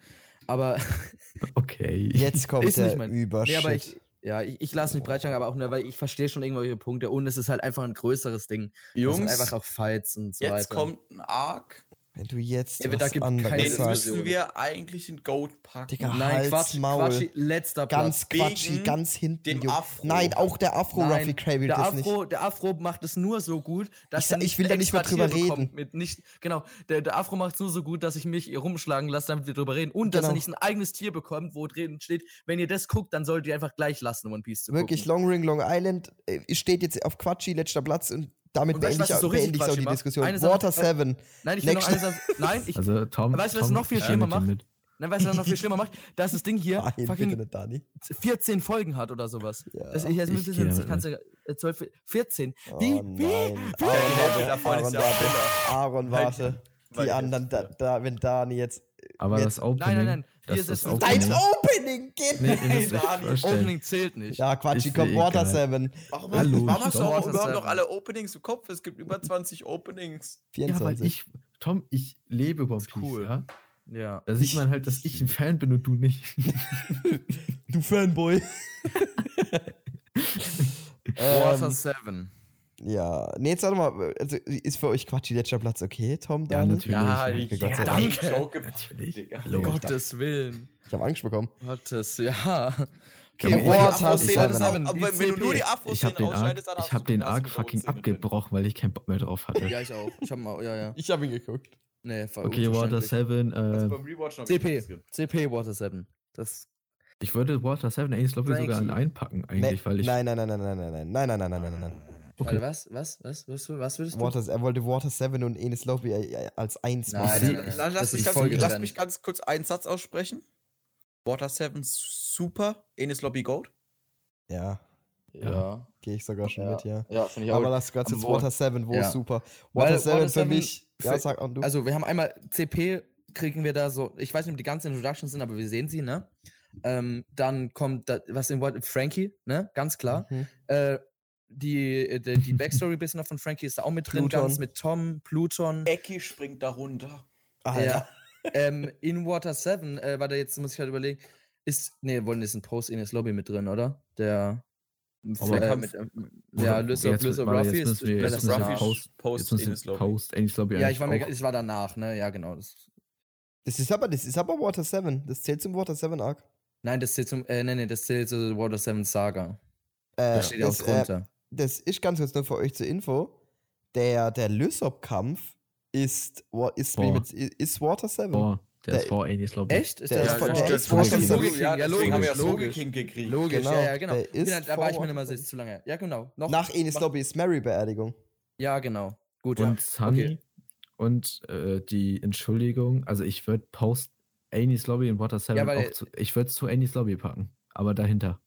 C: Aber,
A: okay.
B: Jetzt kommt
C: Ist
B: der
C: nicht mein- nee,
B: Überschritt.
C: aber ich, ja, ich, ich lasse mich breitschlagen, aber auch nur, weil ich verstehe schon irgendwo ihre Punkte und es ist halt einfach ein größeres Ding. Das sind
D: Jungs,
C: einfach auch Fights und so
D: jetzt
C: weiter.
D: kommt ein Arc,
B: Wenn du jetzt
C: Ja, aber da gibt keine
E: Nee, das
C: Sag-
E: müssen wir eigentlich in Goat packen.
B: Digga,
C: Nein,
B: Hals,
C: Quatsch,
B: Maul.
C: Quatschi, letzter Platz.
B: ganz quatschy,
E: wegen
B: ganz hinten.
E: dem
B: Junge.
E: Afro.
B: Nein, auch der Afro
C: Nein,
B: Ruffy Cray will
C: der
B: das
C: Afro,
B: nicht.
C: der Afro macht es nur so gut, dass
B: Ich
C: er
B: sa- ich will da nicht mal
C: extra
B: drüber
C: Tier
B: reden.
C: bekommt Mit nicht, genau, der, der Afro macht es nur so gut, dass ich mich rumschlagen lasse, damit wir drüber reden. Und dass er
B: Genau.
C: nicht ein eigenes Tier bekommt, wo drin steht, wenn ihr das guckt, dann solltet ihr einfach gleich lassen, um One Piece zu
B: Wirklich,
C: gucken.
B: Long Ring, Long Island äh, steht jetzt auf quatschy, letzter Platz und damit
C: Und weißt du,
B: beende
C: was
B: ich,
C: es so richtig
B: beende ich so
C: quatschy
B: die
C: macht?
B: Diskussion.
C: Eine Sache-
B: Water 7.
C: Nein, ich will noch eine
B: Nächste-
C: Sache. Nein, ich,
A: Also Tom.
C: Weißt du, was
A: Tom
C: noch viel
A: schreibt
C: schlimmer
A: mit dir
C: macht?
A: mit.
C: nein, weißt du, was noch viel schlimmer macht? Dass das Ding hier
B: Nein, bitte
C: fucking
B: nicht, Dani.
C: 14 Folgen hat oder sowas.
B: Ja.
C: Das, ich, also,
A: Ich
C: ich,
A: geh damit
C: ich kann's ja- äh, 12, 14.
B: Oh
C: Wie? Wie?
B: nein.
C: Wie?
B: Aaron,
D: Da vorne ist
B: Aaron,
D: ja
B: warte.
D: Filler.
B: Aaron,
D: Weil-
B: warte.
D: weil
B: Die
D: jetzt-
B: anderen, da, da, wenn Dani jetzt.
A: Aber
B: Jetzt-
A: das Opening.
C: Nein, nein, nein. Hier
A: Das,
C: ist
A: das
C: es ein-
A: Opening.
B: Dein Opening geht
A: Nee,
B: nicht.
A: ihr müsst euch vorstellen.
C: Opening zählt nicht.
B: Ja, Quatsch,
A: Ist
B: ich komm,
A: mir
B: Water
A: egal.
B: 7.
E: Warum,
A: Hallo,
E: warum hast du
A: Tom.
E: auch
C: Water
E: überhaupt noch
C: Seven.
E: alle Openings im Kopf? Es gibt über 20 Openings.
A: Ja, weil
B: 24.
A: ich, Tom, ich lebe One Piece.
C: cool.
A: Ja?
C: Ja.
A: Da sieht man halt, dass ich ein Fan bin und du nicht.
B: du Fanboy.
C: Water
B: ähm,
C: 7.
B: ja, nee, jetzt warte mal. Also, ist für euch Quatsch, letzter Platz okay, Tom?
A: Ja,
B: Dani?
A: natürlich.
D: Ja,
A: Danke,
D: ich-
A: Gott
D: ja,
A: sei Dank.
D: danke. Joke gemacht,
A: Natürlich.
D: Digga.
A: Hallo.
C: Gottes Willen.
B: Ich habe Angst bekommen.
C: Gottes, ja.
A: Okay,
B: Boah,
A: ich-
B: Water Seven.
C: Die
E: Aber wenn du nur die
C: CP.
E: Afros
A: Ich habe den Arc, ich hab den Arc fucking abgebrochen, weil ich keinen Bock mehr drauf hatte.
C: Ja, ich auch. Ich hab mal, ja, ja.
B: Ich habe ihn geguckt.
C: Nee, voll
A: okay, Water
C: unverständlich.
A: 7.
D: Also
A: Äh,
D: beim Rewatch noch
C: CP. CP Water 7. Das.
A: ich würde Water 7 eigentlich, glaube ich, sogar
C: Frankie.
A: in einpacken,
B: Nee,
A: eigentlich, weil ich.
B: nein, nein, nein, nein, nein, nein, nein, nein, nein, nein, nein, nein.
A: Okay.
C: Warte, Was? Was? Was? Was, was würdest du?
B: Water, er wollte Water 7 und Enes Lobby äh, als eins
C: Nein,
B: machen.
C: nein, nein.
E: Lass,
C: Das
E: lass,
C: ist
E: mich, ganz,
C: voll
E: lass
C: getrennt.
E: mich ganz kurz einen Satz aussprechen. Water 7 super, Enes Lobby Goat.
B: Ja,
C: ja.
B: gehe ich sogar schon mit, ja.
C: Ja, finde ich auch.
B: Aber lass ganz
C: am
B: jetzt
C: Wohl.
B: Water 7, wo
C: Ja.
B: ist super.
C: Weil
B: Water 7
C: Water
B: für
C: Seven
B: mich. Ja,
C: für-
B: sag an du.
C: Also, wir haben einmal CP, kriegen wir da so. Ich weiß nicht, ob die ganzen Introductions sind, aber wir sehen sie, ne? Ähm, dann kommt, da, was in Wort, Frankie, ne? Ganz klar.
B: Mhm.
C: Äh, die, äh, die, die Backstory bisschen noch von Frankie ist da auch mit drin, ganz
B: Pluton.
C: mit Tom, Pluton.
E: Eki springt da runter.
B: Ah, Alter.
C: Ja. ähm, in Water 7, äh, warte, jetzt muss ich halt überlegen, ist, nee, wollen ist ein Post in das Lobby mit drin, oder? Der,
A: Aber-
C: äh, mit, ähm, ja, Löser,
A: jetzt,
C: Löser
A: warte,
C: Ruffy
A: jetzt
C: ist,
A: müssen wir,
C: ist
A: jetzt
C: das
A: müssen wir
C: danach.
A: Post,
E: Post
A: jetzt müssen
E: Enes
A: wir
E: Lobby.
A: Post, Ennis Lobby.
C: ja,
A: eigentlich
C: ich war, mir,
A: auch.
C: ich war danach, ne, ja, genau. Das,
B: Das ist aber, das ist aber Water 7. Das zählt zum Water 7 Arc.
C: nein, das zählt zum, äh, nee, nee, das zählt zu Water 7 Saga.
B: Äh,
C: Da steht ja auch
B: äh,
C: drunter.
B: das ist ganz kurz nur für euch zur Info. Der, der Lysop-Kampf ist, wa- ist,
A: Boah.
B: mit, ist Water 7.
A: Boah, der
B: Der-
A: ist vor Ennis Lobby.
C: Echt? Ist
B: der ist
C: das
B: von-
C: vor-
B: der
C: das
B: ist
C: vor-
B: von-
C: das
B: so
C: Logisch, ja,
E: deswegen haben wir ja
C: logisch,
E: Soul
C: logisch.
E: King gekriegt.
C: Logisch,
B: Genau,
C: ja, ja, genau.
B: der
C: Bin
B: ist
C: da- da war ich
B: vor-
C: mir immer ist zu lange. Ja, genau. Noch,
B: Nach Enes
C: mach-
B: Lobby ist Mary-Beerdigung.
C: Ja, genau. Gut.
A: und
C: ja.
A: Sunny und äh, die Entschuldigung, also ich würde Post Annie's Lobby und Water 7
C: Ja, weil-
A: auch zu, ich würde es zu Annie's Lobby packen, aber dahinter.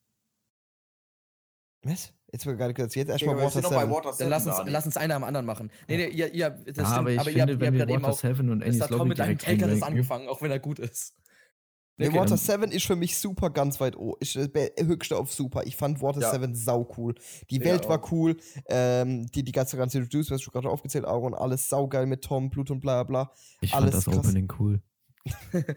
B: Was? Jetzt wird gerade kurz. Jetzt erstmal
E: Digga, wir sind
B: Water
E: noch bei
B: 7.
E: Water 7.
C: Dann lass uns,
E: Dani.
C: lass uns einer am anderen machen. Nee, nee, ihr, ihr, das
A: ja,
C: stimmt,
A: aber ich
C: aber ihr
A: finde,
C: habt, ihr
A: wenn
C: habt
A: wir
C: gerade eben
A: Water
C: auch
A: 7 und
C: Das
A: Annie's
C: hat Tom
A: Lobby
C: mit einem
A: direkt ne?
C: Take hat es
A: reinranken,
C: angefangen, auch wenn er gut ist.
B: Nee,
C: Okay,
B: Water
A: dann-
B: 7 ist für mich super ganz weit oben. Ist äh, be- höchste auf super. Ich fand Water
D: Ja.
B: 7 sau cool. Die
D: Ja,
B: Welt war
D: auch.
B: cool. Ähm, die, die ganze ganze Introduce, was du gerade aufgezählt Aaron, alles saugeil mit Tom, Blut und bla bla.
A: ich
B: alles
A: fand das
B: krass.
A: Opening cool.
B: bla.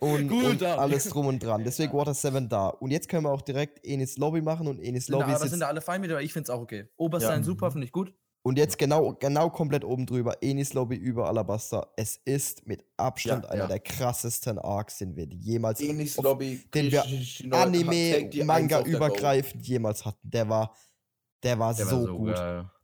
B: Und,
C: Gut,
B: und
C: Dani.
B: alles drum und dran. Deswegen Water 7 da. Und jetzt können wir auch direkt Enis Lobby machen und Enis
C: Sind da,
B: Lobby
C: aber
B: ist
C: sind
B: jetzt,
C: da alle fein mit, aber ich find's auch okay. Oberstein
A: Ja.
C: super, finde ich gut.
B: und jetzt genau, genau komplett oben drüber. Enis Lobby über Alabasta. Es ist mit Abstand
D: Ja,
B: einer
D: ja.
B: der krassesten Arcs, den wir jemals
E: Enis
B: auf-
E: Lobby.
B: den wir Anime, Manga
E: übergreifen.
B: übergreifend jemals hatten. Der war, der war so gut.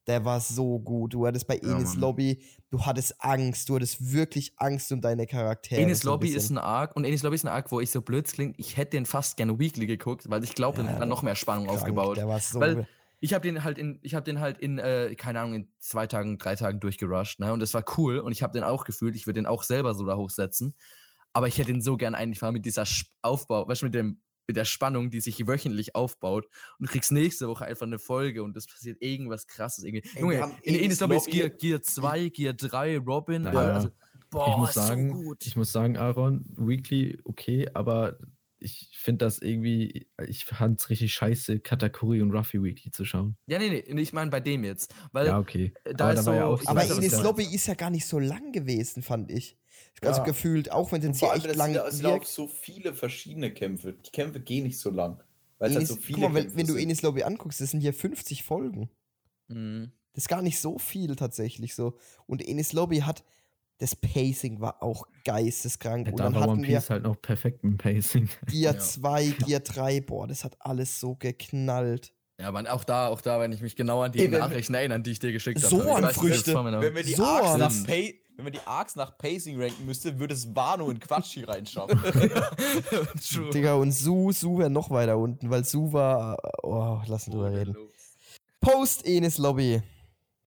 B: Der war so gut. Du hattest bei Enis
D: Mann.
B: Lobby, du hattest Angst, du hattest wirklich Angst um deine Charaktere.
C: Enes
B: so ein
C: Lobby ist
B: bisschen.
C: ein Arc und Enes Lobby ist ein Arc, wo ich so blöd klingt. Ich hätte den fast gerne Weekly geguckt, weil ich glaube,
B: Ja,
C: dann hat er noch mehr Spannung
B: Krank,
C: aufgebaut.
B: Der war so
C: Weil- Ich habe den halt in, ich habe den halt in, äh, keine Ahnung, in zwei Tagen, drei Tagen durchgerusht, ne? Und das war cool und ich habe den auch gefühlt, ich würde den auch selber so da hochsetzen. Aber ich hätte den so gern eigentlich mal mit dieser Sp Aufbau, weißt du, mit dem, mit der Spannung, die sich wöchentlich aufbaut und du kriegst nächste Woche einfach eine Folge und es passiert irgendwas krasses irgendwie.
E: wir
C: Junge,
E: haben
C: in
E: Enis
C: Enes Lobby ist
E: Lobby-
C: Gear, Gear 2, Gear 3, Robin,
A: Naja,
C: also, boah,
A: ich muss
C: ist so
A: sagen,
C: gut.
A: ich muss sagen, Aaron, Weekly okay, aber ich finde das irgendwie, ich fand's richtig scheiße, Katakuri und Ruffy Weekly zu schauen.
C: Ja, nee, nee, nee, ich meine bei dem jetzt. Weil
A: ja, okay.
C: äh, da
A: aber
C: ist
A: da war ja
C: so-
A: auch
C: ich
B: aber
C: weiß, was
B: Enis
C: du meinst.
B: Lobby ist ja gar nicht so lang gewesen, fand ich. Also
E: Ja.
B: gefühlt, auch wenn es jetzt
E: Vor
B: hier
E: allem,
B: echt
E: das
B: lang
E: sind, ja- es sind ja auch
B: wirkt.
E: so viele verschiedene Kämpfe. Die Kämpfe gehen nicht so lang. Weil es halt
B: Enis,
E: so viele
B: guck mal, wenn,
E: Kämpfe
B: wenn du
E: sind.
B: Enis Lobby anguckst, das sind hier 50 Folgen.
C: Mhm.
B: Das ist gar nicht so viel tatsächlich so. Und Enis Lobby hat Das Pacing war auch geisteskrank.
A: Ja,
B: Und
A: da
B: dann
A: war One
B: hatten wir
A: Piece halt noch perfekt im Pacing.
B: Gear
C: Ja.
B: 2, Gear 3. Boah, das hat alles so geknallt.
C: Ja, man, auch da, auch da, wenn ich mich genau an die
B: Ey, wenn-
C: Nachrichten erinnern, die ich dir geschickt
B: So
C: habe.
B: an Früchte.
E: Wenn wir die,
B: So
E: Arcs, nach
B: an-
E: pa wenn wir die Arcs nach Pacing ranken müsste, würde es Wano in Quatsch hier reinschaffen.
C: True.
B: Digga, und Su, Su wäre noch weiter unten, weil Su war. Oh, lass ihn drüber reden. Post Enes Lobby.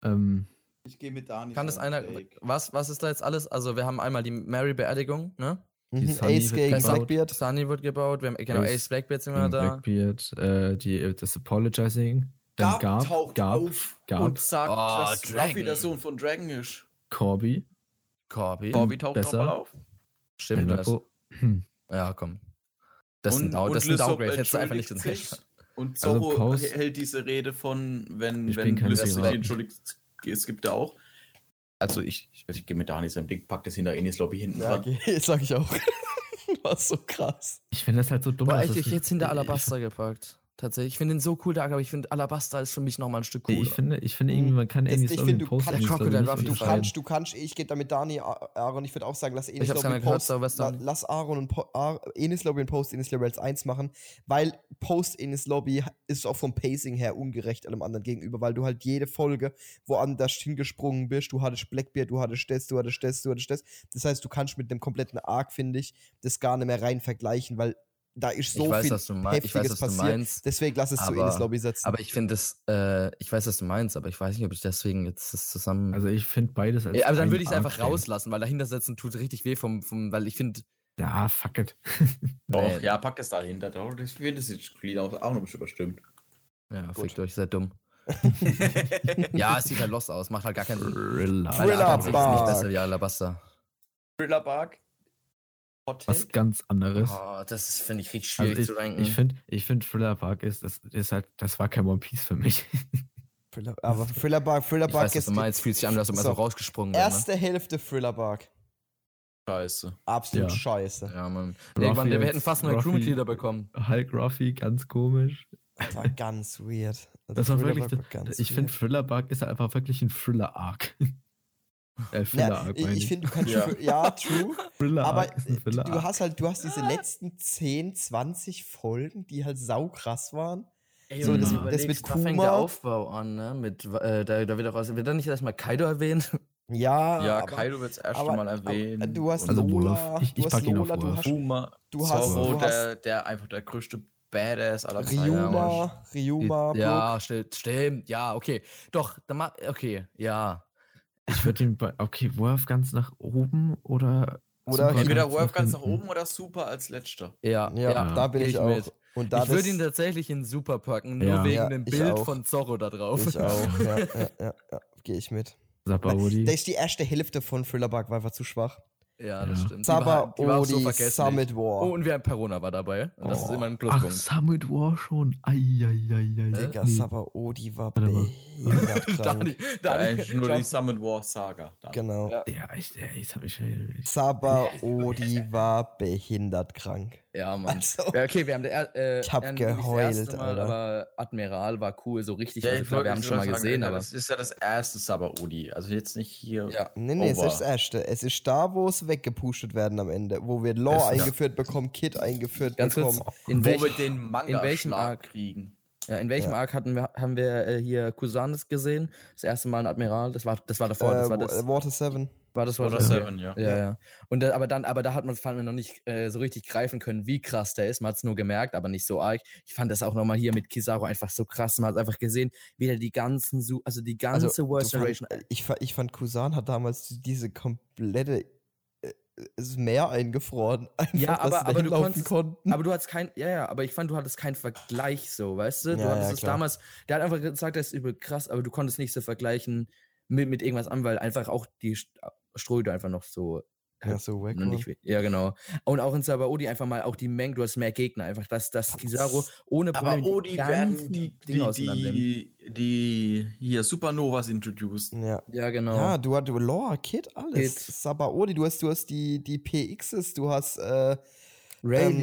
A: ähm,
E: ich gehe mit Daniel.
C: Kann das einer. Was, was ist da jetzt alles? Also, wir haben einmal die Mary-Beerdigung, ne?
A: Die
B: Mhm,
A: Sunny
B: Ace
A: wird
B: gegen
A: gebaut.
B: Blackbeard.
C: Sunny wird gebaut, wir haben genau
A: Ace
C: Ace Blackbeard sind wir
B: Hm,
A: gegen
C: da.
A: Blackbeard, äh, die, das Apologizing. Dann
E: Gab,
A: gab,
E: taucht
A: gab, gab,
E: auf und sagt,
C: Oh,
E: dass Ruffy
C: Dragon.
E: der Sohn von Dragon ist.
A: Corby.
C: Corby.
E: Bobby taucht
A: Besser.
E: nochmal auf.
C: Stimmt das.
A: Penelope.
C: Ja, komm. Das ist ein,
E: und,
C: Dau- das ist ein
E: Lysop
C: Downgrade. Hättest du einfach nicht
E: entschuldigt
C: gesagt.
E: sich. Und
A: Also
E: Zorro
A: Post-
E: hält diese Rede von, wenn,
A: Ich
E: wenn
A: bin kein
E: Lysop sich
A: Lehrer.
E: entschuldigt, es gibt da auch. Also ich, ich, ich gehe mit Dani seinem Ding, pack das hinter Enis Lobby hinten
B: Ja,
E: dran.
B: okay, sag ich auch. war so krass.
A: Ich finde das halt so dumm.
C: Boah,
A: dass
C: echt,
A: das
C: ich hätte
A: nicht-
C: es hinter Alabasta gepackt. Tatsächlich. Ich finde den so cool, Dark, aber ich finde Alabasta ist für mich nochmal ein Stück
A: Nee,
C: cooler.
A: ich finde, ich finde
B: Mhm.
A: irgendwie, man kann
B: Das-
A: Andy's
B: ich
A: Lobby
B: finde,
A: und
B: du
A: Post
B: kannst-
A: Andy's
C: Crocodile
A: Lobby
C: Ruffy
A: nicht
B: Du
C: Fall.
A: unterscheiden.
B: kannst, du kannst, ich gehe da mit Dani, A- Aaron, ich würde auch sagen, lass Enes
C: hab's gar
B: Lobby
C: nicht gehört,
B: Post,
C: so was
B: la,
C: dann-
B: lass Aaron und po, A, Enes Lobby und Post Enes Lobby als eins machen, weil Post Enes Lobby ist auch vom Pacing her ungerecht allem anderen gegenüber, weil du halt jede Folge woanders hingesprungen bist, du hattest Blackbeard, du hattest das, du hattest das, du hattest das, das heißt, du kannst mit dem kompletten Arc, finde ich, das gar nicht mehr rein vergleichen, weil da ist so
C: ich weiß,
B: viel
C: was du meinst. Ich weiß,
B: Heftiges
C: was du
B: passiert.
C: meinst.
B: Deswegen lass es zu
C: Aber-
B: Enes Lobby setzen.
C: Aber ich finde das, äh, ich weiß, was du meinst, aber ich weiß nicht, ob ich deswegen jetzt das zusammen.
A: Also ich finde beides als
C: ja, aber dann
A: ein
C: würde ich es
A: Arc
C: einfach
A: sehen.
C: rauslassen, weil dahinter setzen tut richtig weh vom, vom weil ich finde,
A: Ja, fuck it.
E: Doch,
C: Nee.
E: ja, pack es da hinter. Doch, das wird es jetzt clean auch, auch noch überstimmt.
C: ja, fickt euch, seid dumm. ja, es sieht halt los aus, macht halt gar keinen Sinn.
A: Thriller.
C: Weil der Arkan ist nicht
B: Bark.
C: besser wie Alabasta.
E: Thriller Bark. Hot
A: Was
E: Take.
A: ganz anderes.
C: Oh, das ist, finde ich, richtig
A: Also
C: schwierig
A: ich
C: zu ranken.
A: ich finde, ich find Thriller Park ist, das ist halt, das war kein One Piece für mich.
B: Thriller, aber Thriller Bark, Thriller
C: Ich
B: Bark
C: weiß, was du meinst. Fühlt sich an, als ob man
B: So.
C: so rausgesprungen wäre. Ne?
B: Erste Hälfte Thriller Bark.
E: Scheiße.
B: Absolut
A: Ja.
B: scheiße.
C: Ja, Mann.
A: Ruffy
C: Irgendwann, wir
A: als
C: hätten fast neue
A: Ruffy.
C: Crewmitglieder bekommen.
A: Hulk Ruffy, ganz komisch.
B: Das war ganz weird. Also
A: Das war
B: Thriller
A: wirklich,
B: Bark war ganz
A: ich finde,
B: weird.
A: Thriller Park ist halt einfach wirklich ein Thriller Arc. äh, Thriller
B: ja,
A: Arc,
B: ich,
A: meine
B: ich
A: ich.
B: finde, du kannst
E: Ja.
B: ja, ja true,
A: Thriller
B: aber
A: Arc ist ein
B: äh,
A: Thriller
B: du
A: Arc.
B: hast halt, du hast diese letzten 10, 20 Folgen, die halt saukrass waren.
C: Ey,
A: So,
C: und
A: das-
C: wenn du
A: das
C: überlegst,
B: mit
C: da fängt
B: Kuma-
C: der Aufbau an, ne? Mit, äh, da, da wird auch aus, wird da nicht erstmal Kaido erwähnt?
B: Ja,
E: Ja,
B: Ah, aber,
E: Kaido wird es erst
B: aber-
E: mal
B: aber
E: erwähnt.
B: du hast
E: und
A: Also
B: Lola,
A: Wolof. Ich-
B: du
A: ich
B: hast
A: pack ihn auf
B: Lola, du
A: Wolof.
B: hast,
E: Buma,
B: du hast,
E: Zorro,
B: du hast
E: der, der einfach der größte Badass aller Zeiten.
B: Ryuma, Ryuma,
C: ja, stimmt, stimmt, ja, okay. Doch, dann ma- okay, ja.
A: Ich würde den bei, okay, Worf ganz nach oben oder.
B: Oder
A: Super
E: Entweder Worf ganz nach
A: hinten.
E: oben oder Super als letzter.
C: Ja,
B: Brook. Ja,
C: ja.
B: da bin
C: geh
B: ich,
C: ich
B: auch.
C: mit.
B: Und da
C: ich würde
B: das-
C: ihn tatsächlich in Super packen, nur
A: Ja.
C: wegen
B: Ja,
C: dem
B: ich
C: Bild
B: auch.
C: von Zorro da drauf.
B: Ich auch, ja, ja, ja, ja. gehe ich mit.
A: Sabaody.
B: Da ist die erste Hälfte von Thriller Bark war einfach zu schwach.
C: Ja, das
A: Ja.
C: stimmt. Die
B: Zaba
C: war- halt, die war auch so
B: Odi
C: vergesslich.
B: Summit War.
C: Oh, und wir haben Perona war dabei. Und das ist
A: Oh.
C: immer ein
A: Ach,
C: Pluspunkt.
A: Summit War schon. Eieieiei.
B: Digga,
A: Nee.
B: Zaba Odi war
A: Warte mal.
B: behindert krank.
C: Hm. Dani,
E: Da
C: Dani,
E: eigentlich nur die
C: Jump-
E: Summon War Saga. Da.
B: Genau.
C: Ja.
A: Ja, ich, ja, ich hab mich schon. Ich,
B: Zaba Odi war behindert krank.
C: Ja, Mann.
B: Also,
C: Ja, okay, wir haben der, äh,
B: Ich hab
C: Eren Yeager das erste
B: geheult,
C: Mal,
B: Alter.
C: aber Admiral war cool, so richtig.
E: Ja,
C: also
E: ich
C: klar,
E: wollte
C: wir
E: schon
C: haben schon mal
E: sagen,
C: gesehen,
E: ja,
C: aber
E: Das ist ja das erste Sabaudi. Also jetzt nicht hier.
C: ja,
B: nee, nee, es
E: Over.
B: ist das erste. Es ist da, wo es weggepustet werden am Ende. Wo wir Law
E: Es ist-
B: eingeführt bekommen, Kid eingeführt
C: ganz kurz.
B: bekommen.
C: In,
E: wo
C: welch,
E: wir den Manga
C: in welchem
E: Schlag
C: Arc?
E: kriegen.
C: ja, in welchem
B: Ja.
C: Arc hatten wir, haben wir äh, hier Kusanes gesehen? Das erste Mal ein Admiral. Das war, das war davor. das
B: äh,
C: war
B: Wa-
C: das.
B: Water 7.
C: War das war
E: Oder
C: das-
E: Seven, ja.
C: Ja, ja. Und da, aber dann, aber da hat man fand man noch nicht äh, so richtig greifen können, wie krass der ist. Man hat es nur gemerkt, aber nicht so arg. Ich fand das auch nochmal hier mit Kizaru einfach so krass. Man hat einfach gesehen, wie der die ganzen, Su- also die ganze World
B: du fand,
C: Generation.
B: ich, fa- ich fand, Kusan hat damals diese komplette äh, das Meer eingefroren. Einfach,
C: Ja,
B: dass
C: aber-
B: sie
C: aber
B: dahin
C: du
B: laufen
C: konntest-
B: konnten.
C: Aber du hattest kein, ja, ja, aber ich fand, du hattest keinen Vergleich so, weißt du? Du
B: Ja,
C: hattest
B: ja,
C: es
B: klar.
C: damals, der hat einfach gesagt, das ist übel krass, aber du konntest nicht so vergleichen mit, mit irgendwas an, weil einfach auch die St- Ströde einfach noch so.
B: ja, so weg.
C: noch nicht, we- ja, genau. Und auch in Sabaody einfach mal auch die Menge, du hast mehr Gegner, einfach, dass, dass Kizaru ohne
E: Aber
C: Probleme
E: Odi werden
C: ganzen
E: die,
C: Dinge
E: die,
C: auseinandernimmt.
E: die, die hier Supernovas introduced.
B: Ja.
C: Ja, genau.
B: Ja, du hast Law, Kid, alles.
C: Kid.
B: Sabaody, du hast, du hast die, die PXs, du hast, äh,
C: Ray,
B: ähm,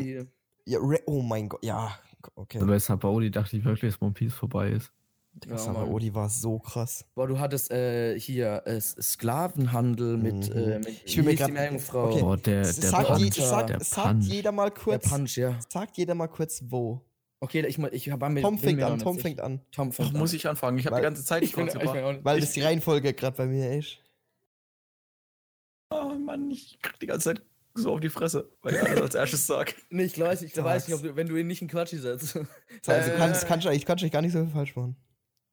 C: die-
B: ja, Re oh mein Gott, ja, okay.
A: Also bei Sabaody dachte ich wirklich, dass One Piece vorbei ist.
B: Digga,
C: Ja, oh Mann.
B: Samaodi war so krass.
C: Boah, du hattest äh, hier äh, Sklavenhandel mit,
B: Mhm.
C: äh, mit
B: Ich bin mir
C: wie hieß
B: grad-
C: die Meerjungfrau.
B: okay.
A: Boah, der, Äh, der
B: Sagt, je,
C: Punch,
B: sagt,
A: der
B: sagt
A: Punch.
B: jeder mal
C: Der
B: kurz.
C: Punch, ja.
B: Sagt jeder mal kurz wo.
C: Okay, ich, ich, ich war mir
B: Tom
C: bin
B: fängt
C: mir noch
B: an,
C: nicht
B: Tom
C: sicher.
B: fängt an.
C: Tom
D: Ach,
C: fängt
D: muss
C: an.
D: ich anfangen? Ich habe die
B: Weil-
D: ganze Zeit
C: Ich bin, ich
D: kurz
C: bin auch nicht.
B: Weil das die Reihenfolge gerade bei mir ist.
D: Oh Mann, ich krieg die ganze Zeit so auf die Fresse, weil ich alles als erstes sag.
C: Nee, ich weiß, ich
B: Sag's.
C: weiß nicht, ob du, wenn du ihn nicht in Quatschi setzt.
B: Also
D: Äh.
B: kannst, kannst, du eigentlich- kannst du eigentlich gar nicht so viel falsch machen.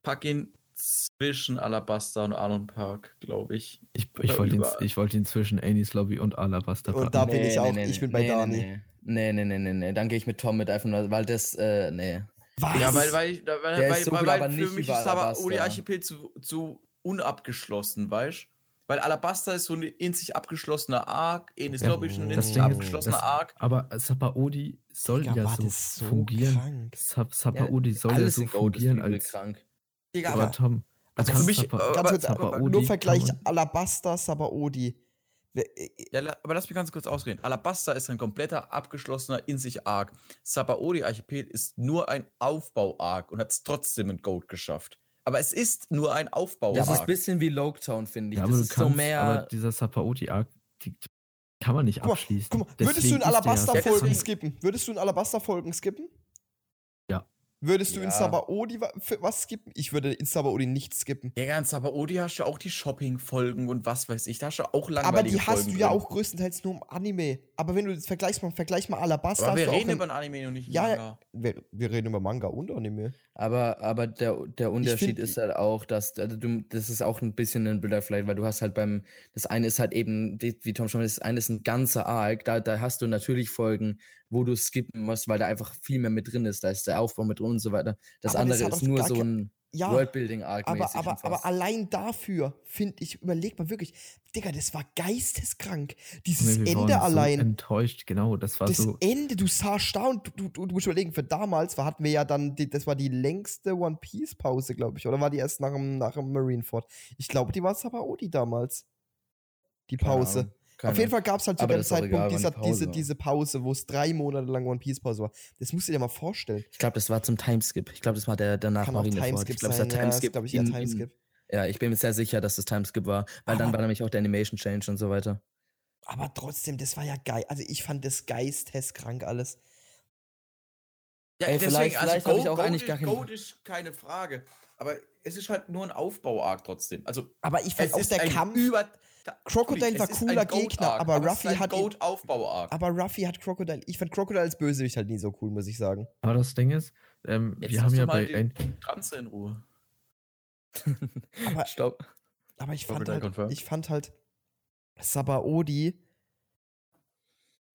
D: Pack ihn zwischen Alabasta und Arnon Park, glaube ich.
A: Ich, ich wollte ihn,
D: Überall.
A: ich wollte ihn zwischen Annie's Lobby und Alabaster
B: Und
A: packen.
B: da- bin ich auch. Ich bin bei Dani.
C: Nee, nee, nee, nee, nee, nee. Dann gehe ich mit Tom mit einfach nur, weil das, äh, nee.
B: Was?
D: Ja, weil, weil, ich- weil,
C: Der
D: weil,
C: ist so
D: weil,
C: gut, aber
D: weil für
C: nicht
D: mich
C: über
D: ist aber
C: Alabasta.
D: Uli Archipel zu, zu unabgeschlossen, weißt du? Weil Alabasta ist so ein in sich abgeschlossener Arc, Enis
A: Ja,
D: Lobby ist ein in
A: das
D: sich
A: Ding ist,
D: abgeschlossener
A: das-
D: Arc.
A: Aber Sapaodi soll
B: Digga,
A: ja
B: war
A: so
B: das
A: fungieren.
B: krank.
A: Sap Sapaodi soll ja so
C: in Gold ist
A: fungieren
C: übel
A: als.
C: krank.
D: Digga,
A: Aber Tom.
D: Also
A: Tom
D: für mich,
A: Sapa-
D: äh,
B: Ganz
D: Aber-
B: kurz,
A: aber
B: aber
A: Odi
B: nur
A: kann
B: Vergleich
A: man-
B: Alabaster, Sabaodi. Wer- äh,
D: Ja, la- aber lass mich ganz kurz ausreden. Alabasta ist ein kompletter, abgeschlossener, in sich Arc. Sabaody-Archipel ist nur ein Aufbau-Arc und hat es trotzdem in Gold geschafft. Aber es ist nur
C: Das
D: ein
C: ist ein
D: Aufbau-Arc.
C: bisschen wie Loketown, finde ich.
A: Ja, aber
C: das
A: du
C: ist
A: kannst,
C: so mehr.
A: aber dieser Sapaodi-Arc, die, die kann man nicht
B: Guck mal,
A: abschließen.
B: Guck mal, würdest du
A: Deswegen
B: in
A: ist der so
B: Alabaster-Folgen
A: krank.
B: skippen? Würdest du in Alabaster-Folgen skippen?
A: Ja.
B: Würdest du in
D: Ja.
B: Sabaodi wa- für was skippen? Ich würde in Sabaodi nicht skippen.
D: Ja, in Sabaody hast du ja auch die Shopping-Folgen und was weiß ich. Da hast du auch langweilige
B: Aber die hast du
D: Folgen
B: ja
D: drin.
B: auch größtenteils nur im Anime. Aber wenn du das vergleichst, mal, vergleich mal Alabaster.
D: Aber
B: hast
D: wir
B: du auch
D: reden
B: einen-
D: über ein Anime und nicht
B: Ja, ja.
D: Manga.
B: wir, wir reden über Manga und Anime.
C: Aber, aber der, der Unterschied
B: find-
C: ist halt auch, dass also du, das ist auch ein bisschen ein Butterfly, weil du hast halt beim, das eine ist halt eben, die- wie Tom schon meinte, das eine ist ein ganzer Arc, da, da hast du natürlich Folgen, wo du skippen musst, weil da einfach viel mehr mit drin ist, da ist der Aufbau mit drin und so weiter. Das
B: Aber das
C: andere
B: hat
C: ist
B: doch
C: nur
B: gar
C: so
B: kein-
C: ein
B: Ja,
C: Worldbuilding-Arc.
B: aber,
C: mäßig schon
B: aber, aber
C: fast.
B: allein dafür finde ich, überleg mal wirklich, Digga, das war geisteskrank. Dieses
A: Nee, wir waren
B: Ende
A: so
B: allein.
A: enttäuscht, genau. Das war
B: das
A: so.
B: Ende, du saßt da und du, du, du musst überlegen, für damals war, hatten wir ja dann, die, das war die längste One Piece Pause, glaube ich, oder war die erst nach dem, nach dem Marineford? Ich glaube, die war Sabaody damals. Die
C: Keine
B: Pause.
C: Ahnung, keine
B: Auf jeden Fall gab es halt zu
C: Aber
B: dem
C: das ist doch
B: Zeitpunkt
C: egal, wann
B: dieser,
C: die Pause
B: diese,
C: war.
B: diese Pause, wo es drei Monate lang One Piece Pause war. Das musst du dir mal vorstellen.
C: Ich glaube, das war zum Timeskip. Ich glaube, das war der danach
B: Kann auch
C: Marineford.
B: Timeskip
C: Ich glaube, es war
B: sein. Ja,
C: Timeskip.
B: glaube ich, eher
C: in- in-
B: Timeskip.
C: Ja, ich bin mir sehr sicher, dass das Timeskip war, weil dann
B: Aber-
C: war nämlich auch der Animation Change und so weiter.
B: Aber trotzdem, das war ja geil. Also ich fand das geisteskrank alles.
D: Ja, also
C: Ey, vielleicht- vielleicht hab ich auch
D: Gold
C: eigentlich
D: ist-
C: gar keinen-
D: Gold ist keine Frage. Aber es ist halt nur ein Aufbau-Arc trotzdem. Also,
B: Aber ich fand
D: es
B: auch
D: ist
B: der
D: ein
B: Kampf.
D: über... da-
B: Crocodile
D: Entschuldigung,
B: war
D: es ist
B: cooler
D: ein Goat-Arc,
B: Gegner, aber
D: es ist
B: Ruffy
D: ein
B: hat ihn-
D: Goat-Aufbau-Arc.
B: aber Ruffy hat Crocodile. Ich fand Crocodile als Bösewicht halt nie so cool, muss ich sagen.
A: Aber das Ding ist, ähm,
D: Jetzt
A: wir
D: lass
A: haben
D: doch
A: ja
D: mal
A: bei.
D: den-
A: Ein,
D: Ganze in Ruhe.
B: Aber,
C: Stopp.
B: aber ich, fand
D: Crocodile
B: halt,
D: confirmed.
B: ich fand halt Sabaody.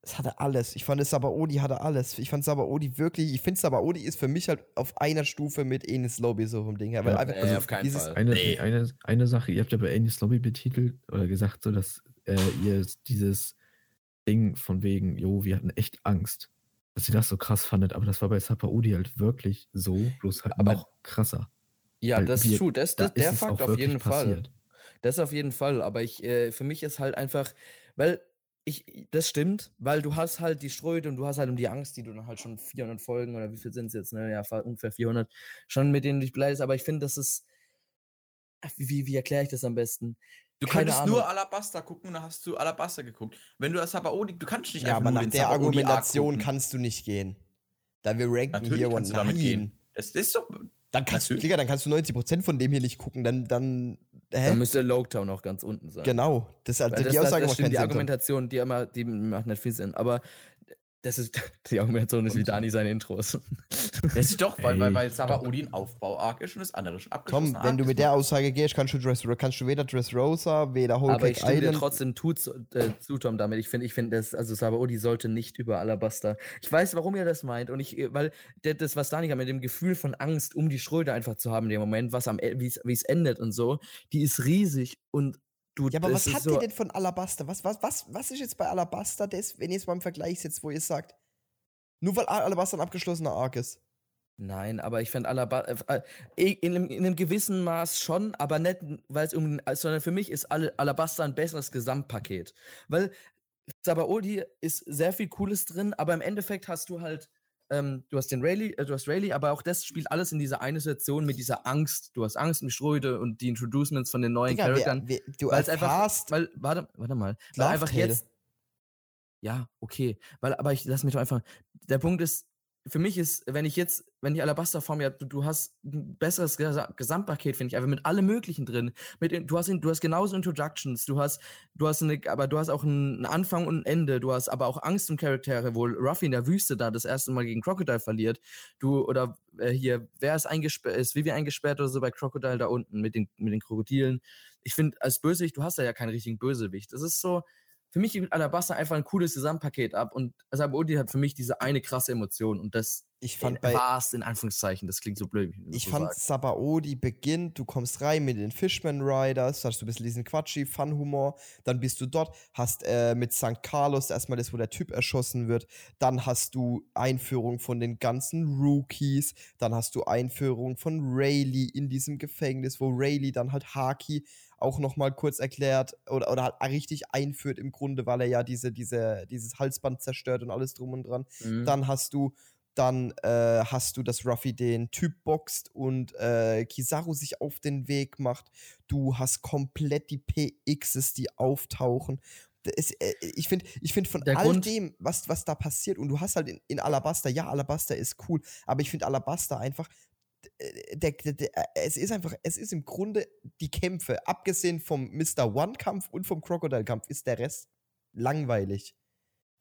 B: Es hatte alles. Ich fand, es Sabaody hatte alles. Ich fand Sabaody wirklich. Ich finde, Sabaody ist für mich halt auf einer Stufe mit Enis Lobby so vom Ding her. Weil
A: Ja,
B: einfach
D: Nee, Äh, auf keinen
B: also dieses,
D: Fall.
A: eine,
D: Nee.
A: eine, eine Sache, ihr habt ja bei Annie's Lobby betitelt oder gesagt, so dass äh, ihr dieses Ding von wegen, jo, wir hatten echt Angst, dass ihr das so krass fandet, aber das war bei Sapaudi halt wirklich so, bloß halt
C: Aber-
A: noch krasser.
C: Ja,
A: Weil
C: das
A: wir-
C: ist true. Das,
A: Da
C: das,
A: ist
C: der
A: es
C: Fakt
A: auch
C: auf
A: wirklich
C: jeden Fall.
A: passiert.
C: Das auf jeden Fall. Aber ich, äh, für mich ist halt einfach, weil ich, das stimmt, weil du hast halt die Ströte und du hast halt um die Angst, die du dann halt schon 400 Folgen oder wie viel sind es jetzt, ne? Ja, fa- ungefähr 400, schon mit denen du dich bleibst. Aber ich finde, das ist, Ach, wie, wie erkläre ich das am besten?
D: Du
C: Keine
D: könntest
C: Ahnung.
D: nur Alabasta gucken und dann hast du Alabasta geguckt. Wenn du das Sabaody, du kannst nicht
B: Ja, aber
D: nur
B: nach
D: den
B: der
D: Sabaody-Arc
B: Argumentation
D: gucken.
B: kannst du nicht gehen. Dann wir ranken
D: Natürlich
B: hier
D: kannst
B: und
D: du damit
B: nein.
D: gehen. Das ist doch.
B: Dann kannst du,
D: Natürlich.
B: Digga, dann kannst du 90% von dem hier nicht gucken. Dann, dann, hä?
C: Dann müsste Loketown auch ganz unten sein.
B: genau. Das, also
C: Weil das,
B: die
C: das,
B: Aussage
C: das
B: macht
C: stimmt,
B: keinen
C: die
B: Sinn. Tom.
C: Argumentation, die, immer, die macht nicht viel Sinn. Aber das ist, die Argumentation ist wie Dani seine Intros.
D: Das ist doch, weil,
A: Ey,
D: weil, weil Sabaody ein Aufbau-Arc ist und das andere ist ein
B: Tom,
D: abgeschlossener
B: wenn du
D: Arc.
B: mit der Aussage gehst, kannst du, Dress, kannst du weder Dressrosa, weder Whole
C: Aber ich
B: Cake
C: stimme dir
B: Island.
C: trotzdem zu, zu- äh, zu Tom damit. Ich finde, ich finde das, also Sabaody sollte nicht über Alabaster. Ich weiß, warum ihr das meint. Und ich, äh, weil der, das, was Dani hat, mit dem Gefühl von Angst, um die Schröder einfach zu haben in dem Moment, was am E- wie es wie es endet und so, die ist riesig und du
B: Ja, aber
C: das
B: was
C: ist
B: habt
C: so,
B: ihr denn von Alabaster? Was, was, was, was ist jetzt bei Alabaster das, wenn ihr es mal im Vergleich setzt, wo ihr sagt, nur weil Al- Alabaster ein abgeschlossener Arc ist?
C: Nein, aber ich fand Alabaster äh, eh, in, einem- in einem gewissen Maß schon, aber nicht, weil es um, also, sondern für mich ist Al Alabaster ein besseres Gesamtpaket. Weil Sabaody ist sehr viel Cooles drin, aber im Endeffekt hast du halt ähm, du hast den Rayleigh, äh, du hast Rayleigh, aber auch das spielt alles in dieser eine Situation mit dieser Angst. Du hast Angst und Ströde und die Introducements von den neuen
B: Digga,
C: Charakteren.
B: wer, wer, du
C: Weil's einfach-
B: erfährst
C: Weil, warte, warte mal, weil
B: Love
C: einfach
B: Tale.
C: jetzt. Ja, okay. Weil, aber ich lass mich doch einfach. Der Punkt ist, für mich ist, wenn ich jetzt, wenn die Alabaster-Form, ja, du, du hast ein besseres Gesa- Gesamtpaket, finde ich, einfach mit allem Möglichen drin. Mit, in- du, hast, in- du hast genauso Introductions, du hast, du hast eine, aber du hast auch einen Anfang und ein Ende, du hast aber auch Angst um Charaktere, wo Ruffy in der Wüste da das erste Mal gegen Crocodile verliert. Du, oder äh, hier, wer ist eingesperrt, ist Vivi eingesperrt oder so bei Crocodile da unten mit den, mit den Krokodilen ich finde, als Bösewicht, du hast da ja keinen richtigen Bösewicht. Es ist so, für mich gibt Alabaster einfach ein cooles Gesamtpaket ab und Sabaudi hat für mich diese eine krasse Emotion und das
B: Ich fand bei
C: war es in Anführungszeichen. Das klingt so blöd. wenn ich
B: Ich
C: so
B: fand
C: sag.
B: Sabaody beginnt, du kommst rein mit den Fishman Riders, da hast du ein bisschen diesen Quatschi, Fun-Humor, dann bist du dort, hast äh, mit St. Carlos erstmal das, wo der Typ erschossen wird, dann hast du Einführung von den ganzen Rookies, dann hast du Einführung von Rayleigh in diesem Gefängnis, wo Rayleigh dann halt Haki auch nochmal kurz erklärt oder, oder halt richtig einführt im Grunde, weil er ja diese, diese, dieses Halsband zerstört und alles drum und dran.
C: Mhm.
B: Dann hast du, dann äh, hast du, dass Ruffy den Typ boxt und äh, Kizaru sich auf den Weg macht. Du hast komplett die PXs, die auftauchen. Da ist, äh, ich finde ich find von
C: Der
B: all
C: Grund-
B: dem, was, was da passiert, und du hast halt in, in Alabaster, ja, Alabaster ist cool, aber ich finde Alabaster einfach, äh, der, der, der, äh, es ist einfach, es ist im Grunde die Kämpfe, abgesehen vom Mr. One-Kampf und vom Crocodile-Kampf, ist der Rest langweilig.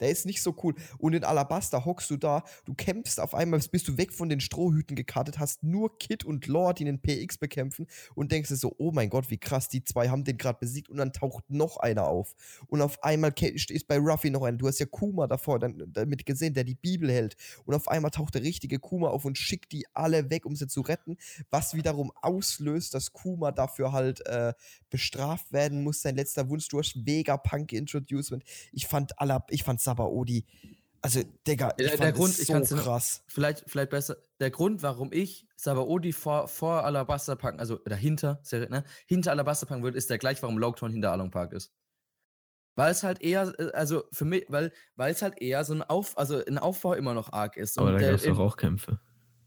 B: Der ist nicht so cool. Und in Alabaster hockst du da, du kämpfst auf einmal, bist du weg von den Strohhüten gekartet, hast nur Kid und Lord, die den PX bekämpfen und denkst dir so, oh mein Gott, wie krass, die zwei haben den gerade besiegt und dann taucht noch einer auf. Und auf einmal ke- ist bei Ruffy noch einer. Du hast ja Kuma davor dann, damit gesehen, der die Bibel hält. Und auf einmal taucht der richtige Kuma auf und schickt die alle weg, um sie zu retten, was wiederum auslöst, dass Kuma dafür halt äh, bestraft werden muss. Sein letzter Wunsch durch Vegapunk-Introducement. Ich fand Alab, ich fand Sabaody. Also, Digga, ich
C: Der- der
B: fand
C: Grund,
B: es
C: ich kann's
B: so
C: dir noch-
B: krass.
C: vielleicht, vielleicht besser. Der Grund, warum ich Sabaody vor, vor Alabaster packen, also dahinter, sorry, ne, hinter Alabaster packen würde, ist der gleich, warum Logtown hinter Along Park ist. Weil es halt eher, äh, also für mich, weil weil es halt eher so ein Auf, also ein Aufbau immer noch arg ist.
A: Aber
C: und äh,
A: da
C: der-
A: gab es doch auch Kämpfe.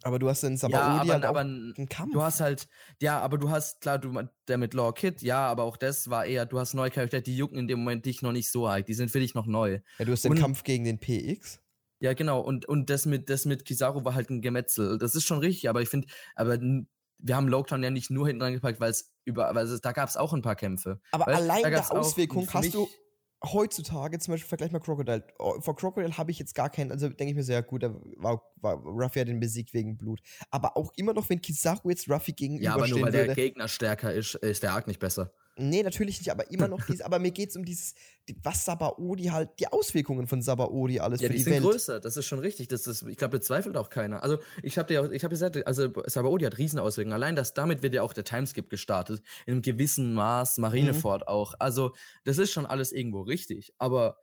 B: Aber du hast in
C: ja,
B: Sabaody
C: aber,
B: halt
C: aber
B: auch
C: ein-
B: einen Kampf.
C: Du hast halt, ja, aber du hast, klar, du, der mit Law Kid, ja, aber auch das war eher, du hast neue Charaktere, die jucken in dem Moment dich noch nicht so arg, die sind für dich noch neu.
B: ja, du hast den
C: und-
B: Kampf gegen den PX.
C: Ja, genau, und, und das mit, das mit Kizaru war halt ein Gemetzel. Das ist schon richtig, aber ich finde, aber n- wir haben Lockdown ja nicht nur hinten reingepackt, weil es über, weil es, da gab es auch ein paar Kämpfe.
B: Aber
C: Weißt,
B: allein
C: da
B: der
C: gab's auch-
B: Auswirkung
C: für
B: hast du
C: mich-
B: heutzutage, zum Beispiel, vergleich mal Crocodile. Oh, Vor Crocodile habe ich jetzt gar keinen, also denke ich mir so, ja gut, da war, war Ruffy hat den besiegt wegen Blut. Aber auch immer noch, wenn Kizaru jetzt Ruffy
C: Ja, aber nur
B: gegenüberstehen
C: weil der
B: würde.
C: Gegner stärker ist, äh, ist der Arc nicht besser.
B: nee, natürlich nicht, aber immer noch dies, aber mir geht es um dieses, die, was Sabaody halt, die Auswirkungen von Sabaody alles
C: Ja,
B: für
C: die,
B: die,
C: sind
B: Welt.
C: größer, das ist schon richtig. Das ist, ich glaube, bezweifelt auch keiner. Also, ich habe dir auch, ich habe gesagt, also Sabaody hat Riesenauswirkungen. Allein das, damit wird ja auch der Timeskip gestartet. In einem gewissen Maß,
B: Mhm.
C: Marineford auch. Also, das ist schon alles irgendwo richtig. Aber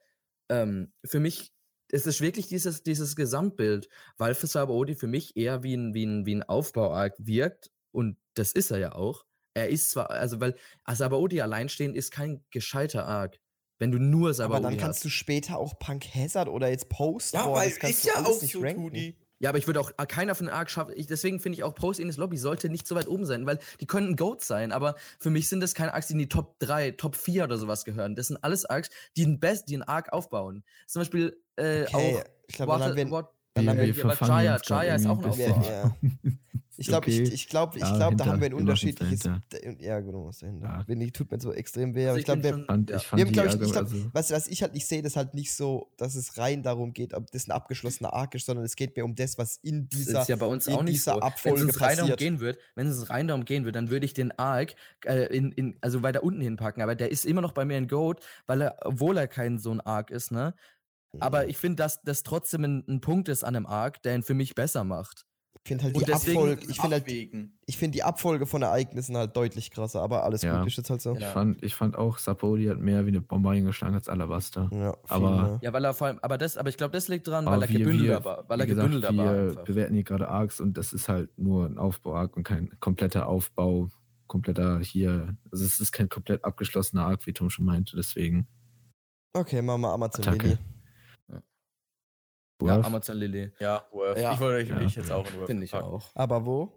C: ähm, für mich ist es wirklich dieses, dieses Gesamtbild, weil für Sabaody für mich eher wie ein, wie ein, wie ein Aufbauarg wirkt. Und das ist er ja auch. Er ist zwar, also, weil Sabaody alleinstehend ist kein gescheiter Arc. Wenn du nur Sabaody
B: Aber dann
C: hast.
B: kannst du später auch Punk Hazard oder jetzt Post
E: Ja,
B: War,
E: weil
B: das kannst
E: ist
B: du
E: ja
B: alles
E: auch
B: nicht
E: so,
B: ranken.
E: Tudi.
C: Ja, aber ich würde auch, ah, keiner von Arc schafft, ich, deswegen finde ich auch Post in das Lobby sollte nicht so weit oben sein, weil die könnten Goats sein, aber für mich sind das keine Arcs, die in die Top 3, Top 4 oder sowas gehören. Das sind alles Arcs, die den Best, die einen Arc aufbauen. Zum Beispiel, äh,
B: Okay,
C: auch,
B: ich glaube, dann
C: Water-
B: haben wir,
C: Wat-
B: dann haben
C: ja,
A: Wir-
B: wir,
A: wir
C: ja, aber
A: verfangen
C: Jaya-
A: uns grad
C: Jaya ist auch
A: irgendwie
C: ein
A: ein bisschen.
B: ja. Ich glaube, ich,
A: Okay.
B: ich glaub, ich
A: Ja,
B: glaub, da
A: hinter.
B: haben wir
A: Wir
B: ein
A: machen es
B: unterschiedliches.
A: dahinter.
B: Ja, genau, was dahinter.
A: Ja.
B: Wenn die tut mir so extrem weh,
C: Also
B: aber ich glaube,
C: bin
B: wir.
C: schon-
A: Fand,
C: ja.
A: Ich fand
B: haben,
A: die
B: glaub ich,
A: Argo-
B: ich glaub-
A: also,
B: Was, was ich halt nicht sehe, ist halt nicht so, dass es rein darum geht, ob das ein abgeschlossener Arc ist, sondern es geht mir um das, was in
C: Das
B: dieser.
C: ist ja bei uns
B: in
C: auch nicht
B: dieser
C: so.
B: Abfolge
C: wenn es uns rein darum
B: passiert.
C: gehen wird, wenn es rein darum gehen wird, dann würde ich den Arc äh, in, in, also weiter unten hinpacken. Aber der ist immer noch bei mir ein Goat, weil er, obwohl er kein so ein Arc ist, ne? Aber ich finde, dass das trotzdem ein, ein Punkt ist an einem Arc, der ihn für mich besser macht.
B: ich finde halt
C: und
B: die
C: deswegen-
B: Abfolge, ich finde halt,
E: Abwägen.
B: ich find die Abfolge von Ereignissen halt deutlich krasser, aber alles
A: Ja.
B: gut ist jetzt halt so.
A: ich,
C: Ja.
A: fand, ich fand auch, Sapodi hat mehr wie eine Bombe eingeschlagen als Alabaster.
B: Ja,
A: Aber-
B: viel, ne?
C: Ja, weil er vor allem, aber das, aber ich glaube, das liegt dran, weil
A: Aber
C: er
A: wir-
C: gebündelter
A: wir-
C: war. Weil er
A: Wie gesagt,
C: gebündelter war.
A: wir
C: einfach.
A: bewerten hier gerade Arcs und das ist halt nur ein Aufbau-Arc und kein kompletter Aufbau, kompletter hier. Also es ist kein komplett abgeschlossener Arc, wie Tom schon meinte, deswegen.
B: Okay, machen wir Amazon
A: Attacke.
B: Mini.
C: Ja,
A: Worf.
C: Amazon Lily.
D: Ja, Worf.
E: Ja.
D: Ich wollte euch
A: Ja.
D: ich jetzt auch in Worf.
C: Finde ich
D: packen.
C: auch.
B: Aber wo?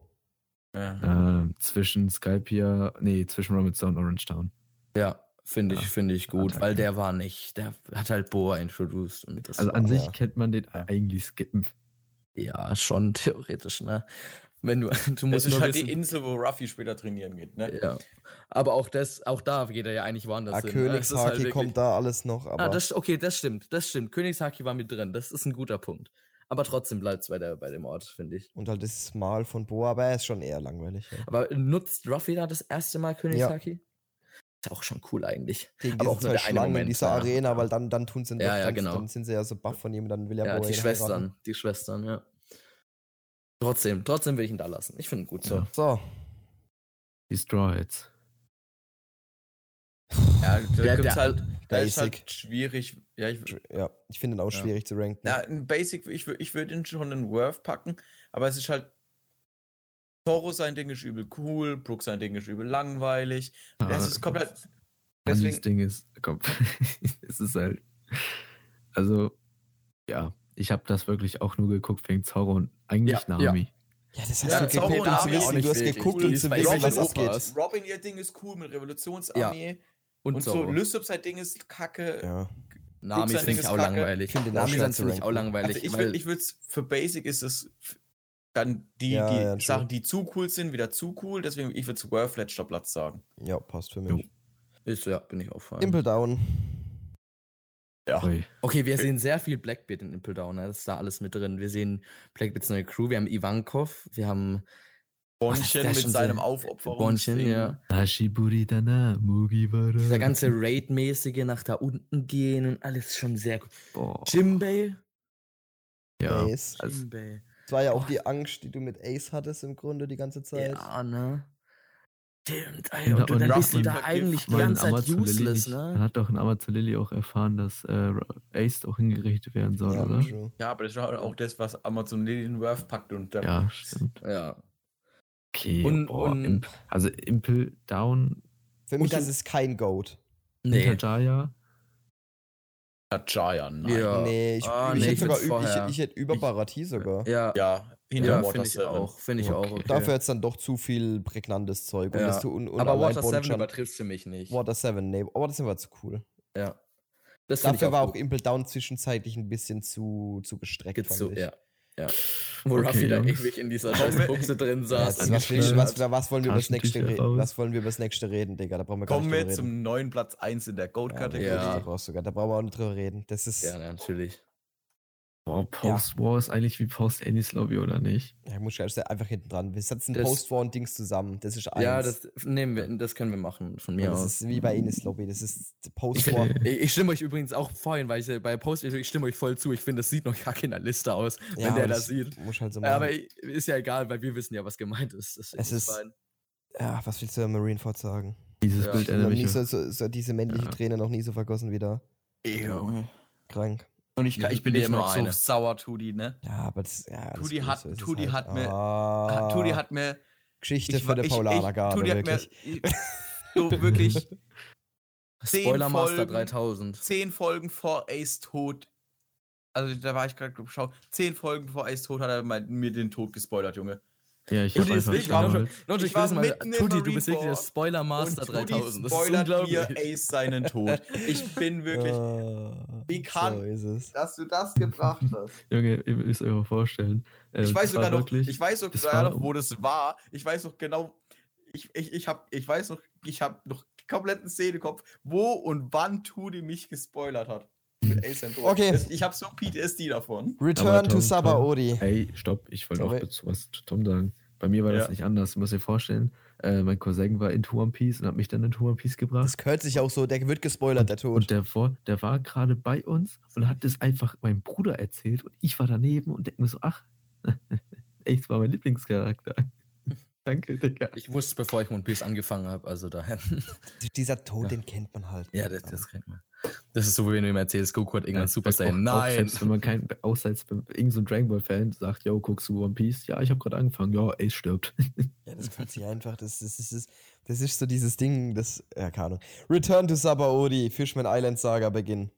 D: Ja.
A: Ähm, zwischen Skypier, nee, zwischen Robinson und Orange Town.
C: Ja, finde ich,
A: Ja.
C: finde ich gut,
A: Attacke.
C: weil der war nicht. Der hat halt Boa introduced und das
A: Also an
C: war-
A: sich kennt man den eigentlich skippen.
C: Ja, schon theoretisch, ne? Wenn du, du
D: Das
C: musst
D: ist
C: nur
D: halt die
C: wissen. Äh,
D: Insel, wo Ruffy später trainieren geht, ne?
C: ja. Aber auch das, auch da geht er ja eigentlich woanders
B: Ah,
C: hin. ne? Das ist halt
B: Königshaki
C: wirklich-
B: kommt da alles noch, aber
C: Ah, das, okay, das stimmt, das stimmt. Königshaki war mit drin, das ist ein guter Punkt. Aber trotzdem bleibt es bei, der- bei dem Ort, finde ich.
B: und halt das Mal von Boa, aber er ist schon eher langweilig. Ja.
C: Aber nutzt Ruffy da das erste Mal Königshaki? Ist auch schon cool eigentlich.
B: Gegen
C: Aber
B: diese
C: auch nur
B: zwei
C: der eine
B: Schlangen halt in
C: Moment,
B: dieser
C: ja.
B: Arena, weil dann, dann tun sie ihn
C: Ja,
B: doch,
C: ja,
B: dann,
C: genau.
B: dann sind sie ja so baff von ihm, dann will er
C: Ja,
B: Boa
C: die
B: ihn
C: Schwestern,
B: heiraten.
C: die Schwestern, ja. Trotzdem, trotzdem will ich ihn da lassen. Ich finde ihn gut so.
A: Ja.
B: So,
A: Die Straw Hats.
D: Ja, da
C: Der-
D: gibt's
C: der-
D: halt, da ist
B: Basic.
D: halt schwierig. Ja, ich,
B: ja, ich finde ihn auch
D: Ja.
B: schwierig zu ranken.
D: na, ein Basic, ich, wür- ich würde ihn schon in Worth packen, aber es ist halt. Toro sein Ding ist übel cool, Brook sein Ding ist übel langweilig. Das ist komplett.
A: Deswegen
D: Deswegen,
A: Ding ist, komm, es ist halt. Also, ja, ich habe das wirklich auch nur geguckt wegen Zorro und eigentlich
C: Ja,
A: Nami.
B: Ja, das hast
D: Ja,
B: du
D: Zorro
B: geguckt,
D: und
B: um zu
D: Nami auch
B: wissen,
D: nicht
B: du hast
D: wirklich.
B: geguckt,
D: Cool
B: um
D: ist
B: zu
C: bei
B: wissen,
C: Robin
B: was
C: Opas.
B: abgeht.
D: Robin, ihr Ding ist cool mit Revolutionsarmee.
C: Und,
D: Und, so,
C: so.
D: Lysop sein Ding ist kacke.
B: Ja.
C: Nami
D: Flugzeug
C: finde
D: ist
C: ich auch
D: kacke.
C: langweilig.
B: Finde den auch
C: Nami
B: schwer
C: sind
B: zu
C: finde ich auch
B: ranken.
C: langweilig.
D: Also ich
C: weil
D: würde ich würd's, für Basic ist es f- dann die,
B: Ja,
D: die
B: ja, true.
D: Sachen, die zu cool sind, wieder zu cool. Deswegen, ich würde zu Worth letzter Platz sagen.
B: ja, passt für mich.
C: ist, ja, bin ich auch vor.
B: Impel Down.
A: Ui.
C: Okay, wir sehen sehr viel Blackbeard in Impel Down. Ne? Das ist da alles mit drin. Wir sehen Blackbeards neue Crew. Wir haben Ivankov. Wir haben
D: Bonchen
C: wär
D: mit
C: schon
D: seinem
C: sehr-
D: Aufopferung.
C: Bonchen. Ja.
A: Hashiburi Dana, Mugiwara.
C: Dieser ganze Raid-mäßige nach da unten gehen und alles schon sehr cool.
A: Boah,
C: Jimbei?
A: ja.
B: Ace.
A: Also,
C: Jimbei.
B: Das war ja auch
C: Boah.
B: die Angst, die du mit Ace hattest im Grunde die ganze Zeit.
C: Ja, ne? Stimmt, ey,
A: Ja,
C: Genau, und, du-
A: und
C: dann bist du
A: Ruffy
C: da
D: vergibt
C: eigentlich die
A: weil
C: ganze Zeit
A: Amazon Lily
C: useless,
A: nicht- Dann
C: ne?
A: hat doch in Amazon Lily auch erfahren, dass äh, Ace auch hingerichtet werden soll,
B: Ja,
A: oder?
B: true.
D: ja, aber das ist halt auch das, was Amazon in Worth packt. Und dann
A: Ja, stimmt.
C: Ja.
A: Okay,
C: Und-
A: boah,
C: und-
A: Imp, also Impel Down,
B: Für
C: Und
B: mich
C: dann-
B: ist es kein Goat.
C: Nee.
A: Tajaya.
D: Jaya, nein.
C: Ja.
B: Nee, ich,
C: Ah,
B: ich,
C: nee,
B: hätte
C: ich
B: sogar
C: find's
B: üb, ich,
C: vorher.
B: ich hätte über
A: Ich-
B: Barati sogar.
C: Ja,
D: Ja, hinter
C: ja
D: Water
C: finde ich
D: Seven.
C: auch. Finde ich auch.
A: Okay.
C: Okay.
B: Dafür jetzt dann doch zu viel prägnantes Zeug. Und
C: Ja.
B: das du un, un
C: Aber
B: allein
C: Water 7
B: Bonchan-
C: übertrifft für mich nicht.
B: Water 7, nee, Water 7 war zu cool.
C: Ja. Das find ich
B: Dafür war
C: gut.
B: auch eh Impel Down zwischenzeitlich ein bisschen zu, zu gestreckt.
C: Geht's so,
B: fand ich.
C: ja. ja. Wo
A: Okay,
C: Ruffy da
A: Jungs.
C: ewig in dieser scheiß Buchse drin
B: Ja,
C: saß.
B: das-
C: und
B: was, will ich,
C: geschrien
B: was,
C: hat.
B: über was, wollen wir über das nächste
A: Taschentücher
B: reden?
A: raus.
B: was wollen wir über das nächste reden, Digga? Da brauchen wir gar
D: Kommen
B: nicht drüber
D: wir
B: reden.
D: zum neuen Platz 1 in der Goat-Kategorie.
B: ja.
C: Ja.
B: da brauchst du gar, da brauchen wir auch nicht drüber reden. Das ist,
C: Ja, natürlich.
A: Boah, Post-War ist eigentlich wie Post-Annie's Lobby, oder nicht?
B: ja, muss ich ehrlich sagen, einfach hinten dran. Wir setzen
C: Das-
B: Post-War und Dings zusammen. Das ist eins.
C: Ja, das nehmen wir, das können wir machen von
B: Und
C: mir
B: das
C: aus.
B: ist wie bei Ines Lobby. Das ist
C: Ich,
B: Post-War.
C: find, ich, ich stimme euch übrigens auch vorhin, weil ich äh, bei Post, ich stimme euch voll zu. Ich finde, das sieht noch kacke in der Liste aus, wenn der das sieht. Äh,
B: Muss halt so machen.
C: Aber i- ist ja egal, weil wir wissen ja, was gemeint ist. Deswegen
B: Es ist-
C: fein.
B: ja, was willst du über Marineford sagen?
A: Dieses
C: Ja.
A: Bild
B: Ich hab noch
A: erinnert
B: nie
A: mich.
B: so, so, so diese männliche
A: Ja.
B: Träne noch nie so vergossen wieder.
D: Junge.
B: Krank.
D: Und ich, ich bin
C: Nicht
D: ja immer
C: nur
D: noch so
C: eine.
D: sauer, Tudi, ne?
B: Ja, aber das. Ja, alles
D: Tudi
B: gut,
D: hat-
B: so ist es
D: Tudi
B: halt.
D: hat mir-
B: Ah,
D: Tudi hat mir
B: Geschichte
D: Ich
B: für
D: wa-
B: eine
D: ich- ich-
B: Paulaner-Garde,
D: Tudi hat mir-
B: wirklich.
D: ich- So wirklich zehn
C: Spoiler Master
D: Folgen-
C: 3000.
D: zehn Folgen vor Ace Tod. Also da war ich gerade geschaut. Zehn Folgen vor Ace Tod hat er mal, mir den Tod gespoilert, Junge.
A: Ja, ich
C: Und
A: habe
C: die ist
A: einfach
C: wirklich auch schon-
A: damals,
C: Leute,
D: Ich
C: ich
D: war
C: weiß mal,
D: mitten im
C: Tudi, du bist wirklich
D: Marine
C: der
D: Corps
C: Spoiler Master
D: Tudi
C: 3000. Das ist
D: spoilert mir
C: unglaublich.
D: Ace seinen Tod. Ich bin wirklich,
B: Ah,
D: Wie kann-
B: So ist es.
D: dass du das gebracht hast.
A: Junge, ihr müsst euch mal vorstellen. Äh,
D: Ich weiß
A: das war
D: sogar noch,
A: wirklich-
D: ich weiß
A: das
D: sogar
A: war-
D: noch, wo das war. Ich weiß noch genau, ich, ich, ich hab, ich weiß noch, ich hab noch die kompletten Szene im Kopf, wo und wann Tudi mich gespoilert hat. Mit Ace seinen Tod.
B: Okay.
D: Das- Ich hab so PTSD davon.
B: Return
A: Aber
B: to
A: Tom-
B: Sabaody.
A: Hey, stopp, ich wollte auch
B: Sorry.
A: kurz was zu Tom sagen. Bei mir war das
D: Ja.
A: nicht anders. Du musst dir vorstellen, äh, mein Cousin war in One Piece und hat mich dann in One Piece gebracht.
B: Das hört sich auch so, der wird gespoilert, der Tod.
A: Und der, vor, der war gerade bei uns und hat das einfach meinem Bruder erzählt und ich war daneben und denke mir so, ach, echt, war mein Lieblingscharakter. Danke, Digga.
C: Ich wusste es, bevor ich One Piece angefangen habe, also daher.
B: Dieser Tod,
C: Ja.
B: den kennt man halt.
C: Ja, das, das kennt man. Das ist so, wie wenn du ihm erzählst, Goku hat irgendwann Super Saiyan.
A: Auch, Auch
C: Nein!
A: selbst wenn man kein, außer als irgendein so ein Dragon Ball Fan sagt, yo, guckst du One Piece? Ja, ich habe gerade angefangen. Ja, Ace stirbt.
B: Ja, das fühlt sich einfach, das, das, das, das, das ist so dieses Ding, das, ja, keine Ahnung. Return to Sabaody, Fishman Island Saga Beginn.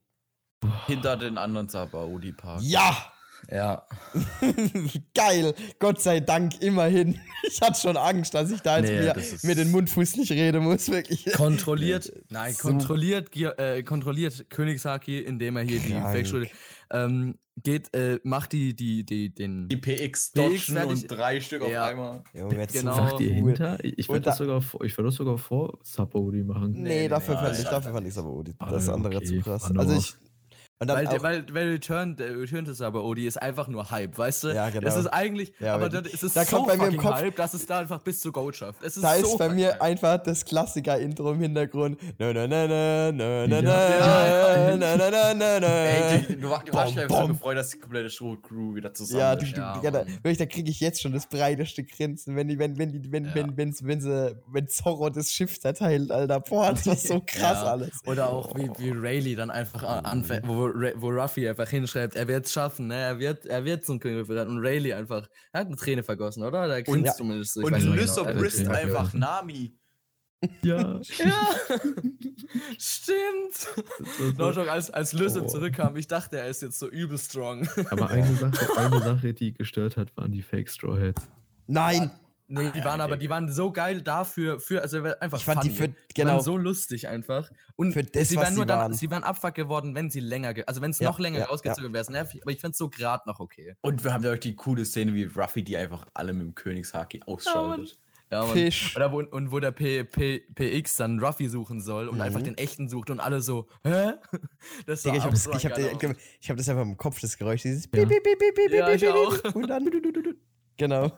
D: Hinter den anderen Sabaudi Park.
B: Ja!
C: Ja.
B: Geil, Gott sei Dank, immerhin. Ich hatte schon Angst, dass ich da jetzt
D: Nee,
B: mir,
D: das ist-
B: mir den Mund fußlich reden muss, wirklich.
C: Kontrolliert, nein,
B: So.
C: kontrolliert, Gia- äh, kontrolliert Königshaki, indem er hier die
B: Krank.
C: Fake-Schule ähm, geht, äh, macht die, die, die, den.
D: Die PX
C: PX
D: dodgen
C: fertig-
D: und drei Stück
C: Ja.
D: auf einmal.
B: Junge, jetzt
C: Genau.
B: sind wir
A: Sagt ihr
B: Oh, cool.
A: hinter? Ich, ich
B: Und
A: würde
B: da-
A: das sogar vor, ich würde das sogar vor Subody machen.
B: Nee, dafür,
D: nee,
B: fand
D: das
B: ich,
D: ist
B: dafür fand ich aber Odi.
A: Ah,
B: Das andere
A: okay,
B: zu krass.
A: Mann,
B: Also
A: aber-
B: ich. Und dann
C: Weil,
B: auch,
C: weil, weil Return, der Return to Sabaody ist einfach nur Hype, weißt du?
B: Ja, genau.
C: Es ist eigentlich,
B: Ja,
C: aber
B: aber
C: dann ist es
B: da
C: so
B: kommt bei mir im
C: fucking
B: Kopf-
C: Hype, dass es da einfach bis zu Gold schafft. Es ist
B: da
C: so
B: ist bei
C: fucking
B: mir
C: Hype.
B: einfach das Klassiker-Intro im Hintergrund. Na, na, na, na, na, na, na,
A: Ja.
B: na, na, na, na, na.
D: Ey, du, du, hast dich einfach so
B: bom.
D: gefreut, dass die komplette Show Crew wieder zusammen
B: Ja, du,
D: ist.
B: du,
C: Ja,
B: ja, da,
C: Mann.
B: wirklich, da kriege ich jetzt schon das breiteste Grinsen, wenn die, wenn, wenn die, wenn,
C: Ja.
B: wenn, wenn, wenn sie, wenn Zorro das Schiff zerteilt, Alter. Boah, das war so krass
C: Ja.
B: alles. Mhm.
C: Oder auch wie, wie Rayleigh dann einfach an- anfängt, wo, Ra- wo Ruffy einfach hinschreibt, er wird es schaffen, ne? er, wird, er wird zum König werden. Und Rayleigh einfach, er hat eine Träne vergossen, oder? Da grinst
B: ja.
C: zumindest. so, ich
D: Und
C: weiß nicht mehr
D: Lysop
C: genau.
D: risst
A: ja, ja.
D: einfach Nami.
A: Ja.
C: Ja, stimmt.
A: das war so-
C: No joke, als, als Lysop
A: Oh.
C: zurückkam, ich dachte, er ist jetzt so übel strong.
A: Aber eine Sache, eine Sache, die gestört hat, waren die Fake Straw Hats.
B: Nein,
C: Nee, die waren aber, die waren so geil dafür, für, also einfach
B: ich fand die für,
C: Die waren
B: genau,
C: so lustig einfach. Und
B: Für das,
C: sie
B: was
C: wären nur
B: sie
C: dann,
B: waren.
C: sie wären abfuck geworden, wenn sie länger, ge also wenn es
B: Ja,
C: noch länger
B: ja,
C: rausgezogen wäre, ist nervig, aber ich find's so gerade noch okay.
D: Und wir haben ja auch die coole Szene, wie Ruffy die einfach alle mit dem Königshaki ausschaltet.
C: Ja, Mann.
B: Fisch.
C: Oder wo, und wo der P, P, PX dann Ruffy suchen soll und einfach den echten sucht und alle so, hä? Das
B: Mhm. Digga, ich
C: auch
B: habe das,
C: so ein
B: ich hab
C: geiler
B: den- ich hab das einfach im Kopf, das Geräusch, dieses
A: Ja.
B: piep, piep, piep, piep, piep,
C: Ja,
B: piep,
C: ich
B: piep,
C: auch.
B: piep, und dann genau.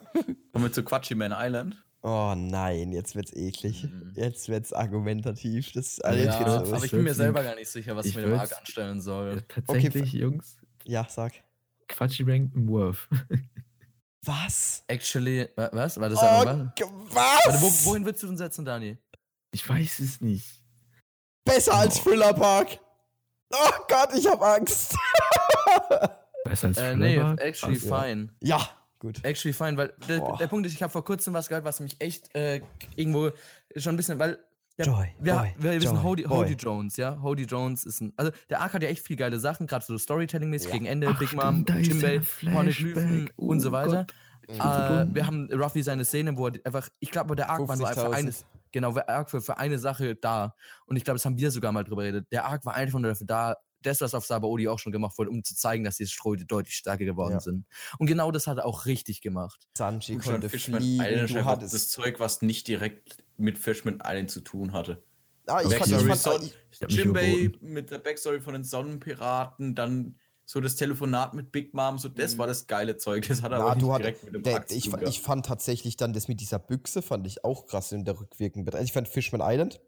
D: Kommen wir zu Quatschy Man Island.
B: Oh nein, jetzt wird's eklig. Jetzt wird's argumentativ. Das, also
C: Mhm. ja,
B: jetzt geht's
C: aber
B: los.
C: ich bin mir
A: Wirklich.
C: selber gar nicht sicher, was ich
A: Ich
C: mit dem
A: würd's-
C: Arc anstellen soll.
A: Tatsächlich, Jungs,
B: Ja, sag.
A: Quatschi rankt im Worth.
B: Was?
C: Actually, wa- was? War das
B: Oh,
C: Warte,
B: ge-
C: wo,
B: was?
C: wohin willst du denn setzen, Dani?
A: Ich weiß es nicht.
B: Besser als
A: Oh.
B: Thriller Park. Oh Gott, ich hab Angst.
A: Besser als
C: Äh,
A: Thriller
C: nee,
A: war?
C: actually
B: Krass, ja.
C: fine.
B: ja, gut.
C: Actually fine, weil der,
B: Boah.
C: der Punkt ist, ich habe vor kurzem was gehört, was mich echt äh, irgendwo schon ein bisschen, weil der,
B: Joy,
C: wir,
B: Boy,
C: wir
B: Joy,
C: wissen, Hody,
B: Boy.
C: Hody Jones, ja, Hody Jones ist ein, also der Arc hat ja echt viel geile Sachen, gerade so Storytelling-mäßig
B: Ja.
C: gegen Ende,
A: Ach,
C: Big
A: stimmt,
C: Mom,
A: da ist
C: Jimbei,
A: ja
C: Pornoglyphen
A: Flashback.
C: und so
A: Oh
C: weiter.
A: Gott.
B: Mhm.
C: Äh, wir haben Ruffy seine Szene, wo er einfach, ich glaube, der Arc war nur einfach
B: 50.000.
C: eines, genau, der Arc war für eine Sache da und ich glaube, das haben wir sogar mal drüber geredet, der Arc war einfach nur dafür da, das, was auf Sabaody auch schon gemacht wurde, um zu zeigen, dass die Strohde deutlich stärker geworden
B: Ja.
C: sind. Und genau das hat er auch richtig gemacht.
B: Sanji
D: Gut, schon
B: konnte
D: Fishman
B: fliegen,
D: Island
B: du
D: einfach das
B: hattest...
D: Zeug, was nicht direkt mit Fishman Island zu tun hatte.
B: Ah, ich fand,
D: Backstory
B: ich fand,
D: Son,
A: Ich hab mich
D: Jimbei
A: überboten.
D: mit der Backstory von den Sonnenpiraten, dann so das Telefonat mit Big Mom, so das war das geile Zeug. Das hat er
B: Mhm. Na,
D: aber nicht
B: du hat-
D: direkt mit dem
B: Der,
D: Axt
B: ich,
D: zu
B: fa-
D: tun
B: ich fand tatsächlich dann das mit dieser Büchse, fand ich auch krass in der rückwirkenden Betrachtung. Ich fand Fishman Island,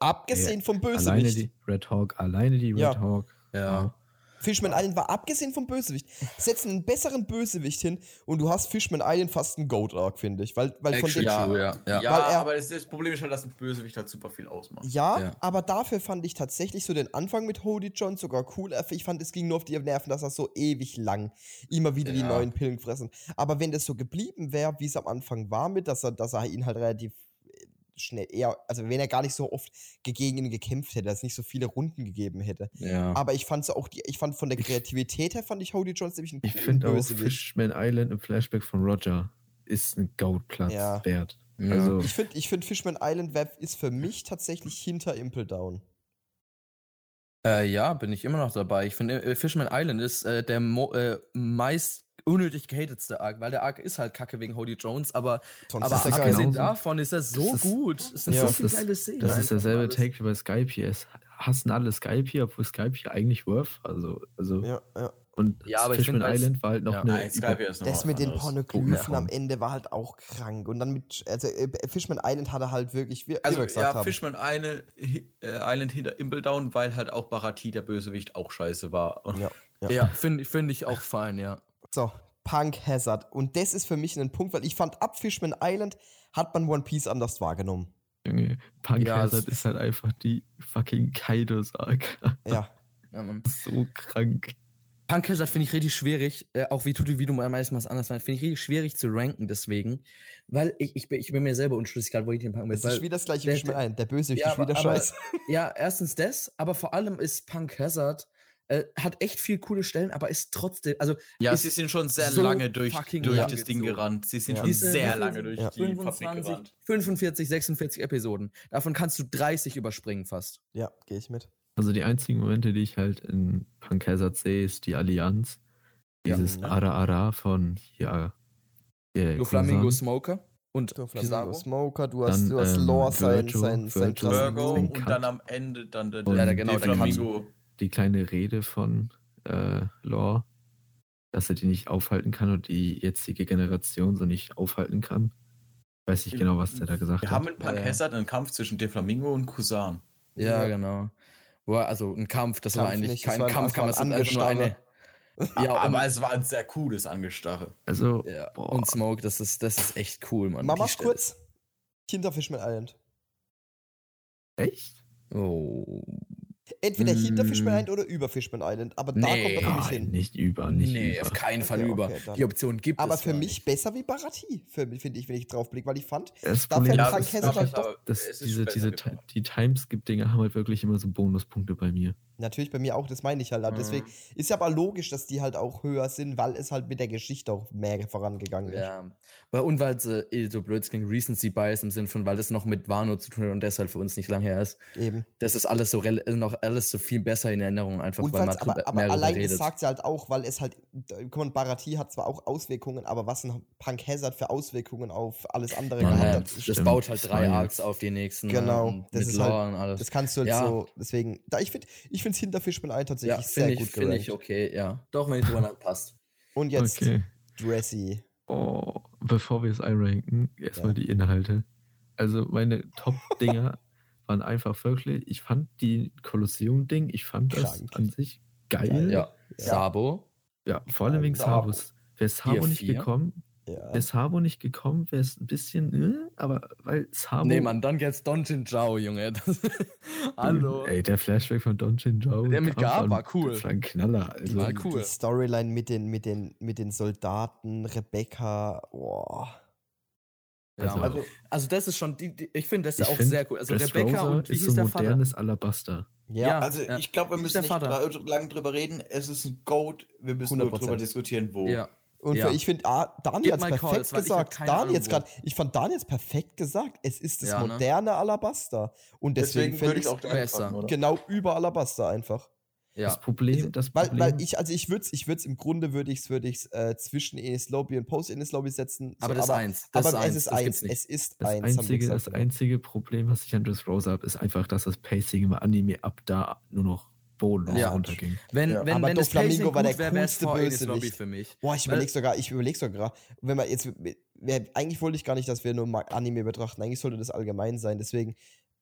B: abgesehen vom
A: Alleine
B: Bösewicht,
A: die Red Hawk, alleine die Red
B: Ja.
A: Hawk.
C: Ja.
B: Fishman Island war abgesehen vom Bösewicht, setzen einen besseren Bösewicht hin und du hast Fishman Island fast einen Goat Arc, finde ich. Weil, weil von
C: Actually,
B: dem,
C: ja, ja, ja.
D: gehabt. Ja,
B: weil er-
D: aber das, das Problem ist halt, dass ein Bösewicht halt super viel ausmacht.
B: Ja,
C: Ja.
B: aber dafür fand ich tatsächlich so den Anfang mit Holy John sogar cool. Äh, Ich fand, es ging nur auf die Nerven, dass er so ewig lang immer wieder die
C: Ja.
B: neuen Pillen fressen. Aber wenn das so geblieben wäre, wie es am Anfang war, mit, dass er, dass er ihn halt relativ äh, schnell eher, also wenn er gar nicht so oft ge- gegen ihn gekämpft hätte, dass es nicht so viele Runden gegeben hätte.
C: Ja.
B: Aber ich fand so auch die, ich fand von der Kreativität her fand ich Holy John nämlich einen
A: Ich
B: coolen
A: finde auch
B: Bösewicht.
A: Fishman Island im Flashback von Roger ist ein Goldplatz
B: Ja.
A: wert.
C: Ja.
A: Also,
B: Ich finde, ich find Fishman Island Web ist für mich tatsächlich hinter Impel Down.
C: Äh, ja, bin ich immer noch dabei. Ich finde, äh, Fishman Island ist äh, der mo äh, meist unnötig gehatetste Arc, weil der Arc ist halt kacke wegen Holy Jones, aber,
B: Sonst
C: aber genau.
B: ist er geil.
C: abgesehen
A: genauso.
C: davon ist er so
A: Das ist-
C: gut. Es sind
B: Ja.
C: so
A: Das
C: viele
A: ist-
C: geile Szenen.
A: Das ist
C: einfach und
A: derselbe
C: alles.
A: Take wie bei Skype hier. Es hassen alle Skype hier, obwohl Skype hier eigentlich Worth. Also, also
B: Ja, ja.
A: und
C: Ja, aber ich
A: Fishman
C: find, als-
A: Island war halt noch
C: ja.
A: eine.
D: Nein, Skype
A: über-
D: hier ist noch
B: Das
D: was
B: mit den
D: anderes.
B: Pornoglyphen
A: Ja.
B: am Ende war halt auch krank. Und dann mit, also äh, Fishman Island hatte halt wirklich, wie
D: Also
B: wir gesagt
D: ja,
B: haben.
D: Fishman eine, hi- äh, Island hinter Imbledown, weil halt auch Barati, der Bösewicht, auch scheiße war. Und
B: Ja.
C: Ja, finde find ich auch fein, ja.
B: So, Punk Hazard. Und das ist für mich ein Punkt, weil ich fand, ab Fishman Island hat man One Piece anders wahrgenommen.
A: Junge, Punk
C: Ja,
A: Hazard
C: es-
A: ist halt einfach die fucking Kaido-Saga.
B: Ja.
C: ja Mann.
A: So krank.
C: Punk Hazard finde ich richtig schwierig, äh, auch wie Tutu Vidum am meisten was anderes war, finde ich richtig schwierig zu ranken deswegen, weil ich, ich, bin, ich bin mir selber unschlüssig gerade, wo ich den Punk
B: Es
C: mit.
B: ist wieder das gleiche wie
C: der-
B: Fishman Island. Der Bösewicht
C: Ja,
B: ist wieder
C: aber- aber-
B: scheiße.
C: Ja, erstens das, aber vor allem ist Punk Hazard Äh, hat echt viel coole Stellen, aber ist trotzdem, also
D: Ja,
C: Ist
D: sie sind schon sehr
C: so
D: lange durch,
C: fucking
D: durch
C: lang
D: das Ding
C: gezogen.
D: gerannt. Sie sind
B: Ja.
D: schon
C: Diese-
D: sehr
C: diese
D: lange durch
B: Ja.
D: die Fabrik
C: 25,
D: gerannt.
C: 45, 46 Episoden. Davon kannst du 30 überspringen fast.
B: Ja, gehe ich mit.
A: Also die einzigen Momente, die ich halt in Pankaiser C ist die Allianz.
C: Ja.
A: Dieses
D: ne?
B: Ja.
A: Ara Ara von ja, äh,
C: Du Flamingo
A: Kusan.
C: Smoker und
B: Du Flamingo
C: Pizarro.
B: Genau. Smoker, du hast,
A: Dann,
B: du hast
A: ähm,
B: Lore, sein,
A: Virgo,
B: sein, sein
A: Virgo.
B: krassen
D: Virgo
A: Deswegen
D: und
A: Cut.
D: dann am Ende dann der,
A: Und
D: der,
C: Ja, genau,
D: der
C: der Cut.
D: Flamingo.
A: die kleine Rede von äh, Lore, dass er die nicht aufhalten kann und die jetzige Generation so nicht aufhalten kann. Weiß nicht genau, was der da gesagt
D: Wir
A: hat.
D: haben in Pankessat einen Kampf zwischen Deflamingo und Kusan.
C: Ja,
B: Ja.
C: genau. Boah, also ein Kampf, das war
B: Kampf
C: eigentlich
B: nicht, das
C: kein
B: war ein-
C: Kampf,
B: das
C: kann
B: war
C: man
B: ein
C: sagen, einfach nur eine. Ja,
D: Ja,
C: und,
D: aber es war ein sehr cooles Angestache.
A: Also,
C: ja,
A: Boah.
C: und Smoke, das ist, das ist echt cool, Mann.
B: Oh. Mach
C: Die
B: mach's
C: Stelle-
B: kurz. Hinterfishman Island.
A: echt?
C: Oh.
B: Entweder
C: Mm.
B: hinter Fishman Island oder über Fishman Island. Aber da
C: Nee.
B: kommt er für mich
A: Nein,
B: hin.
A: nicht über, nicht
C: Nee,
A: über.
C: auf keinen Fall
B: Okay,
C: über.
B: okay, dann.
C: Die Option gibt
B: Aber
C: es.
B: für
C: gar
B: mich
C: nicht.
B: besser wie Barati, finde ich, wenn ich draufblicke, weil ich fand,
A: Das
B: Da fällt
A: Problem
B: Ja,
A: ist,
B: Frank Hesse
A: dass-
B: dann doch-
A: dass
D: es ist
A: diese,
D: besser
A: diese,
D: geworden.
A: Ti- die Timeskip-Dinger haben halt wirklich immer so Bonuspunkte bei mir.
B: natürlich bei mir auch, das meine ich halt.
D: Mhm.
B: Deswegen ist ja aber logisch, dass die halt auch höher sind, weil es halt mit der Geschichte auch mehr vorangegangen ist.
C: Ja. Weil, und weil es äh, so blöd klingt, Recency Bias im Sinn von, weil das noch mit Wano zu tun hat und deshalb für uns nicht lang her ist.
B: Eben.
C: Das ist alles so rel- noch alles so viel besser in Erinnerung, einfach
B: Und
C: weil man
B: weil's aber,
C: drüber-
B: aber
C: mehr drüber
B: allein das
C: redet.
B: sagt sie halt auch, weil es halt, da- guck mal, Barati hat zwar auch Auswirkungen, aber was ein Punk Hazard für Auswirkungen auf alles andere
A: Mann,
B: gehabt
A: ja.
B: hat,
A: das
C: das, das
A: stimmt.
C: baut halt
A: Das
C: drei
A: war
C: Arcs
A: jetzt-
C: auf die nächsten.
B: Genau,
C: ähm,
B: das
C: mit
B: ist halt-
C: Lore und alles.
B: das kannst du halt
C: Ja.
B: so, deswegen, da, ich finde ich find's hinter Fishman Island
C: ja,
B: tatsächlich sehr
C: finde ich,
B: gut
C: find ich
B: gerankt.
C: okay, ja. Doch, wenn ich drüber nachpasst.
B: Und jetzt
A: Okay.
B: Dressy.
A: Oh, bevor wir es einranken, erstmal
B: Ja.
A: die Inhalte. Also meine Top-Dinger waren einfach wirklich, ich fand die Kolosseum-Ding, ich fand das
B: Krank.
A: an sich geil.
B: Geil.
A: Ja.
C: Ja. Sabo.
A: vor allem wegen
B: Sabo.
A: Sabos. Wäre Sabo nicht
C: vier.
A: gekommen,
B: Ja.
A: wäre Sabo nicht gekommen, wäre es ein bisschen, äh, aber weil Sabo...
C: Nee, Mann, dann geht's Donjin Zhao, Junge. Das, hallo.
A: Ey, der Flashback von Don Jin Zhao.
C: Der mit
A: kam
C: Gab
A: schon-
C: war cool.
A: Das war ein Knaller. Also,
C: War
B: Die
C: cool.
B: Storyline mit den, mit den, mit den Soldaten, Rebecca, boah.
C: ja,
A: also-
C: also, also das ist schon, die, die, ich finde das
A: Ich
C: auch
A: find,
C: sehr cool. Also
A: Dress
C: Rebecca
A: Rosa
C: und wie
A: ist
C: hieß
A: so
C: der Vater?
A: modernes Alabaster.
C: Ja,
E: Also
C: Ah, ja.
E: ich glaube, wir
C: Wie ist
E: müssen
C: der
E: nicht
C: Vater?
E: dra- lange drüber reden. Es ist ein Goat. Wir müssen nur
C: 100%.
E: drüber diskutieren, wo.
C: Ja.
B: Und
C: Ja.
B: für, ich finde, ah, Dani
C: Gib
B: hat
C: mal
B: perfekt
C: Calls, weil ich hab
B: gesagt.
C: keine
B: Dani
C: Ahnung,
B: jetzt
C: wo.
B: grad, ich fand Dani jetzt perfekt gesagt. Es ist das
C: Ja, ne?
B: moderne Alabaster. Und deswegen,
E: Deswegen würde
B: finde ich
E: ich auch
B: es
E: da
C: besser.
E: anfangen, oder?
B: genau über Alabaster einfach.
A: Das
C: Ja.
A: Problem, das
B: Weil,
A: Problem
B: weil ich, also ich würde es ich würd's im Grunde würde ich es würd ich's, äh, zwischen Enes Lobby und Post Enes Lobby setzen. So,
C: Aber das ist
B: aber,
C: eins. Das
B: aber
C: ist eins.
B: es ist
C: das gibt's
B: eins.
C: nicht.
B: Es ist
A: Das
B: eins. haben wir
A: einzige,
B: gesagt,
A: das
B: genau.
A: einzige Problem, was ich an Dress Rosa habe, ist einfach, dass das Pacing im Anime ab da nur noch bodenlos
C: Ja.
A: runterging.
C: Wenn,
E: Ja.
C: wenn,
B: Aber
C: wenn das
B: Doflamingo
C: Pacing
B: war der
C: gut wäre, wäre es
B: coolste
C: vor Ines
B: Bösewicht.
C: Lobby für mich.
B: Boah, ich
C: Weil-
B: überlege sogar, ich überlege sogar, wenn man jetzt, wär, eigentlich wollte ich gar nicht, dass wir nur mal Anime betrachten, eigentlich sollte das allgemein sein, deswegen,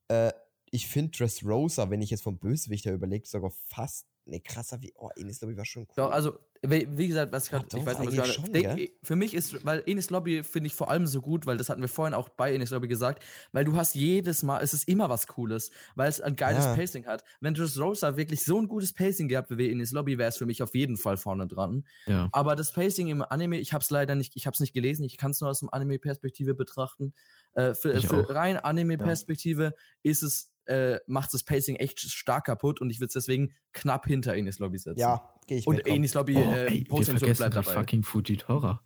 B: äh, ich finde Dressrosa, wenn ich jetzt vom Bösewicht her überlege, sogar fast, ne, krasser wie, oh, Ines Lobby war schon cool.
C: Doch, also, wie, wie gesagt, was ich
B: Ja,
C: gerade,
B: doch,
C: ich weiß nicht, was ich
B: eigentlich
C: gerade,
B: schon,
C: denk-
B: gell?
C: für mich ist, weil Enes Lobby finde ich vor allem so gut, weil das hatten wir vorhin auch bei Enes Lobby gesagt, weil du hast jedes Mal, es ist immer was Cooles, weil es ein geiles
B: Ja.
C: Pacing hat. Wenn Just Rosa wirklich so ein gutes Pacing gehabt hätte wie Enes Lobby, wäre es für mich auf jeden Fall vorne dran.
A: Ja.
C: Aber das Pacing im Anime, ich habe es leider nicht, ich habe es nicht gelesen, ich kann es nur aus dem Anime-Perspektive betrachten. Äh, für,
A: Ich
C: für
A: auch.
C: rein Anime-Perspektive ist es, äh, macht das Pacing echt stark kaputt und ich würde es deswegen knapp hinter Enes Lobby setzen.
B: ja, gehe ich
C: Und
B: mit, komm.
C: Enis Lobby,
A: Oh,
C: äh,
A: ey, wir
C: Posting
A: vergessen
C: bleibt
A: halt
C: dabei.
A: fucking Fujitora.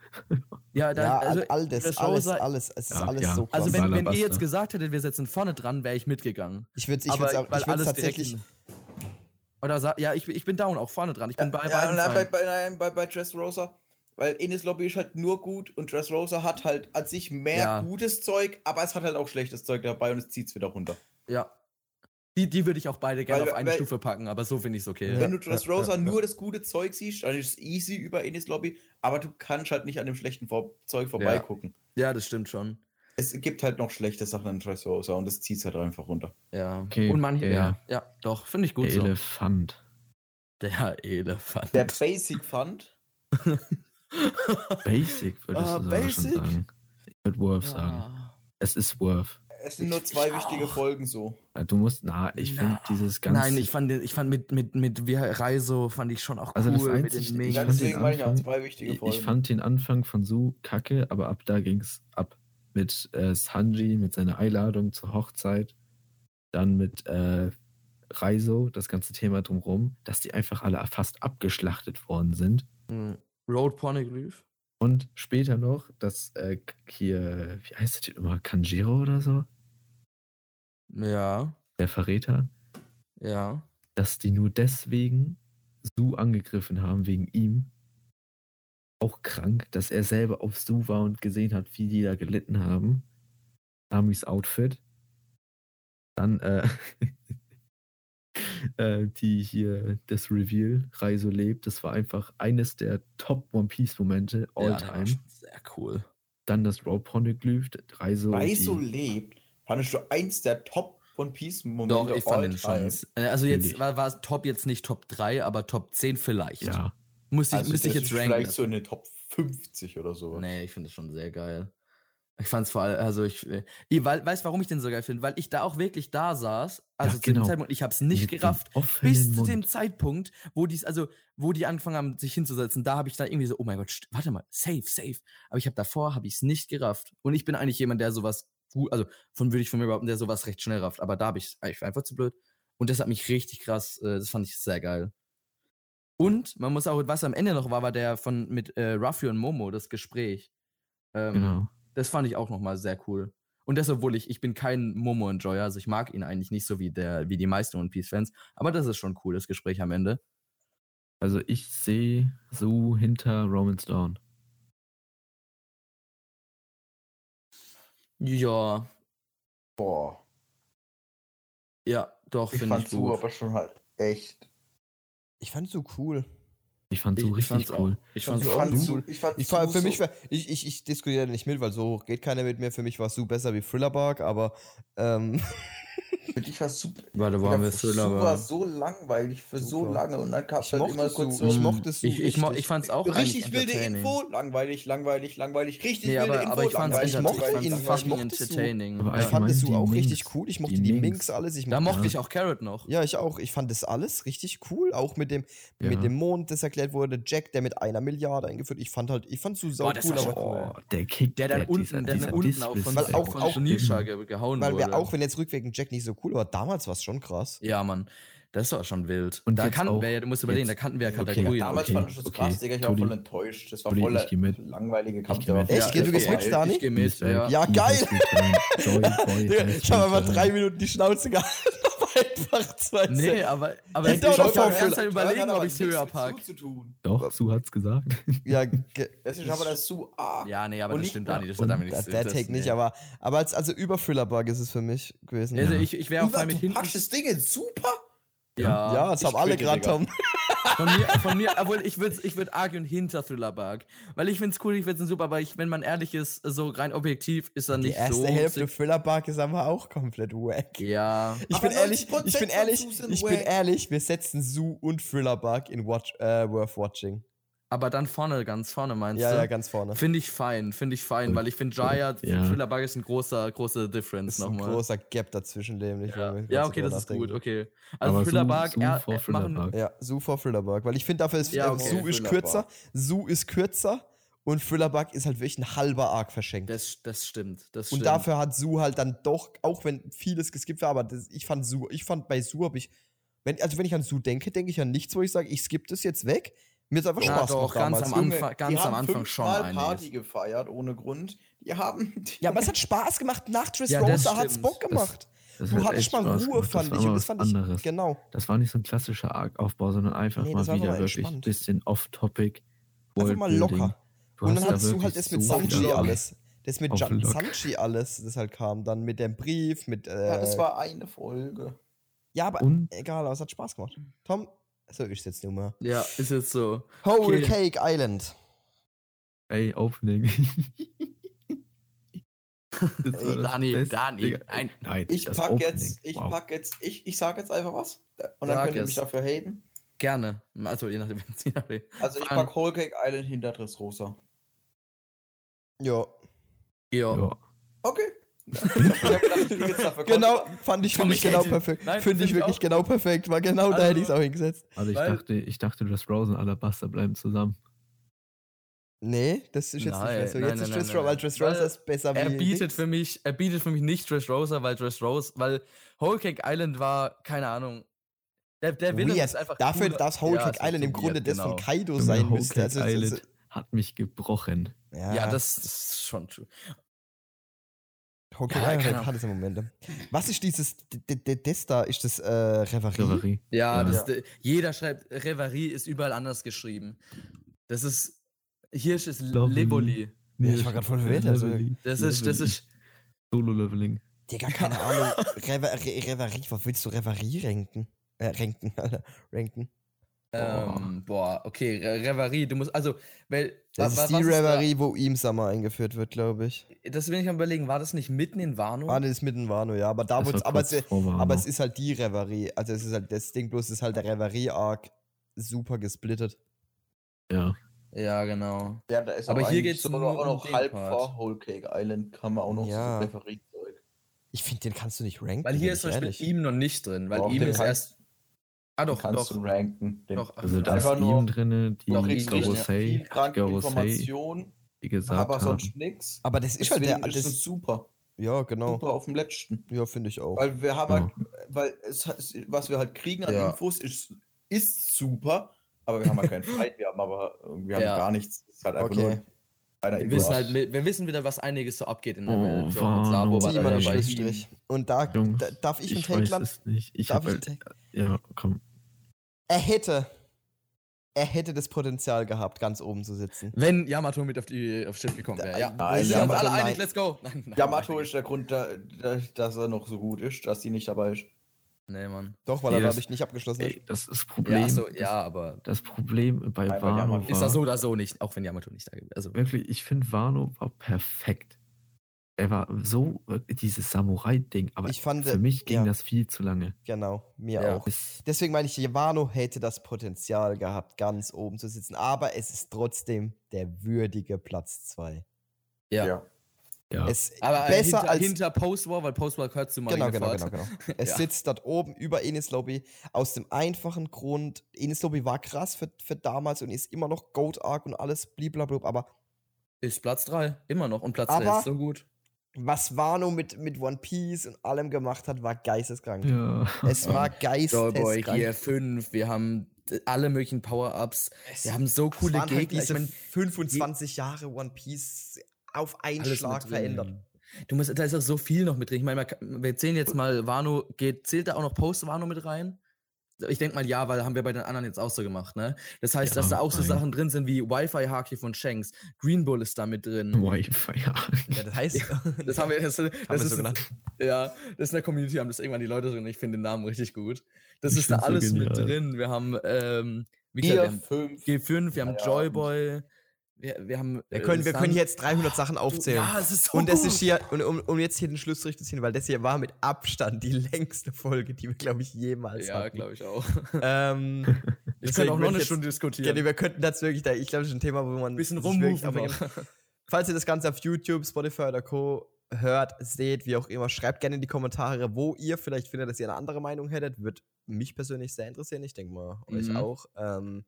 C: Ja, da,
B: ja,
C: also,
B: all, all das,
C: Dressrosa-
B: alles, alles, es ist
A: Ja,
B: alles
A: ja.
B: so krass.
C: also wenn, wenn ihr
A: Alabaster.
C: jetzt gesagt hättet, wir setzen vorne dran, wäre ich mitgegangen.
B: ich würde es ich
C: aber
B: würd's auch-
C: weil
B: ich würd's
C: alles
B: tatsächlich,
C: direkt. Oder sa- ja, ich, ich bin down, auch vorne dran. Ich bin bei
E: Ja,
C: beiden.
E: nein, bei,
C: Seiten.
E: bei, nein, bei, bei Dressrosa, weil Enes Lobby ist halt nur gut und Dressrosa hat halt an sich mehr
C: Ja.
E: gutes Zeug, aber es hat halt auch schlechtes Zeug dabei und es zieht es wieder runter.
C: ja. Die, die würde ich auch beide gerne
E: Weil-
C: auf eine
E: weil-
C: Stufe packen, aber so finde ich es okay.
E: Wenn du
B: Ja,
E: Dressrosa
B: ja, ja.
E: nur das gute Zeug siehst, dann ist es easy über Enes Lobby, aber du kannst halt nicht an dem schlechten Vor Zeug vorbeigucken.
C: Ja, das stimmt schon.
E: Es gibt halt noch schlechte Sachen an Dressrosa und das zieht es halt einfach runter.
C: Ja.
A: Okay,
C: Und manche,
A: der-
C: ja. Ja, doch, finde ich gut
A: Der
C: so.
A: Elefant.
C: Der Elefant.
E: Der Basic Fund,
A: Basic, würdest
C: Ah,
A: du sogar schon
C: basic? Ah.
A: sagen. Ich würde Worth sagen.
C: Ja.
A: Es ist Worth.
E: es sind
C: Ich-
E: nur zwei
C: ich
E: wichtige
C: auch.
E: Folgen so.
A: Du musst, na, ich
C: Na,
A: finde dieses ganze.
C: Nein, ich fand, den, ich fand mit, mit, mit wie Reiso fand ich schon auch
A: Also das
C: cool. mit
A: einzig-
C: den
A: ich
E: Ja,
C: Ming-
A: fand den
E: deswegen meine ich auch
A: Anfang-
E: zwei wichtige
A: ich,
E: Folgen.
A: ich fand den Anfang von Su kacke, aber ab da ging es ab. Mit äh, Sanji, mit seiner Einladung zur Hochzeit, dann mit äh, Reiso, das ganze Thema drumherum, dass die einfach alle fast abgeschlachtet worden sind.
C: Road Pornoglyph.
A: Und später noch, dass äh, hier, wie heißt der Typ immer, Kanjiro oder so,
C: Ja,
A: der Verräter,
C: ja.
A: dass die nur deswegen Su angegriffen haben, wegen ihm. Auch krank, dass er selber auf Su war und gesehen hat, wie die da gelitten haben. Amis Outfit. Dann, äh, äh, die hier, das Reveal, Reiso lebt, das war einfach eines der Top One Piece Momente all
C: ja, der war
A: time.
C: schon Sehr cool.
A: Dann das Raw Poneglyph, Reiso.
E: Reiso lebt. Fandest du eins der Top One Piece Momente?
C: Doch, ich fand
E: all
C: den
E: time?
C: schon. Äh, Also
A: Finde
C: jetzt
A: ich.
C: war, war es Top jetzt nicht Top 3, aber Top 10 vielleicht.
A: ja,
C: Muss ich,
E: Also
C: müsste ich
E: das
C: jetzt
E: ist
C: ranken.
E: Vielleicht so in den Top 50 oder so.
C: Nee, ich finde es schon sehr geil. Ich fand es vor allem, also ich, äh, ich weil, weiß, warum ich den so geil finde, weil ich da auch wirklich da saß, also zu
A: genau.
C: dem Zeitpunkt, ich habe es nicht
A: mit dem
C: gerafft,
A: offenen
C: bis zu dem
A: Mund.
C: Zeitpunkt, wo die, also, wo die angefangen haben, sich hinzusetzen, da habe ich dann irgendwie so, oh mein Gott, st- warte mal, safe, safe. Aber ich habe davor, habe ich es nicht gerafft. Und ich bin eigentlich jemand, der sowas gut, also von würde ich von mir behaupten, der sowas recht schnell rafft. Aber da habe ich, ich war einfach zu blöd. Und das hat mich richtig krass, äh, das fand ich sehr geil. Und man muss auch, was am Ende noch war, war der von mit äh, Ruffy und Momo, das Gespräch. Ähm,
A: Genau.
C: das fand ich auch nochmal sehr cool. Und das, obwohl ich, ich bin kein Momo-Enjoyer, also ich mag ihn eigentlich nicht so wie, der, wie die meisten One Piece-Fans, aber das ist schon cool, das Gespräch am Ende.
A: Also ich sehe so hinter Romans Dawn.
C: Ja,
E: Boah,
C: ja, doch,
E: ich
C: finde
E: fand
C: ich
E: Su
C: gut.
E: aber schon halt echt.
B: Ich fand so cool.
A: Ich fand so
C: Ich- ich
A: richtig
C: fand's auch.
A: cool.
C: Ich fand's
B: Ich
C: auch
B: fand
C: gut.
B: Su-
E: ich fand
B: Ich,
E: Su
B: war- für
E: so-
B: mich war, ich, ich, ich diskutiere nicht mit, weil so geht keiner mit mir. Für mich war Sue besser wie Thriller Bark, aber ähm,
E: Für dich war super.
C: Warte,
E: Digga,
C: waren wir
E: für
C: Thriller
E: Su
C: aber-
E: war so langweilig für so
B: Super.
E: lange und dann kam
B: ich
E: halt immer
B: mochte
E: kurz
B: Sue.
E: so.
B: Ich
C: Mm.
B: mochte Sue.
C: Ich, ich, mo- ich
B: richtig.
C: fand's auch
E: Richtig wilde
C: entertaining.
E: Info, langweilig, langweilig, langweilig, richtig
C: Nee,
E: wilde
C: aber,
E: Info,
C: aber ich fand's
E: langweilig,
B: entertaining. mochte
C: entertaining.
E: langweilig,
C: Ich
B: ihn,
E: langweilig.
C: fand's fucking
B: mochte Su.
C: entertaining.
A: Aber
C: ja.
B: ich fand
A: allgemein
B: Sue
A: die
B: auch richtig
A: Minx.
B: cool. Ich mochte
A: Die
B: die
A: Minx.
B: Minx alles. Ich
C: Da
B: mochte
A: Ja.
C: mochte ich auch Carrot noch.
B: Ja, ich auch. Ich fand das alles richtig cool. Auch mit dem,
A: Ja.
B: mit dem Mond, das erklärt wurde, Jack, der mit einer Milliarde eingeführt. Ich fand halt, ich fand Sue sau
C: das
B: cool,
C: war schon
B: aber
A: Oh, der Kick,
C: Der dann unten,
A: dieser-
C: der dann
A: dieser
C: unten
A: Diss
C: auch
A: bis
C: von,
B: Weil
A: der-
B: auch-
C: von
B: auch-
C: Shunisha ge- gehauen
B: weil
C: wurde.
B: wir auch, wenn jetzt rückwirkend Jack nicht so cool war, damals war es schon krass.
C: ja, Mann, das war schon wild.
A: Und
C: da
A: jetzt
C: kannten
A: auch-
C: wir ja, du musst überlegen, da
A: jetzt-
C: kannten wir ja
A: Okay,
C: Kategorien.
A: damals-
E: Damals fand
A: Okay,
E: ich das
A: okay.
E: krass, Digga, ich war
A: Tolly.
E: voll enttäuscht. Das war
A: Tolly,
E: voller
A: ich geh mit.
E: langweilige Kampf.
A: geh
E: der
A: mit.
E: war-
B: Echt? Geht
E: das
B: übrigens
E: war
B: mit
E: geil.
B: da nicht?
C: ich geh mit,
A: Mister-
C: ja.
B: Ja,
A: Mister
B: geil.
A: Sweet Joy, Boy,
B: Digga,
A: Boy,
B: ich habe aber
A: Sweet
B: drei
A: Joy.
B: Minuten die Schnauze gehalten, aber einfach zwei
C: Nee, aber, aber
B: Die
C: ich
B: dauert auch
C: muss auch die
B: voll
C: ganze Zeit
E: Thriller-
C: überlegen,
E: Thriller
C: ob
E: hat
C: ich Syria
D: genau,
E: nichts mit
C: pack.
E: Su zu tun.
A: Doch, Su hat's gesagt.
B: Ja, ge-
E: Das ist aber das Ah, Su A.
C: Ja, nee, aber
E: Und
C: das
E: liegt
C: stimmt,
E: noch-
C: Dani, das hat damit nichts
B: der,
C: zu
B: der
C: das-
B: Take nicht,
C: nee.
B: aber, aber als, also über Thriller-Bug ist es für mich gewesen.
C: Also
A: Ja.
C: ich, ich wäre auf
E: Über,
C: einmal
E: du
C: hinten.
E: packst das Ding in Super?
C: Ja,
B: ja, das
E: ich
B: haben alle
E: quittiere,
B: gerade,
E: Digga.
B: Tom.
C: Von mir,
B: also
C: von mir, obwohl ich würde ich würd arg und hinter Thriller Bark. Weil ich find's cool, ich find's super, aber ich, wenn man ehrlich ist, so rein objektiv ist dann
B: Die
C: nicht
B: erste
C: so.
B: Hälfte
C: sick-
B: Thriller-Bug ist aber auch komplett wack.
C: Ja.
B: Ich
E: Aber
B: bin ehrlich, ich
E: 90%
B: bin ehrlich,
E: von Zoos sind
B: ich bin
E: wack.
B: ehrlich, wir setzen Sue und Thriller-Bug in Watch, äh, Worth Watching.
C: Aber dann vorne, ganz vorne meinst
B: Ja,
C: du?
B: ja, ganz vorne.
C: Finde ich fein, finde ich fein, weil ich finde Jaya,
A: Ja.
C: Thriller Bark ist ein großer, große Difference
B: Das ist ein
C: nochmal.
B: großer Gap dazwischen, nämlich. wenn wir
C: Ja.
B: kurz
C: ja, okay,
B: drüber
C: das ist gut,
B: nachdenken.
C: okay. Also
A: Aber
C: Thriller
A: Su-
C: Bark,
A: Su
C: er,
A: vor
C: er
A: Thriller
C: machen,
A: Bark.
B: Ja, äh, Sue vor Thriller-Bug, weil ich finde, dafür ist
C: Ja,
B: ja,
C: okay.
B: Sue ist
E: Thriller
B: kürzer,
E: Bark.
B: Sue ist kürzer und Thriller-Bug ist halt wirklich ein halber Arc verschenkt.
C: das, das stimmt, das
B: Und
C: stimmt.
B: dafür hat Su halt dann doch, auch wenn vieles geskippt war, aber das, ich fand Su, ich fand bei Su habe ich, wenn, also wenn ich an Su denke, denke ich an nichts, wo ich sage, ich skippe das jetzt weg. Mir ist einfach
C: Ja,
B: Spaß gemacht
C: doch, ganz
B: damals.
C: am
E: Junge,
C: Anfang,
E: die
C: ganz am
E: haben
C: Anfang schon
E: fünfmal Party
C: einiges.
E: gefeiert ohne Grund. Die haben die
B: Ja, aber es hat Spaß gemacht. Nach Triss
C: Ja, das
B: Rosa hat es
C: stimmt.
B: Bock
A: Das-
B: gemacht.
A: Das
B: du
A: hat
B: hattest
A: echt
B: mal
A: Spaß
B: Ruhe,
A: gemacht.
B: fand
A: das
B: ich.
A: War mal
B: Und das
A: was
B: fand
A: anderes.
B: ich, genau.
A: Das war nicht so ein klassischer Arc- Aufbau, sondern einfach
B: Nee,
A: mal
B: das war
A: wieder
B: mal
A: wirklich
B: entspannt.
A: bisschen off-topic.
B: Einfach mal locker. Und dann
A: hat
B: hattest du halt das mit Sanji alles. Das mit
A: auf
B: Jan
A: Lock.
B: Sanji alles, das halt kam. Dann mit dem Brief, mit. Äh,
E: Ja, das war eine Folge.
B: ja, aber
A: Und
B: egal, aber es hat Spaß gemacht. Tom, so ist jetzt nun mal.
C: Ja, ist jetzt so.
B: Whole
C: Okay.
B: Cake Island.
A: Ey, Opening. Das war das
C: Dani,
A: Beste,
C: Dani,
A: Digga.
C: nein.
A: nein.
E: Ich
A: das
E: pack
A: Opening,
E: jetzt, ich
A: wow.
E: pack jetzt, ich, ich sag jetzt einfach was. äh, Und dann
C: Sag
E: könnt ihr
C: es.
E: mich dafür haten.
C: Gerne. Also je nachdem, je nachdem.
E: Also ich
C: Fang.
E: pack Whole Cake Island hinter Dressrosa.
B: Ja.
C: Ja.
A: Ja.
E: Okay. Ich hab gedacht, ich bin jetzt dafür
B: Genau, fand ich,
C: Komm,
B: find ich
C: ich
B: genau
C: hätte-
B: perfekt.
C: Nein,
B: Finde
C: find
B: ich
C: ich
B: wirklich
C: auch
B: genau perfekt. War genau da hätte ich es
C: Also-
B: auch hingesetzt.
A: Also ich
C: Weil-
A: dachte, ich dachte, dass Rose und Alabaster bleiben zusammen.
B: Nee, das ist jetzt nicht
C: Nein,
B: mehr so.
C: nein,
B: Jetzt
C: nein,
B: ist
C: nein,
B: Dressrosa, weil
C: nein.
B: Dressrosa
C: Weil
B: ist besser
C: Er bietet
B: nichts.
C: für mich, er bietet für mich nicht Dressrosa, weil Dressrosa, weil Whole Cake Island war, keine Ahnung, Der, der Venom
B: Weird.
C: Äh, ist einfach
B: Dafür,
C: cooler.
B: dass Whole
C: Ja,
B: Cake
C: es ist
B: Island im
C: so
B: Grunde
C: weird,
B: das von
C: genau.
B: Kaido
A: Junge,
B: sein
A: Whole
B: müsste.
A: Cake
B: Also, das
A: Island
B: ist-
A: hat mich gebrochen.
B: ja,
C: Ja, das, das ist schon true.
B: Whole Cake
C: ja, keine
B: Island
C: Ahnung.
B: hat es im Moment. ne? Was ist dieses, d- d- d- das da, ist das äh, Reverie?
A: Reverie.
C: Ja,
A: Ja.
C: Das, de- jeder schreibt, Reverie ist überall anders geschrieben. Das ist, Hirsch ist
A: Lovely.
C: Leboli.
B: Ja, ich war grad voll verwirrt, also-
A: Reverie.
C: Das ist, das ist,
A: Solo-Leveling.
B: Digga, keine Ahnung. Rever Re Reverie, was willst du Reverie ranken? Äh, ranken, Alter. Ranken.
C: ähm, boah, okay, Re- Reverie, du musst, also, weil,
B: Das
C: wa- wa-
B: ist die
C: was da-
B: Reverie, wo ihm Summer eingeführt wird, glaube ich.
C: das bin ich am überlegen, war das nicht mitten in Warnung?
B: Ah, das ist mitten Wano, ja. Aber da
A: Das
B: wird's,
A: war
B: aber,
A: kurz
B: es, äh,
A: vor Wano.
B: aber es ist halt die Reverie. Also es ist halt das Ding, bloß ist halt der Reverie-Arc super gesplittet.
A: Ja.
C: Ja, genau.
E: Ja, da ist
C: Aber
E: auch
C: hier
E: eigentlich
C: geht's
E: sogar
C: nur
E: auch
C: um
E: noch
C: den
E: halb
C: Part.
E: vor Whole Cake Island, kann man auch noch
B: Ja.
E: so referieren. zurück.
B: Ich finde, den kannst du nicht ranken.
C: Weil
B: bin
C: hier ist
B: ich
C: zum Beispiel
B: ehrlich.
C: ihm noch nicht drin, weil
E: Doch,
C: ihm
E: den
C: ist
E: kannst-
C: erst. Ah,
E: Den
C: doch,
E: kannst du
C: doch.
E: ranken. Den
C: doch.
A: Also da
E: Einfach
A: ist
E: nur-
A: ihm drinne, die
C: noch
E: kriegst
C: Garosei,
D: ne-
E: richtig viel
A: Garosei,
E: kranke
A: Garosei,
E: Informationen,
A: die gesagt
E: aber
A: haben.
E: sonst nix.
B: Aber das ist halt der.
E: Deswegen ist es
B: Das,
E: super.
B: ja,
C: Oh.
B: genau.
E: Super auf dem letzten.
B: Ja, finde ich auch.
E: Weil wir haben
A: Ja.
E: halt, weil es, es- was wir halt kriegen an
C: Ja.
E: Infos ist, ist super, aber wir haben halt keinen Fight, wir haben aber wir haben
C: Ja.
E: gar nichts. Es ist halt einfach
B: Okay.
E: nur einer
C: Wir
E: Infos.
C: wissen halt, wir wissen wieder, was einiges so abgeht in der
A: Oh,
C: Welt. So,
A: Wahnsinn.
C: Sabo war
A: aber
B: Zieh
A: äh,
B: mal
C: da
B: den
A: bei
C: dabei.
A: Schluss-
B: Schlussstrich. Und da,
A: Jungs,
B: da darf ich einen
A: Ich
B: Take
A: weiß
B: landen?
A: es nicht. Ich
B: Darf
A: hab
B: ich
A: halt,
B: einen Take?
A: ja, komm.
B: Er hätte. Er hätte das Potenzial gehabt, ganz oben zu sitzen.
C: Wenn Yamato mit auf die auf Schiff gekommen wäre. Ja,
E: Nein,
C: wir sind uns
B: Yamato,
C: alle
B: nein.
C: einig, let's go. Nein, nein,
E: Yamato
C: nein.
E: ist der Grund, da, da, dass er noch so gut ist, dass sie nicht dabei ist.
C: Nee, Mann.
B: Doch, weil er
A: Nee, das-
B: dadurch nicht abgeschlossen ist.
A: Ey, das ist das
C: Ja,
A: Problem.
C: ach so, ja, aber
A: Das Problem bei
E: Nein, bei
A: Wano
E: Yamato.
A: war,
C: ist das so oder so nicht, auch wenn Yamato nicht da gewesen Also,
A: wirklich, ich finde Wano war perfekt. Er war so, äh, dieses Samurai-Ding, aber
B: Ich fand,
A: für mich ging
B: ja.
A: das viel zu lange.
B: Genau, mir
C: Ja.
B: auch.
A: Es,
B: Deswegen meine ich, Jevano hätte das Potenzial gehabt, ganz oben zu sitzen. Aber es ist trotzdem der würdige Platz 2.
C: ja.
A: ja,
B: Es
C: Aber
B: besser
C: hinter,
B: als.
C: hinter Post-War, weil Post-War gehört zu
B: genau,
C: Marineford.
B: genau, genau, genau. Es
C: Ja.
B: sitzt dort oben über Enis Lobby aus dem einfachen Grund. Enis Lobby war krass für, für damals und ist immer noch Goat Arc und alles blablabla. Aber
C: Ist Platz 3, immer noch. Und Platz
B: Aber-
C: 3 ist so gut.
B: was Wano mit, mit One Piece und allem gemacht hat, war geisteskrank.
A: ja.
B: Es war
C: Dollboy, Gear
B: geisteskrank.
C: 5, wir haben d- alle möglichen Power-Ups. Wir haben so
B: Es
C: coole
B: waren halt
C: Gegner. Ich
B: diese
C: mein,
B: 25 Jahre One Piece auf einen
C: alles
B: Schlag
C: mit drin.
B: verändert.
C: Du musst, da ist auch so viel noch mit drin. Ich meine, man kann- wir zählen jetzt mal, Wano, geht, zählt da auch noch Post-Wano mit rein? Ich denke mal ja, weil haben wir bei den anderen jetzt auch so gemacht, ne? Das heißt, dass
A: Ja,
C: da auch so
A: nein.
C: Sachen drin sind wie Wi-Fi-Haki von Shanks, Green Bull ist da mit drin.
A: Wi-Fi, ja.
B: Ja, das heißt,
C: Das haben wir, das, das,
B: wir so
C: ist,
B: genannt.
C: ja, das ist in der Community, haben das irgendwann die Leute drin. Ich finde den Namen richtig gut. Das
A: Ich
C: ist da
A: find's so
C: alles mit
A: genial.
C: drin. Wir haben, ähm, wie gesagt, wir
E: Vier,
C: haben
E: fünf.
C: G5, wir haben
E: Ja, ja,
C: Joyboy, wir, wir haben. äh,
B: wir können, wir können jetzt 300 Sachen aufzählen.
C: Ja, es ist so
B: und das
C: gut.
B: ist hier, und um, um jetzt hier den Schlussstrich zu ziehen, weil das hier war mit Abstand die längste Folge, die wir, glaube ich, jemals
C: Ja,
B: hatten.
C: glaube ich auch.
B: Ähm,
C: Ich
B: deswegen
C: kann auch
B: würde ich
C: noch eine
B: jetzt-
C: Stunde
B: Ja, nee,
C: diskutieren.
B: Genau, wir könnten das wirklich, da, ich glaube, das ist ein Thema, wo man.
C: Ein bisschen
B: sich wirklich
C: rummoven
B: aufregen-
C: noch.
B: Falls ihr das Ganze auf YouTube, Spotify oder Co. hört, seht, wie auch immer, schreibt gerne in die Kommentare, wo ihr vielleicht findet, dass ihr eine andere Meinung hättet. Wird mich persönlich sehr interessieren. Ich denke mal, euch
C: Mhm.
B: auch. Ähm,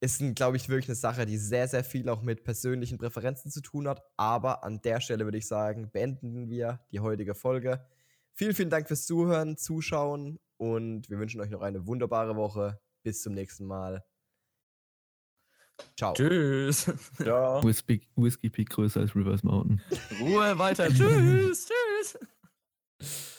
B: ist, glaube ich, wirklich eine Sache, die sehr, sehr viel auch mit persönlichen Präferenzen zu tun hat. Aber an der Stelle würde ich sagen, beenden wir die heutige Folge. Vielen, vielen Dank fürs Zuhören, Zuschauen und wir wünschen euch noch eine wunderbare Woche. Bis zum nächsten Mal. Ciao.
C: Tschüss.
E: Ja.
A: Whiskey, Whiskey Peak größer als Reverse Mountain.
C: Ruhe weiter. Tschüss. Tschüss.